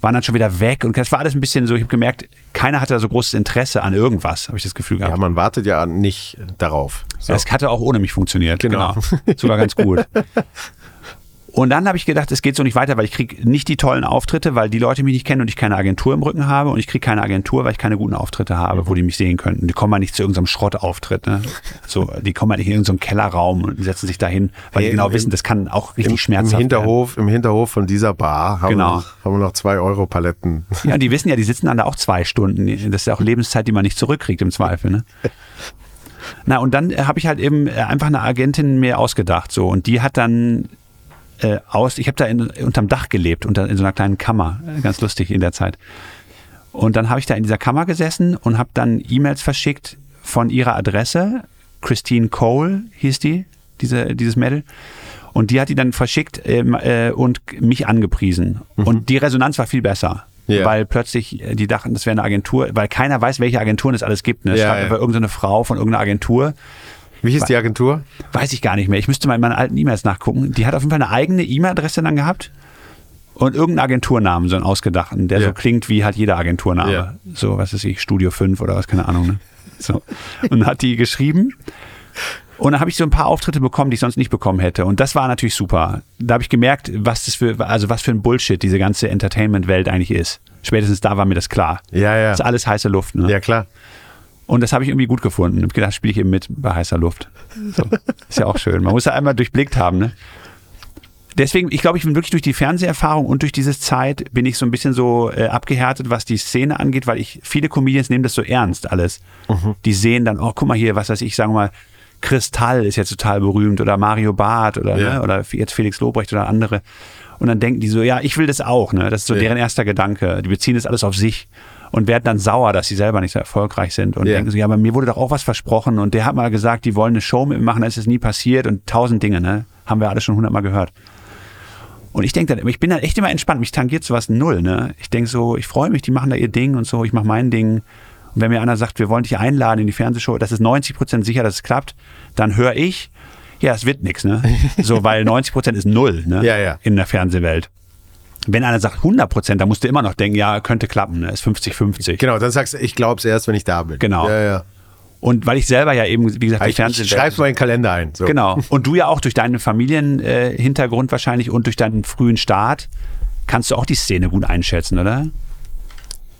waren dann schon wieder weg. Und das war alles ein bisschen so, ich habe gemerkt, keiner hatte da so großes Interesse an irgendwas, habe ich das Gefühl gehabt.
Ja, man wartet ja nicht darauf. So.
Das hatte auch ohne mich funktioniert.
Genau.
Sogar ganz gut. Und dann habe ich gedacht, es geht so nicht weiter, weil ich kriege nicht die tollen Auftritte, weil die Leute mich nicht kennen und ich keine Agentur im Rücken habe. Und ich kriege keine Agentur, weil ich keine guten Auftritte habe, wo die mich sehen könnten. Die kommen mal nicht zu irgendeinem Schrottauftritt. Ne? So, die kommen mal nicht in irgendeinem Kellerraum und setzen sich dahin, weil die
Im-
genau
im-
wissen, das kann auch richtig
Im, im,
schmerzhaft
Hinterhof, Im Hinterhof von dieser Bar haben,
Genau.
wir, noch- haben wir noch zwei Euro Paletten.
werden. Ja, und die wissen ja, die sitzen dann da auch zwei Stunden. Das ist ja auch Lebenszeit, die man nicht zurückkriegt im Zweifel. Ne? Na, und dann äh, habe ich halt eben äh, einfach eine Agentin mir ausgedacht so und die hat dann äh, aus, ich habe da in, unterm Dach gelebt, unter, in so einer kleinen Kammer, Äh, ganz lustig in der Zeit. Und dann habe ich da in dieser Kammer gesessen und habe dann E-Mails verschickt von ihrer Adresse, Christine Cole hieß die, diese, dieses Mädel. Und die hat die dann verschickt ähm, äh, und k- mich angepriesen. Und die Resonanz war viel besser.
Ja.
Weil plötzlich äh, die dachten, das wäre eine Agentur, weil keiner weiß, welche Agenturen es alles gibt. Ne? Es
Ja,
schreibt
ja.
einfach irgendeine Frau von irgendeiner Agentur.
<laughs> Wie hieß die Agentur?
Weiß ich gar nicht mehr. Ich müsste mal in meinen alten E-Mails nachgucken. Die hat auf jeden Fall eine eigene E-Mail-Adresse dann gehabt und irgendeinen Agenturnamen, so einen ausgedachten, der
Ja.
so klingt wie halt jeder Agenturname.
Ja.
So, was ist ich, Studio 5 oder was, keine Ahnung. Ne? So. Und hat die geschrieben. Und dann habe ich so ein paar Auftritte bekommen, die ich sonst nicht bekommen hätte. Und das war natürlich super. Da habe ich gemerkt, was das für, also was für ein Bullshit diese ganze Entertainment-Welt eigentlich ist. Spätestens da war mir das klar.
Ja, ja.
Das ist alles heiße Luft. Ne?
Ja, klar.
Und das habe ich irgendwie gut gefunden. Ich habe gedacht, spiele ich eben mit bei heißer Luft. So. Ist ja auch schön. Man muss ja einmal durchblickt haben. Ne? Deswegen, ich glaube, ich bin wirklich durch die Fernseherfahrung und durch diese Zeit bin ich so ein bisschen so äh, abgehärtet, was die Szene angeht, weil ich, viele Comedians nehmen das so ernst alles. Die sehen dann, oh, guck mal hier, was weiß ich, sagen wir mal, Kristall ist jetzt total berühmt oder Mario Barth oder,
Ja.
ne, oder jetzt Felix Lobrecht oder andere. Und dann denken die so, ja, ich will das auch. Ne? Das ist so
Ja.
deren erster Gedanke. Die beziehen das alles auf sich und werden dann sauer, dass sie selber nicht so erfolgreich sind und
Ja.
denken so, ja, aber mir wurde doch auch was versprochen und der hat mal gesagt, die wollen eine Show mitmachen, es ist nie passiert und tausend Dinge, ne? Haben wir alles schon hundertmal gehört. Und ich denke dann, ich bin dann echt immer entspannt, mich tangiert sowas null, ne? Ich denke so, ich freue mich, die machen da ihr Ding und so, ich mache mein Ding. Und wenn mir einer sagt, wir wollen dich einladen in die Fernsehshow, das ist 90 Prozent sicher, dass es klappt, dann höre ich, ja, es wird nichts,
<laughs>
ne? So, weil 90 Prozent ist null, ne?
Ja, ja.
In der Fernsehwelt. Wenn einer sagt 100 Prozent, dann musst du immer noch denken, ja, könnte klappen, ne? Ist 50-50.
Genau, dann sagst du, ich glaub's erst, wenn ich da bin.
Genau.
Ja, ja.
Und weil ich selber ja eben, wie gesagt,
Ich, ich schreib's mal in den Kalender ein. So. <laughs>
Genau. Und du ja auch durch deinen Familienhintergrund äh, Hintergrund wahrscheinlich und durch deinen frühen Start kannst du auch die Szene gut einschätzen, oder?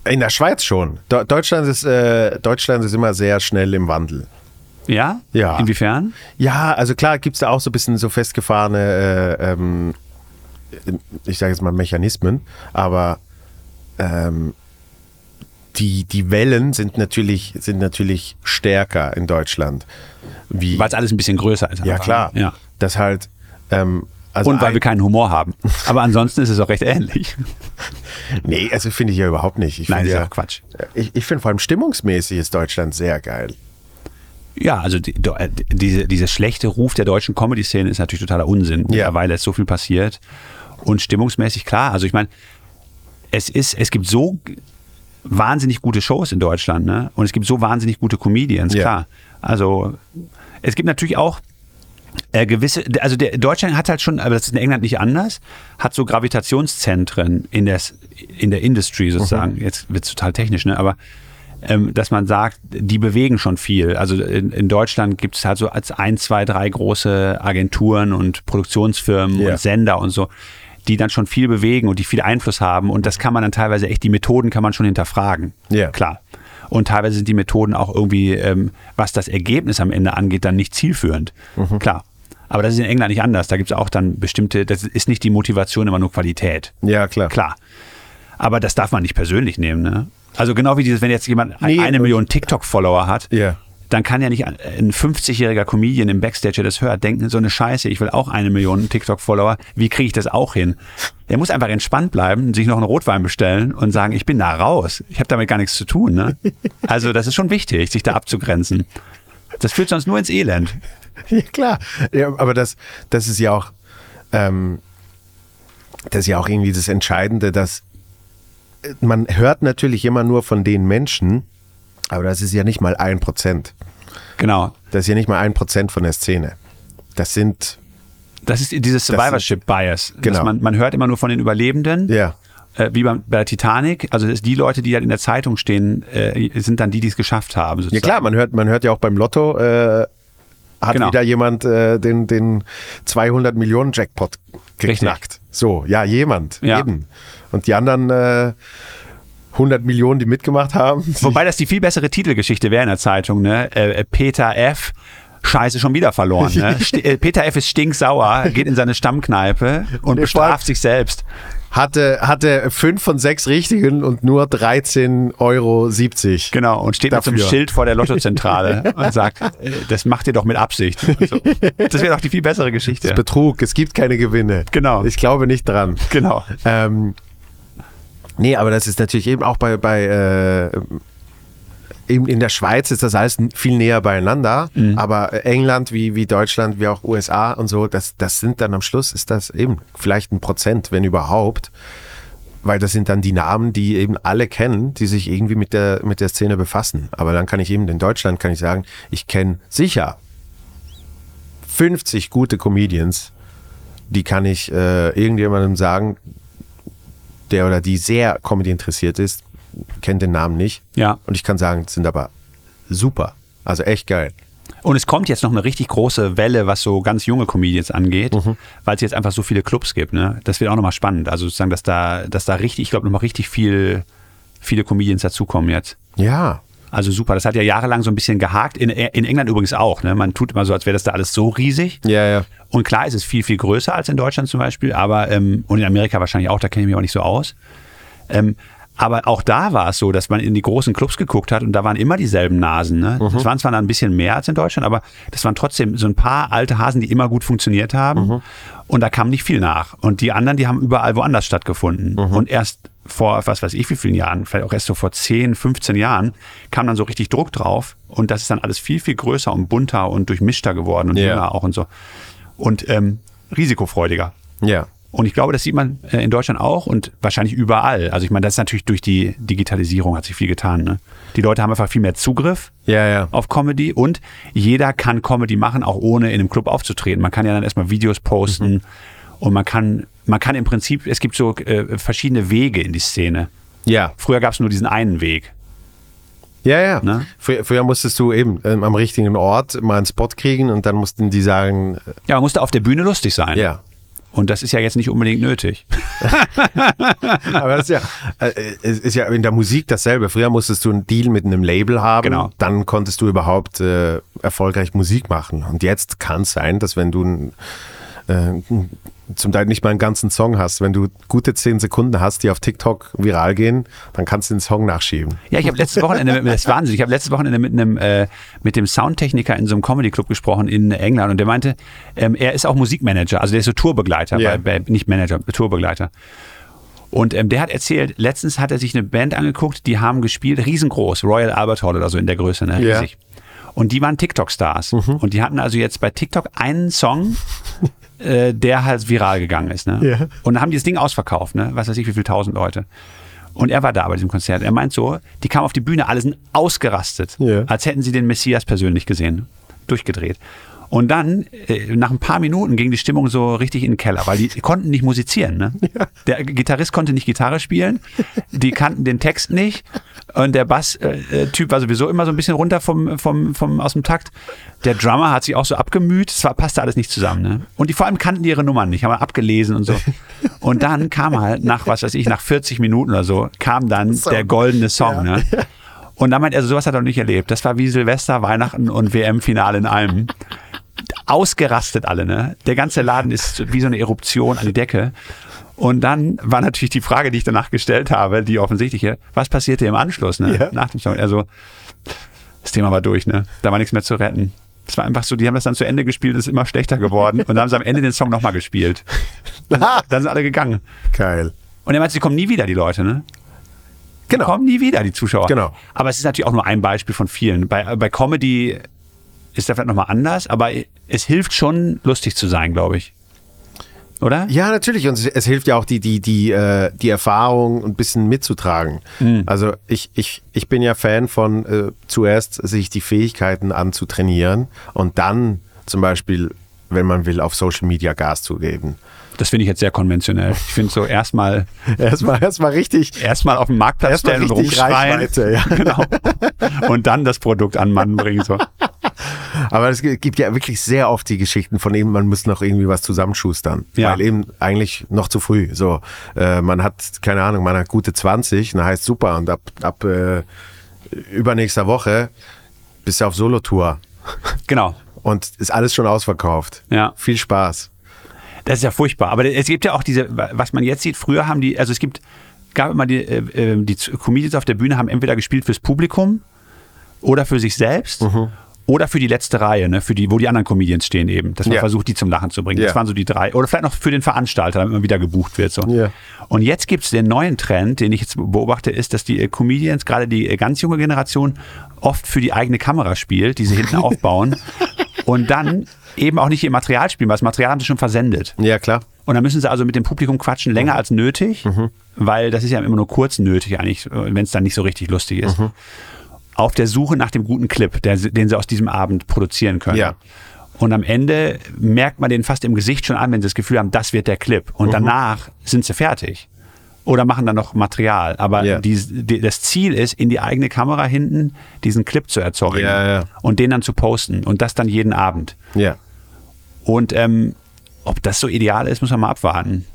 In der Schweiz schon. De Deutschland, ist, äh, Deutschland ist immer sehr schnell im Wandel.
Ja?
Ja.
Inwiefern?
Ja, also klar gibt's da auch so ein bisschen so festgefahrene, äh, ähm, ich sage jetzt mal Mechanismen, aber ähm, die, die Wellen sind natürlich, sind natürlich stärker in Deutschland. Wie,
Weil es alles ein bisschen größer ist.
ja
einfach,
klar,
ne? Ja.
das halt... Ähm, also
Und weil
ein-
wir keinen Humor <laughs> haben. Aber ansonsten ist es auch recht ähnlich.
Nee, also finde ich ja überhaupt nicht. Ich
Nein,
finde
ist
ja,
ja auch Quatsch.
Ich, ich finde vor allem stimmungsmäßig ist Deutschland sehr geil.
Ja, also die, do- äh, diese, dieser schlechte Ruf der deutschen Comedy-Szene ist natürlich totaler Unsinn.
Ja.
Mittlerweile ist so viel passiert. Und stimmungsmäßig klar. Also ich meine, es ist, es gibt so g- wahnsinnig gute Shows in Deutschland, ne? Und es gibt so wahnsinnig gute Comedians,
Ja.
klar. Also es gibt natürlich auch äh, gewisse, also der, Deutschland hat halt schon, aber das ist in England nicht anders, hat so Gravitationszentren in der, S- in der Industry sozusagen. Jetzt wird es total technisch, ne? aber ähm, dass man sagt, die bewegen schon viel. Also in, in Deutschland gibt es halt so als ein, zwei, drei große Agenturen und Produktionsfirmen
Ja.
und Sender und so. die dann schon viel bewegen und die viel Einfluss haben. Und das kann man dann teilweise echt, die Methoden kann man schon hinterfragen.
Ja.
Klar. Und teilweise sind die Methoden auch irgendwie, ähm, was das Ergebnis am Ende angeht, dann nicht zielführend.
Mhm.
Klar. Aber das ist in England nicht anders. Da gibt es auch dann bestimmte, das ist nicht die Motivation immer nur Qualität.
Ja, klar.
Klar. Aber das darf man nicht persönlich nehmen. Ne? Also genau wie dieses, wenn jetzt jemand
Nee, äh,
eine
und-
Million TikTok-Follower hat,
Ja.
dann kann ja nicht ein- ein 50-jähriger Comedian im Backstage, der das hört, denken, so eine Scheiße, ich will auch eine Million TikTok-Follower, wie kriege ich das auch hin? Er muss einfach entspannt bleiben, sich noch einen Rotwein bestellen und sagen, ich bin da raus. Ich habe damit gar nichts zu tun. Ne? Also das ist schon wichtig, sich da abzugrenzen. Das führt sonst nur ins Elend.
<laughs> Ja, klar. Ja, aber das, das ist ja auch, ähm, das ist ja auch irgendwie das Entscheidende, dass äh, man hört natürlich immer nur von den Menschen, aber das ist ja nicht mal ein Prozent.
Genau.
Das ist ja nicht mal ein Prozent von der Szene. Das sind,
Das ist dieses
sind-
Survivorship-Bias. dass
Genau.
Man, man hört immer nur von den Überlebenden.
ja,
äh, wie beim, bei der Titanic, also es ist die Leute, die halt in der Zeitung stehen, äh, sind dann die, die es geschafft haben.
ja
sozusagen.
klar, man hört, man hört ja auch beim Lotto, äh, hat
Genau.
wieder jemand äh, den, den 200 Millionen Jackpot geknackt. So, ja, jemand,
Ja.
eben. Und die anderen äh, 100 Millionen, die mitgemacht haben,
Wobei das die viel bessere Titelgeschichte wäre in der Zeitung, ne? Äh, äh, Peter F. Scheiße, schon wieder verloren. Ne? Sti- äh, Peter F. ist stinksauer, geht in seine Stammkneipe und
Nee, vor allem-
bestraft sich selbst.
hatte, hatte fünf von sechs richtigen und nur 13,70 Euro.
Genau, und steht mit so
Dafür.
einem Schild vor der Lottozentrale und sagt, äh, das macht ihr doch mit Absicht. Und So. Das wäre doch die viel bessere Geschichte.
Betrug, es gibt keine Gewinne.
Genau.
Ich glaube nicht dran.
Genau.
Ähm, nee, aber das ist natürlich eben auch bei, bei äh, eben in der Schweiz ist das alles n- viel näher beieinander, aber England wie, wie Deutschland, wie auch USA und so, das, das sind dann am Schluss, ist das eben vielleicht ein Prozent, wenn überhaupt, weil das sind dann die Namen, die eben alle kennen, die sich irgendwie mit der, mit der Szene befassen. Aber dann kann ich eben, in Deutschland kann ich sagen, ich kenne sicher 50 gute Comedians, die kann ich äh, irgendjemandem sagen, der oder die sehr Comedy interessiert ist, kennt den Namen nicht.
Ja.
Und ich kann sagen, sind aber super. Also echt geil.
Und es kommt jetzt noch eine richtig große Welle, was so ganz junge Comedians angeht, weil es jetzt einfach so viele Clubs gibt. Ne? Das wird auch nochmal spannend. Also sozusagen, dass da, dass da richtig, ich glaube, nochmal richtig viel, viele Comedians dazukommen jetzt.
Ja.
Also super, das hat ja jahrelang so ein bisschen gehakt. In, in England übrigens auch. Ne? Man tut immer so, als wäre das da alles so riesig.
Ja, ja.
Und klar ist es viel, viel größer als in Deutschland zum Beispiel, aber ähm, und in Amerika wahrscheinlich auch, da kenne ich mich auch nicht so aus. Ähm, aber auch da war es so, dass man in die großen Clubs geguckt hat und da waren immer dieselben Nasen. Ne? Das waren zwar dann ein bisschen mehr als in Deutschland, aber das waren trotzdem so ein paar alte Hasen, die immer gut funktioniert haben. Und da kam nicht viel nach. Und die anderen, die haben überall woanders stattgefunden. Und erst vor, was weiß ich, wie vielen Jahren, vielleicht auch erst so vor 10, 15 Jahren, kam dann so richtig Druck drauf. Und das ist dann alles viel, viel größer und bunter und durchmischter geworden und
Ja.
jünger auch und so und ähm, risikofreudiger.
Ja.
Und ich glaube, das sieht man äh, in Deutschland auch und wahrscheinlich überall. Also ich meine, das ist natürlich durch die Digitalisierung hat sich viel getan. Ne? Die Leute haben einfach viel mehr Zugriff
Ja, ja.
auf Comedy und jeder kann Comedy machen, auch ohne in einem Club aufzutreten. Man kann ja dann erstmal Videos posten und man kann, man kann im Prinzip, es gibt so äh, verschiedene Wege in die Szene.
Ja.
Früher gab es nur diesen einen Weg.
Ja, ja.
Ne?
Früher, früher musstest du eben ähm, am richtigen Ort mal einen Spot kriegen und dann mussten die sagen, äh,
Ja, man musste auf der Bühne lustig sein.
ja.
Und das ist ja jetzt nicht unbedingt nötig.
Aber das ist ja, äh, es ist ja in der Musik dasselbe. Früher musstest du einen Deal mit einem Label haben,
Genau.
dann konntest du überhaupt äh, erfolgreich Musik machen. Und jetzt kann es sein, dass wenn du n- äh, zum Teil nicht mal einen ganzen Song hast, wenn du gute 10 Sekunden hast, die auf TikTok viral gehen, dann kannst du den
<laughs>
Song nachschieben.
Ja, ich habe letztes Wochenende, mit, das ist Wahnsinn, ich habe letztes Wochenende mit einem äh, mit dem Soundtechniker in so einem Comedy-Club gesprochen in England und der meinte, ähm, er ist auch Musikmanager, also der ist so Tourbegleiter,
Ja.
bei, bei, nicht Manager, Tourbegleiter. Und ähm, der hat erzählt, letztens hat er sich eine Band angeguckt, die haben gespielt, riesengroß, Royal Albert Hall oder so in der Größe, ne?
Ja. Mhm.
riesig. Und die waren TikTok-Stars. Und die hatten also jetzt bei TikTok einen Song, äh, der halt viral gegangen ist. Ne?
Ja.
Und dann haben die das Ding ausverkauft, ne? was weiß ich, wie viel tausend Leute. Und er war da bei diesem Konzert. Er meint so, die kamen auf die Bühne, alle sind ausgerastet,
Ja.
als hätten sie den Messias persönlich gesehen, durchgedreht. Und dann, äh, nach ein paar Minuten ging die Stimmung so richtig in den Keller, weil die konnten nicht musizieren. Ne? Der Gitarrist konnte nicht Gitarre spielen, die kannten den Text nicht und der Bass-Typ war sowieso immer so ein bisschen runter vom, vom, vom, aus dem Takt. Der Drummer hat sich auch so abgemüht, es war, passte alles nicht zusammen. Ne? Und die vor allem kannten ihre Nummern nicht, haben abgelesen und so. Und dann kam halt nach, was weiß ich, nach 40 Minuten oder so, kam dann der goldene Song. Ne? Und da meint er, also sowas hat er noch nicht erlebt. Das war wie Silvester, Weihnachten und WM-Finale in einem. Ausgerastet alle, ne? Der ganze Laden ist wie so eine Eruption an die Decke. Und dann war natürlich die Frage, die ich danach gestellt habe, die offensichtliche, was passierte im Anschluss, ne?
Ja.
Nach dem Song. Also, das Thema war durch, ne? Da war nichts mehr zu retten. Es war einfach so, die haben das dann zu Ende gespielt, es ist immer schlechter geworden. Und dann haben sie am Ende den Song nochmal gespielt.
Ah,
Dann sind alle gegangen.
Geil.
Und er meinte, sie kommen nie wieder, die Leute, ne?
Genau.
kommen nie wieder, die Zuschauer.
Genau.
Aber es ist natürlich auch nur ein Beispiel von vielen. Bei, bei Comedy ist das vielleicht nochmal anders, aber es hilft schon, lustig zu sein, glaube ich. Oder?
Ja, natürlich. Und es, es hilft ja auch, die, die, die, äh, die Erfahrung ein bisschen mitzutragen. Also ich, ich, ich bin ja Fan von äh, zuerst sich die Fähigkeiten anzutrainieren und dann zum Beispiel, wenn man will, auf Social Media Gas zu geben. <laughs>
Das finde ich jetzt sehr konventionell. Ich finde so erstmal
Erstmal, erstmal richtig.
erstmal auf den Marktplatz
Erstmal
stellen und
richtig
rumschreien.
Reichweite,
<laughs>
ja.
Genau. Und dann das Produkt an Mann bringen. So.
Aber es gibt ja wirklich sehr oft die Geschichten von eben, man muss noch irgendwie was zusammenschustern.
Ja.
Weil eben eigentlich noch zu früh. So, äh, man hat, keine Ahnung, man hat gute 20, na heißt super. Und ab, ab äh, übernächster Woche bist du auf Solotour.
Genau.
Und ist alles schon ausverkauft.
Ja.
Viel Spaß.
Das ist ja furchtbar. Aber es gibt ja auch diese, was man jetzt sieht, früher haben die, also es gibt, gab immer die, äh, äh, die Z- Comedians auf der Bühne haben entweder gespielt fürs Publikum oder für sich selbst.
Mhm.
Oder für die letzte Reihe, ne? für die, wo die anderen Comedians stehen eben. Dass man
Ja.
versucht, die zum Lachen zu bringen. Das
Ja.
waren so die drei. Oder vielleicht noch für den Veranstalter, damit man wieder gebucht wird. So.
Ja.
Und jetzt gibt es den neuen Trend, den ich jetzt beobachte, ist, dass die äh, Comedians, gerade die äh, ganz junge Generation, oft für die eigene Kamera spielt, die sie
<laughs>
hinten aufbauen. Und dann eben auch nicht ihr Material spielen, weil das Material haben sie schon versendet.
Ja, klar.
Und dann müssen sie also mit dem Publikum quatschen,
Mhm.
länger als nötig, weil das ist ja immer nur kurz nötig eigentlich, äh, wenn es dann nicht so richtig lustig ist.
Mhm.
Auf der Suche nach dem guten Clip, der, den sie aus diesem Abend produzieren können.
Ja.
Und am Ende merkt man den fast im Gesicht schon an, wenn sie das Gefühl haben, das wird der Clip. Und
Mhm.
danach sind sie fertig. Oder machen dann noch Material. Aber
Ja.
die, die, das Ziel ist, in die eigene Kamera hinten diesen Clip zu erzeugen
Ja, ja.
und den dann zu posten. Und das dann jeden Abend.
Ja.
Und ähm, ob das so ideal ist, muss man mal abwarten.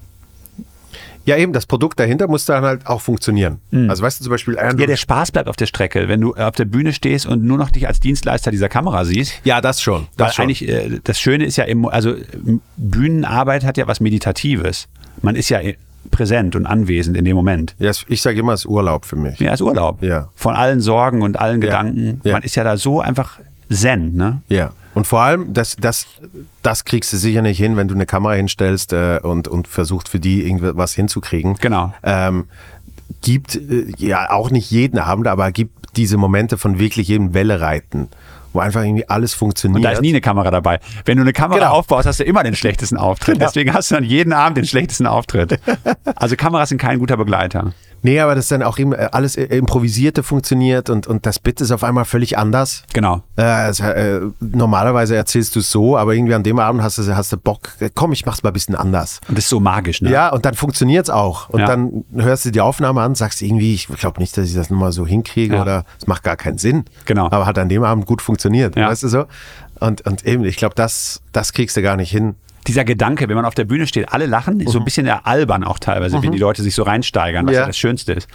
Ja, eben, das Produkt dahinter muss dann halt auch funktionieren. Also weißt du zum Beispiel, Andrew
Mhm. Ja, der Spaß bleibt auf der Strecke, wenn du auf der Bühne stehst und nur noch dich als Dienstleister dieser Kamera siehst.
ja das schon.
Weil
Das schon.
eigentlich äh, das Schöne ist ja, im, also ähm, Bühnenarbeit hat ja was Meditatives. Man ist ja äh, präsent und anwesend in dem Moment.
ja, ich sage immer, es ist Urlaub für mich.
Ja, ist Urlaub.
Ja.
Von allen Sorgen und allen Gedanken.
Ja.
Man ist ja da so einfach zen, ne?
Ja. Und vor allem, das, das, das kriegst du sicher nicht hin, wenn du eine Kamera hinstellst äh, und, und versuchst für die irgendwas hinzukriegen.
Genau.
Ähm, gibt äh, ja auch nicht jeden Abend, aber gibt diese Momente von wirklich jedem Welle reiten, wo einfach irgendwie alles funktioniert.
Und da ist nie eine Kamera dabei. Wenn du eine Kamera
Genau.
aufbaust, hast du immer den schlechtesten Auftritt. Deswegen hast du dann jeden Abend den schlechtesten
<laughs>
Auftritt. Also Kameras sind kein guter Begleiter.
nee, aber das dann auch eben, äh, alles äh, improvisierte funktioniert und, und das Bit ist auf einmal völlig anders.
Genau.
Äh, es, äh, normalerweise erzählst du es so, aber irgendwie an dem Abend hast du, hast du Bock, äh, komm, ich mach's mal ein bisschen anders.
Und das ist so magisch, ne?
Ja, und dann funktioniert's auch. Und
Ja.
dann hörst du die Aufnahme an, sagst irgendwie, ich glaube nicht, dass ich das nochmal so hinkriege
Ja.
oder es macht gar keinen Sinn.
Genau.
Aber hat an dem Abend gut funktioniert,
Ja.
weißt du so? Und, und eben, ich glaube, das, das kriegst du gar nicht hin.
dieser Gedanke, wenn man auf der Bühne steht, alle lachen, ist so ein bisschen ja albern auch teilweise, wenn die Leute sich so reinsteigern, was ja.
Mhm. Ja.
das Schönste ist.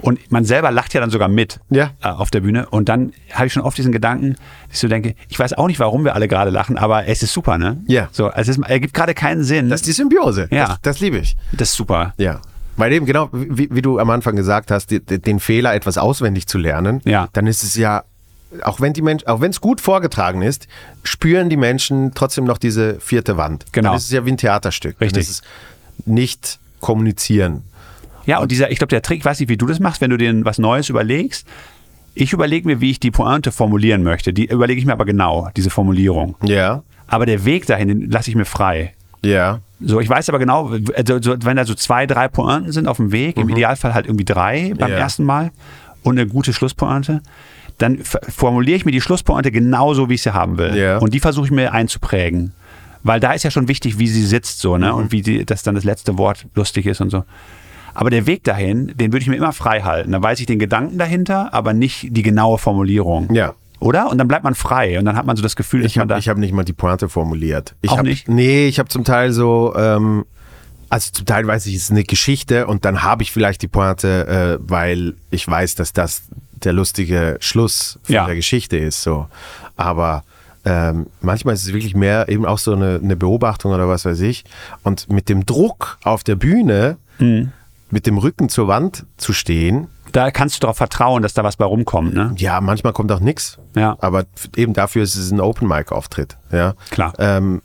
Und man selber lacht ja dann sogar mit
Ja.
äh, auf der Bühne. Und dann habe ich schon oft diesen Gedanken, dass ich so denke, ich weiß auch nicht, warum wir alle gerade lachen, aber es ist super, ne?
Ja.
So, es ist, ergibt gerade keinen Sinn.
Das ist die Symbiose.
Ja.
Das, das liebe ich.
das ist super.
Ja. Weil eben genau, wie, wie du am Anfang gesagt hast, die, die, den Fehler etwas auswendig zu lernen,
Ja.
dann ist es ja, auch wenn die Menschen, auch wenn es gut vorgetragen ist, spüren die Menschen trotzdem noch diese vierte Wand.
Genau.
Dann ist es ja wie ein Theaterstück.
Richtig.
Dann ist es nicht kommunizieren.
Ja, und dieser, ich glaube, der Trick, ich weiß nicht, wie du das machst, wenn du dir was Neues überlegst. Ich überlege mir, wie ich die Pointe formulieren möchte. Die überlege ich mir aber genau, diese Formulierung.
Ja.
Aber der Weg dahin, den lasse ich mir frei.
Ja.
So, ich weiß aber genau, also, so, wenn da so zwei, drei Pointen sind auf dem Weg, im Idealfall halt irgendwie drei beim
Mhm. Ja.
ersten Mal und eine gute Schlusspointe, dann f- formuliere ich mir die Schlusspointe genauso, wie ich sie haben will.
Ja.
Und die versuche ich mir einzuprägen. Weil da ist ja schon wichtig, wie sie sitzt so,
Mhm.
ne? Und wie die, dass dann das letzte Wort lustig ist und so. Aber der Weg dahin, den würde ich mir immer frei halten. Da weiß ich den Gedanken dahinter, aber nicht die genaue Formulierung.
Ja.
Oder? Und dann bleibt man frei und dann hat man so das Gefühl, dass
Ich
man da.
habe hab nicht mal die Pointe formuliert. Ich
Auch
hab,
nicht?
Nee, ich habe zum Teil so, ähm, also zum Teil weiß ich, es ist eine Geschichte und dann habe ich vielleicht die Pointe, äh, weil ich weiß, dass das der lustige Schluss von
Ja.
der Geschichte ist. So. Aber ähm, manchmal ist es wirklich mehr eben auch so eine, eine Beobachtung oder was weiß ich. Und mit dem Druck auf der Bühne,
Mhm.
mit dem Rücken zur Wand zu stehen,
da kannst du darauf vertrauen, dass da was bei rumkommt, ne?
ja, manchmal kommt auch nichts.
Ja.
Aber f- eben dafür ist es ein Open Mic Auftritt. Ja.
Klar.
Ähm,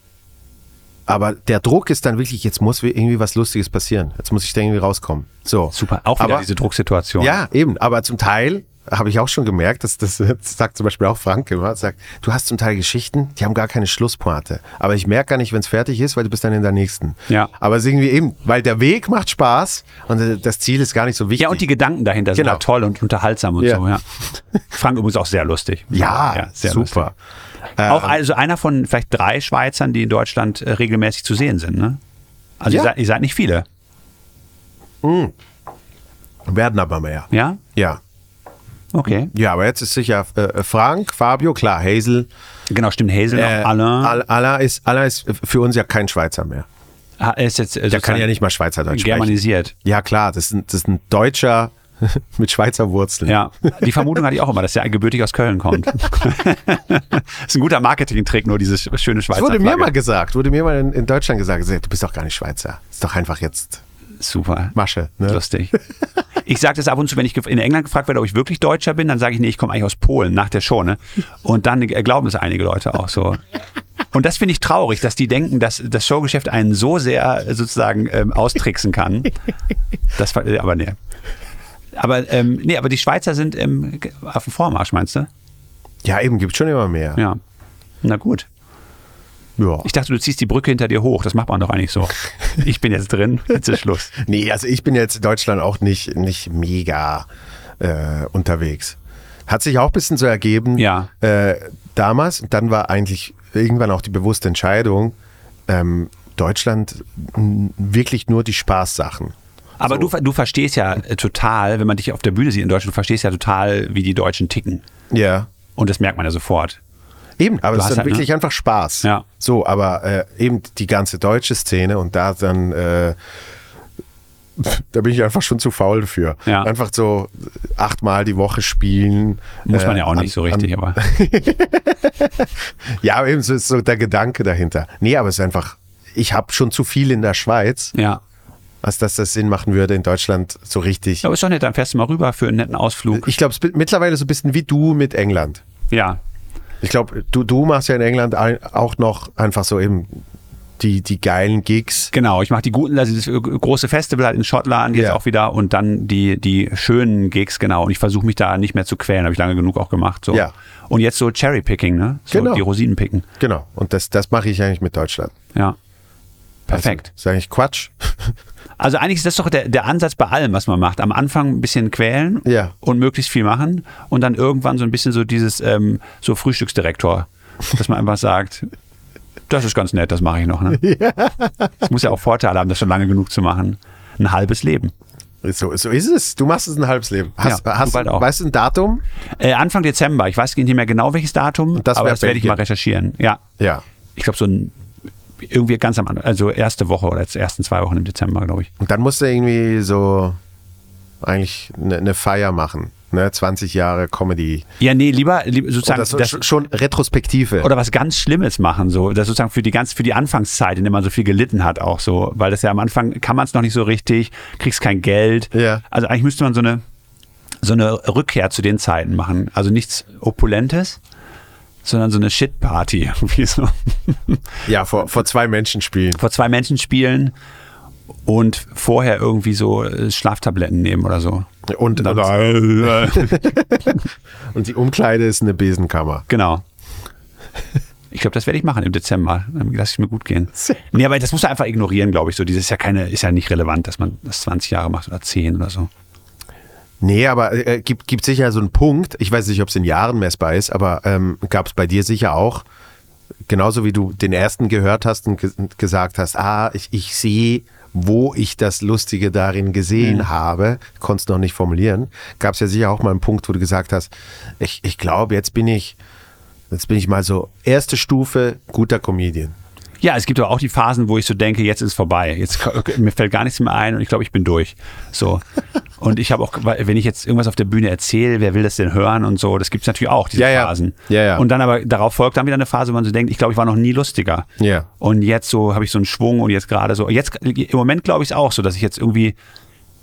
aber der Druck ist dann wirklich, jetzt muss irgendwie was Lustiges passieren. Jetzt muss ich da irgendwie rauskommen. So.
Super. Auch wieder
aber,
diese Drucksituation.
Ja, eben. Aber zum Teil habe ich auch schon gemerkt, dass das, <laughs> das sagt zum Beispiel auch Frank immer, sagt, du hast zum Teil Geschichten, die haben gar keine Schlusspointe. Aber ich merke gar nicht, wenn es fertig ist, weil du bist dann in der nächsten.
Ja.
Aber es ist irgendwie eben, weil der Weg macht Spaß und äh, das Ziel ist gar nicht so wichtig.
Ja, und die Gedanken dahinter sind
Genau.
ja toll und unterhaltsam und
Ja.
so, ja. Frank übrigens auch sehr lustig.
ja,
sehr
super.
Lustig.
Äh,
Auch also einer von vielleicht drei Schweizern, die in Deutschland äh, regelmäßig zu sehen sind, ne? Also
Ja.
ihr, seid, ihr seid nicht viele,
Werden aber mehr.
ja?
Ja.
Okay.
Ja, aber jetzt ist sicher äh, Frank, Fabio, klar, Hazel.
Genau, stimmt. Hazel
äh,
noch, Alain.
Al- Alain ist, Alain ist für uns ja kein Schweizer mehr.
Ah, er ist jetzt äh,
Der kann
sozusagen
ja nicht mal Schweizerdeutsch sprechen.
germanisiert.
Ja, klar, das ist ein, das ist ein Deutscher <laughs> mit Schweizer Wurzeln.
Ja, die Vermutung hatte ich auch immer, dass er gebürtig aus Köln kommt. <laughs> ist ein guter Marketing-Trick, nur dieses schöne Schweizer.
Das wurde mir
Flagge.
mal gesagt, wurde mir mal in, in Deutschland gesagt, gesagt, du bist doch gar nicht Schweizer. Ist doch einfach jetzt
Super.
Masche. Ne?
Lustig. Ich sage das ab und zu, wenn ich gef- in England gefragt werde, ob ich wirklich Deutscher bin, dann sage ich, nee, ich komme eigentlich aus Polen nach der Show. Ne? Und dann äh, glauben es einige Leute auch so. Und das finde ich traurig, dass die denken, dass das Showgeschäft einen so sehr äh, sozusagen ähm, austricksen kann. Das war, äh, aber nee. Aber ähm, nee, aber die Schweizer sind ähm, ge- auf dem Vormarsch, meinst du?
Ja, eben, gibt schon immer mehr.
Ja. Na gut.
Ja.
Ich dachte, du ziehst die Brücke hinter dir hoch. Das macht man doch eigentlich so. Ich bin jetzt drin. Jetzt ist Schluss.
Nee, also ich bin jetzt in Deutschland auch nicht, nicht mega äh, unterwegs. Hat sich auch ein bisschen so ergeben.
Ja.
Äh, damals, und dann war eigentlich irgendwann auch die bewusste Entscheidung, ähm, Deutschland m, wirklich nur die Spaßsachen.
Aber
Also
du, ver- du verstehst ja äh, total, wenn man dich auf der Bühne sieht in Deutschland, du verstehst ja total, wie die Deutschen ticken.
Ja.
Und das merkt man ja sofort.
Eben,
Du
aber es
hast
ist dann
halt, ne?
wirklich einfach Spaß.
Ja.
So, aber äh, eben die ganze deutsche Szene und da dann, äh, da bin ich einfach schon zu faul für.
Ja.
Einfach so achtmal die Woche spielen.
Muss man
äh,
ja auch nicht
an-
so richtig, aber
Ja, aber eben so ist so der Gedanke dahinter. Nee, aber es ist einfach, ich habe schon zu viel in der Schweiz,
ja.
als dass das Sinn machen würde in Deutschland so richtig.
Aber ist doch nett, dann fährst du mal rüber für einen netten Ausflug.
Ich glaube, es ist mittlerweile so ein bisschen wie du mit England.
Ja.
Ich glaube, du, du machst ja in England ein, auch noch einfach so eben die, die geilen Gigs.
Genau, ich mache die guten, also das äh, große Festival halt in Schottland jetzt
Ja.
auch wieder und dann die, die schönen Gigs, genau. Und ich versuche mich da nicht mehr zu quälen, habe ich lange genug auch gemacht. So.
Ja.
Und jetzt so Cherry-Picking, ne? So
Genau.
die Rosinen picken.
Genau. Und das, das mache ich eigentlich mit Deutschland.
Ja. Perfekt.
Also, ist eigentlich Quatsch. <laughs>
Also eigentlich ist das doch der, der Ansatz bei allem, was man macht. Am Anfang ein bisschen quälen
Ja.
und möglichst viel machen und dann irgendwann so ein bisschen so dieses ähm, so Frühstücksdirektor, dass man einfach sagt, das ist ganz nett, das mache ich noch.
<laughs>
Ne? Das muss ja auch Vorteile haben, das schon lange genug zu machen. Ein halbes Leben.
So, so ist es. Du machst es ein halbes Leben. Hast,
Ja,
hast,
du bald auch.
Weißt du ein Datum?
Äh, Anfang Dezember, ich weiß nicht mehr genau welches Datum,
das
aber
wär
das werde ich
Belgien.
mal recherchieren. Ja,
Ja.
ich glaube so ein, irgendwie ganz am Anfang, also erste Woche oder jetzt ersten zwei Wochen im Dezember, glaube ich.
Und dann musst du irgendwie so eigentlich eine ne Feier machen. Ne? 20 Jahre Comedy.
Ja, nee, lieber, lieber sozusagen
Oder so, sch- Oh, schon Retrospektive.
oder was ganz Schlimmes machen, so das sozusagen für die ganz für die Anfangszeit, in der man so viel gelitten hat, auch so, weil das ja am Anfang kann man es noch nicht so richtig, kriegst kein Geld.
Ja.
Also eigentlich müsste man so eine so eine Rückkehr zu den Zeiten machen, also nichts opulentes, sondern so eine Shitparty, <laughs> wie so
ja, vor, vor zwei Menschen spielen.
vor zwei Menschen spielen und vorher irgendwie so äh, Schlaftabletten nehmen oder so.
Und, und die Umkleide ist eine Besenkammer.
Genau. Ich glaube, das werde ich machen im Dezember. Dann lasse ich mir gut gehen. Nee, aber das musst du einfach ignorieren, glaube ich. So, dieses ist ja keine, ist ja nicht relevant, dass man das 20 Jahre macht oder 10 oder so.
Nee, aber äh, gibt, gibt sicher so einen Punkt, ich weiß nicht, ob es in Jahren messbar ist, aber ähm, gab es bei dir sicher auch, genauso wie du den ersten gehört hast und ge gesagt hast, ah, ich, ich sehe, wo ich das Lustige darin gesehen habe, konntest noch nicht formulieren, gab es ja sicher auch mal einen Punkt, wo du gesagt hast, ich, ich glaube, jetzt bin ich, jetzt bin ich mal so erste Stufe guter Comedian.
Ja, es gibt aber auch die Phasen, wo ich so denke, jetzt ist vorbei. Jetzt mir fällt gar nichts mehr ein und ich glaube, ich bin durch. So. Und ich habe auch, weil, wenn ich jetzt irgendwas auf der Bühne erzähle, wer will das denn hören und so, das gibt es natürlich auch, diese
Ja, ja.
Phasen.
Ja, ja.
Und dann aber darauf folgt dann wieder eine Phase, wo man so denkt, ich glaube, ich war noch nie lustiger.
Ja.
Und jetzt so habe ich so einen Schwung und jetzt gerade so, jetzt im Moment glaube ich es auch so, dass ich jetzt irgendwie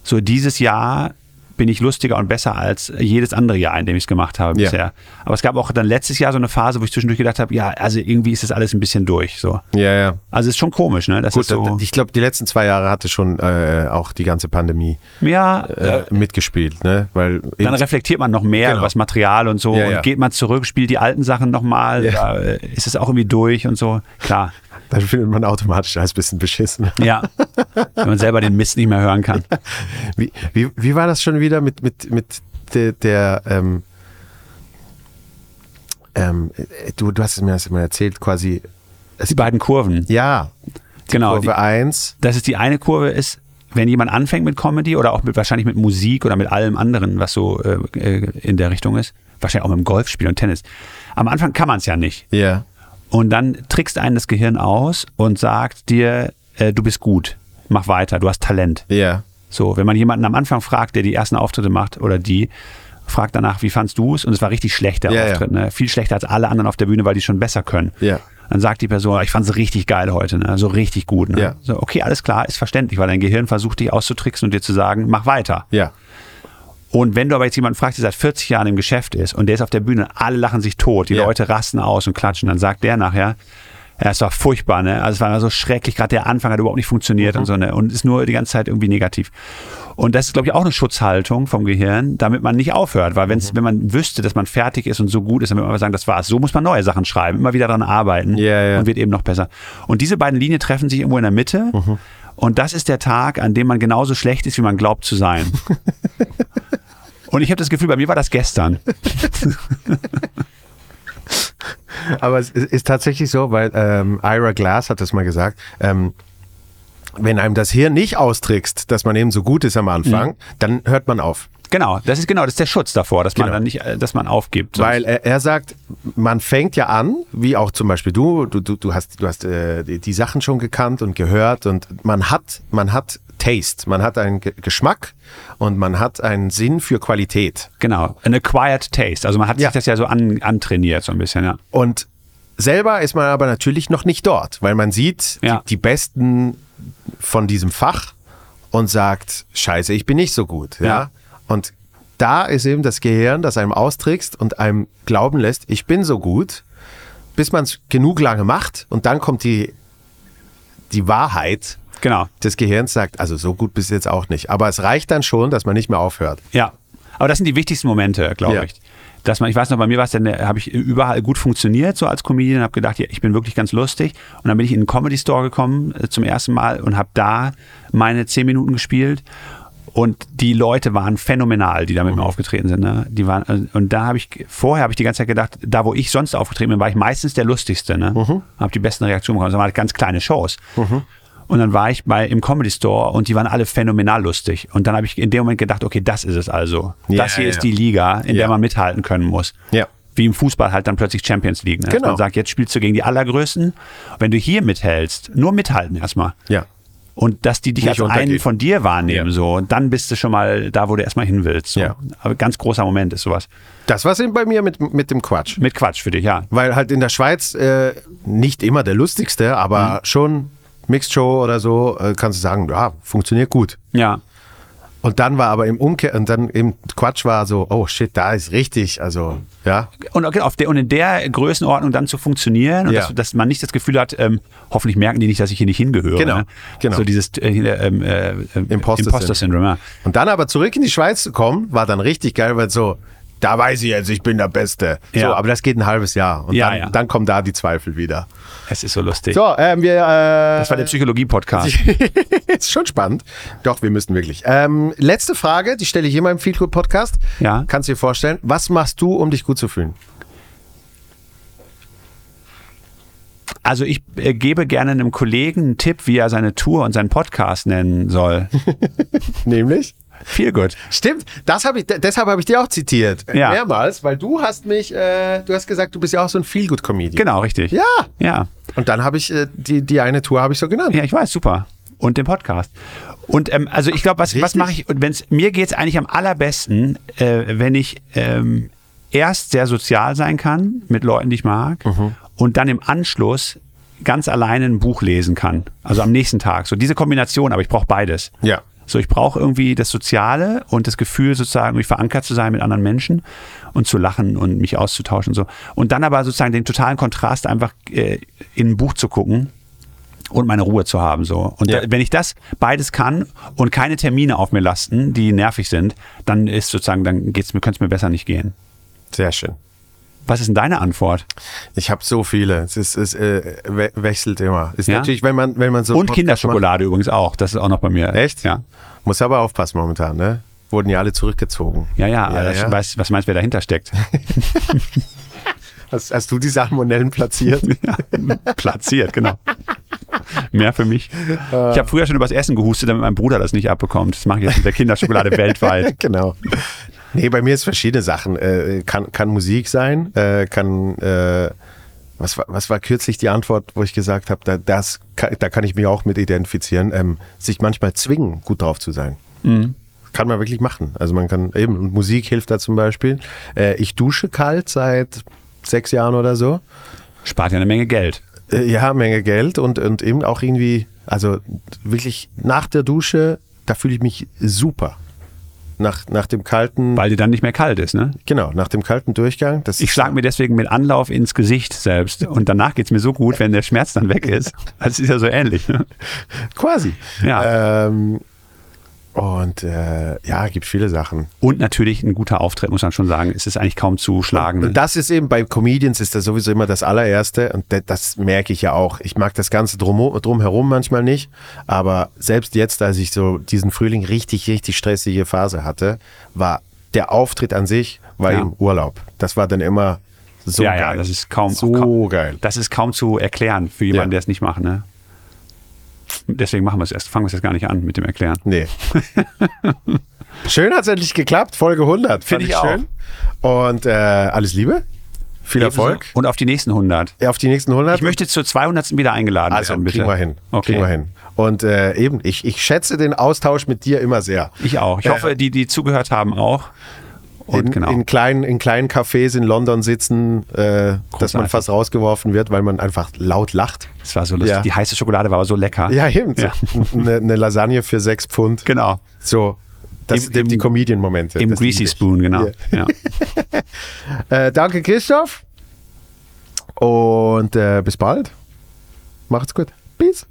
so dieses Jahr bin ich lustiger und besser als jedes andere Jahr, in dem ich es gemacht habe
Ja.
bisher. Aber es gab auch dann letztes Jahr so eine Phase, wo ich zwischendurch gedacht habe, ja, also irgendwie ist das alles ein bisschen durch. So.
Ja, ja.
Also ist schon komisch, ne? Das
Gut,
ist so,
ich glaube, die letzten zwei Jahre hatte schon äh, auch die ganze Pandemie
ja,
äh, mitgespielt, ne? Weil
dann reflektiert man noch mehr
Genau.
über das Material und so
Ja,
und
ja.
geht man zurück, spielt die alten Sachen nochmal, ja.
Ja.
äh, ist es auch irgendwie durch und so. Klar,
dann findet man automatisch alles ein bisschen beschissen.
ja.
<laughs>
Wenn man selber den Mist nicht mehr hören kann.
Wie, wie, wie war das schon wieder mit, mit, mit der, der ähm, ähm, äh, du, du hast es mir das immer erzählt, quasi,
Die beiden Kurven.
ja,
genau.
Kurve 1,
Die, das ist die eine Kurve ist, wenn jemand anfängt mit Comedy oder auch mit, wahrscheinlich mit Musik oder mit allem anderen, was so äh, äh, in der Richtung ist. Wahrscheinlich auch mit dem Golfspiel und Tennis. Am Anfang kann man es ja nicht.
ja,
Und dann trickst einen das Gehirn aus und sagt dir, äh, du bist gut, mach weiter, du hast Talent.
ja,
So, wenn man jemanden am Anfang fragt, der die ersten Auftritte macht oder die, fragt danach, wie fandst du es? Und es war richtig schlecht, der
Ja, ja.
Auftritt. Ne? Viel schlechter als alle anderen auf der Bühne, weil die schon besser können.
Ja.
Dann sagt die Person, ich fand es richtig geil heute, ne? so richtig gut. Ne?
Ja.
So, okay, alles klar, ist verständlich, weil dein Gehirn versucht, dich auszutricksen und dir zu sagen, mach weiter.
ja,
Und wenn du aber jetzt jemanden fragst, der seit 40 Jahren im Geschäft ist und der ist auf der Bühne, alle lachen sich tot, die
Ja.
Leute rasten aus und klatschen, dann sagt der nachher, ja, es war furchtbar, ne? Also es war so schrecklich, gerade der Anfang hat überhaupt nicht funktioniert und so, ne? Und ist nur die ganze Zeit irgendwie negativ. Und das ist, glaube ich, auch eine Schutzhaltung vom Gehirn, damit man nicht aufhört. Weil wenn's, wenn man wüsste, dass man fertig ist und so gut ist, dann würde man immer sagen, das war's. So muss man neue Sachen schreiben, immer wieder dran arbeiten
Ja, ja.
und wird eben noch besser. Und diese beiden Linien treffen sich irgendwo in der Mitte.
Mhm.
Und das ist der Tag, an dem man genauso schlecht ist, wie man glaubt zu
<laughs>
sein. Und ich habe das Gefühl, bei mir war das gestern.
Aber es ist ist tatsächlich so, weil ähm, Ira Glass hat das mal gesagt. Ähm, wenn einem das Hirn nicht austrickst, dass man eben so gut ist am Anfang,
Mhm.
dann hört man auf.
Genau, das ist genau, das ist der Schutz davor, dass man
Genau.
dann nicht, äh, dass man aufgibt. Sonst-
Weil er, er sagt, man fängt ja an, wie auch zum Beispiel du, du, du, du hast, du hast äh, die, die Sachen schon gekannt und gehört und man hat, man hat Taste, man hat einen Ge Geschmack und man hat einen Sinn für Qualität.
genau, an acquired taste. Also man hat
Ja.
sich das ja so an, antrainiert so ein bisschen. Ja.
Und selber ist man aber natürlich noch nicht dort, weil man sieht
Ja.
die, die Besten von diesem Fach und sagt, scheiße, ich bin nicht so gut. Ja?
Ja.
Und da ist eben das Gehirn, das einem austrickst und einem glauben lässt, ich bin so gut, bis man es genug lange macht und dann kommt die, die Wahrheit
Genau,
des Gehirns, sagt, also so gut bist du jetzt auch nicht. Aber es reicht dann schon, dass man nicht mehr aufhört.
ja. Aber das sind die wichtigsten Momente, glaube
Ja.
ich. Dass man, ich weiß noch, bei mir war es dann, habe ich überall gut funktioniert, so als Comedian, habe gedacht, ja, ich bin wirklich ganz lustig. Und dann bin ich in den Comedy Store gekommen äh, zum ersten Mal und habe da meine zehn Minuten gespielt. Und die Leute waren phänomenal, die da
Mhm.
mit mir aufgetreten sind. Ne? Die waren, äh, und da habe ich, vorher habe ich die ganze Zeit gedacht, da wo ich sonst aufgetreten bin, war ich meistens der Lustigste. Ne?
Mhm.
Habe die besten Reaktionen bekommen. Das waren halt ganz kleine Shows. Und dann war ich bei im Comedy Store und die waren alle phänomenal lustig. Und dann habe ich in dem Moment gedacht, okay, das ist es also.
Ja,
das hier
ja,
ist
ja.
die Liga, in
Ja.
der man mithalten können muss.
Ja.
Wie im Fußball halt dann plötzlich Champions League. Ne? Dass
Genau.
Man sagt, jetzt spielst du gegen die Allergrößten. Wenn du hier mithältst, nur mithalten erstmal.
Ja.
Und dass die dich
Nicht
als einen
untergehen.
von dir wahrnehmen,
Ja.
so, dann bist du schon mal da, wo du erstmal hin willst. So.
Ja.
Aber ganz großer Moment ist sowas.
Das war's eben bei mir mit, mit dem Quatsch.
Mit Quatsch für dich, ja.
Weil halt in der Schweiz äh, nicht immer der lustigste,
Mhm.
aber schon Mixed Show oder so, äh, kannst du sagen, ja, funktioniert gut.
Ja.
Und dann war aber im Umkehr, und dann im Quatsch war so, oh shit, da ist richtig, also, ja.
Und, okay, auf der, und in der Größenordnung dann zu funktionieren und
Ja.
dass, dass man nicht das Gefühl hat, ähm, hoffentlich merken die nicht, dass ich hier nicht hingehöre.
Genau,
Ne?
genau.
So dieses äh, ähm, äh, äh,
Imposter-Syndrom.
Imposter-Syndrom. ja.
Und dann aber zurück in die Schweiz zu kommen, war dann richtig geil, weil so, da weiß ich jetzt, ich bin der Beste.
Ja.
So, aber das geht ein halbes Jahr. Und
Ja,
dann,
ja.
dann kommen da die Zweifel wieder.
Es ist so lustig.
So, ähm, wir. Äh,
Das war der Psychologie-Podcast.
<laughs> ist schon spannend. Doch, wir müssen wirklich. Ähm, letzte Frage, die stelle ich immer im Feel Good Podcast.
Ja.
Kannst du dir vorstellen, was machst du, um dich gut zu fühlen?
Also ich äh, gebe gerne einem Kollegen einen Tipp, wie er seine Tour und seinen Podcast nennen
<laughs>
soll.
Nämlich?
Viel gut.
Stimmt, das hab ich, de- deshalb habe ich dir auch zitiert.
Ja.
Mehrmals, weil du hast mich, äh, du hast gesagt, du bist ja auch so ein Feel Good Comedian.
Genau, richtig.
Ja.
Ja.
Und dann habe ich äh, die, die eine Tour habe ich so genannt.
Ja, ich weiß, super. Und den Podcast. Und ähm, also ich glaube, was, was
Richtig?
mache ich? Und wenn's, mir geht es eigentlich am allerbesten, äh, wenn ich ähm, erst sehr sozial sein kann mit Leuten, die ich mag,
Mhm.
und dann im Anschluss ganz alleine ein Buch lesen kann. Also am nächsten Tag. So diese Kombination, aber ich brauche beides.
Ja.
So, ich brauche irgendwie das Soziale und das Gefühl, sozusagen, mich verankert zu sein mit anderen Menschen und zu lachen und mich auszutauschen und so. Und dann aber sozusagen den totalen Kontrast einfach äh, in ein Buch zu gucken und meine Ruhe zu haben. So. Und
Ja.
da, wenn ich das beides kann und keine Termine auf mir lasten, die nervig sind, dann ist sozusagen, dann geht's mir, könnte es mir besser nicht gehen.
Sehr schön.
Was ist denn deine Antwort?
Ich habe so viele. Es, ist, es äh, we wechselt immer. Ist
Ja?
natürlich, wenn man, wenn man so einen
Und
Podcast
Kinderschokolade übrigens auch. Das ist auch noch bei mir.
macht- Echt?
Ja.
Muss aber aufpassen momentan, ne? Wurden ja alle zurückgezogen.
Ja, ja, aber das-
ja.
Weiß, was meinst du, wer dahinter
<laughs>
steckt? <laughs>
Hast, hast du die
<laughs>
Salmonellen platziert?
Ja, platziert, genau. Mehr für mich. Ich
Äh.
habe früher schon übers Essen gehustet, damit mein Bruder das nicht abbekommt. Das mache ich jetzt mit der
<laughs>
Kinderschokolade weltweit.
genau. Nee, bei mir ist verschiedene Sachen. Äh, kann, kann Musik sein, äh, kann äh, was, war, was war kürzlich die Antwort, wo ich gesagt habe, da, das, kann, da kann ich mich auch mit identifizieren, ähm, sich manchmal zwingen, gut drauf zu sein. Kann man wirklich machen. Also man kann eben, und Musik hilft da zum Beispiel. Äh, ich dusche kalt seit sechs Jahren oder so.
Spart ja eine Menge Geld.
Äh, Ja, Menge Geld und, und eben auch irgendwie, also wirklich nach der Dusche, da fühle ich mich super. Nach, nach dem kalten
Weil dir dann nicht mehr kalt ist, ne?
Genau, nach dem kalten Durchgang. Das
Ich schlage mir deswegen mit Anlauf ins Gesicht selbst. Und danach geht es mir so gut, wenn der Schmerz dann weg ist. Das ist ja so ähnlich. Ne?
quasi.
Ja.
Ähm, und äh, ja, gibt viele Sachen.
Und natürlich ein guter Auftritt, muss man schon sagen. Es ist eigentlich kaum zu schlagen.
Und das ist eben bei Comedians ist das sowieso immer das allererste und de- das merke ich ja auch. Ich mag das Ganze drum, drumherum manchmal nicht, aber selbst jetzt, als ich so diesen Frühling richtig, richtig stressige Phase hatte, war der Auftritt an sich war
Ja.
im Urlaub. Das war dann immer so
ja,
geil.
ja, das ist kaum,
so
kaum
geil.
Das ist kaum zu erklären für jemanden,
Ja.
der es nicht macht, ne? Deswegen machen wir es erst. Fangen wir es jetzt gar nicht an mit dem Erklären. <laughs>
Nee. schön hat es endlich geklappt, Folge 100. Fand
Finde ich auch.
schön. Und äh, alles Liebe, viel Erfolg.
Und auf die nächsten 100.
Ja, Auf die nächsten 100.
Ich möchte zur 200. wieder eingeladen
also,
werden, bitte.
kriegen wir hin.
Okay.
Kriegen wir hin. Und äh, eben, ich, ich schätze den Austausch mit dir immer sehr.
Ich auch. Ich
Äh,
hoffe, die, die zugehört haben, auch. Und
in,
genau.
in, kleinen, in kleinen Cafés in London sitzen, äh, dass man
Großartig.
fast rausgeworfen wird, weil man einfach laut lacht.
das war so lustig.
Ja.
Die heiße Schokolade war aber so lecker.
Ja, eben. <laughs>
Ja.
Eine, eine Lasagne für sechs Pfund.
Genau.
So, das
Im-
sind eben die
im-
Comedian-Momente.
Im
Das
Greasy
liebe ich.
Spoon, genau.
Ja.
Ja.
Äh, danke, Christoph. Und äh, bis bald. Macht's gut. Peace.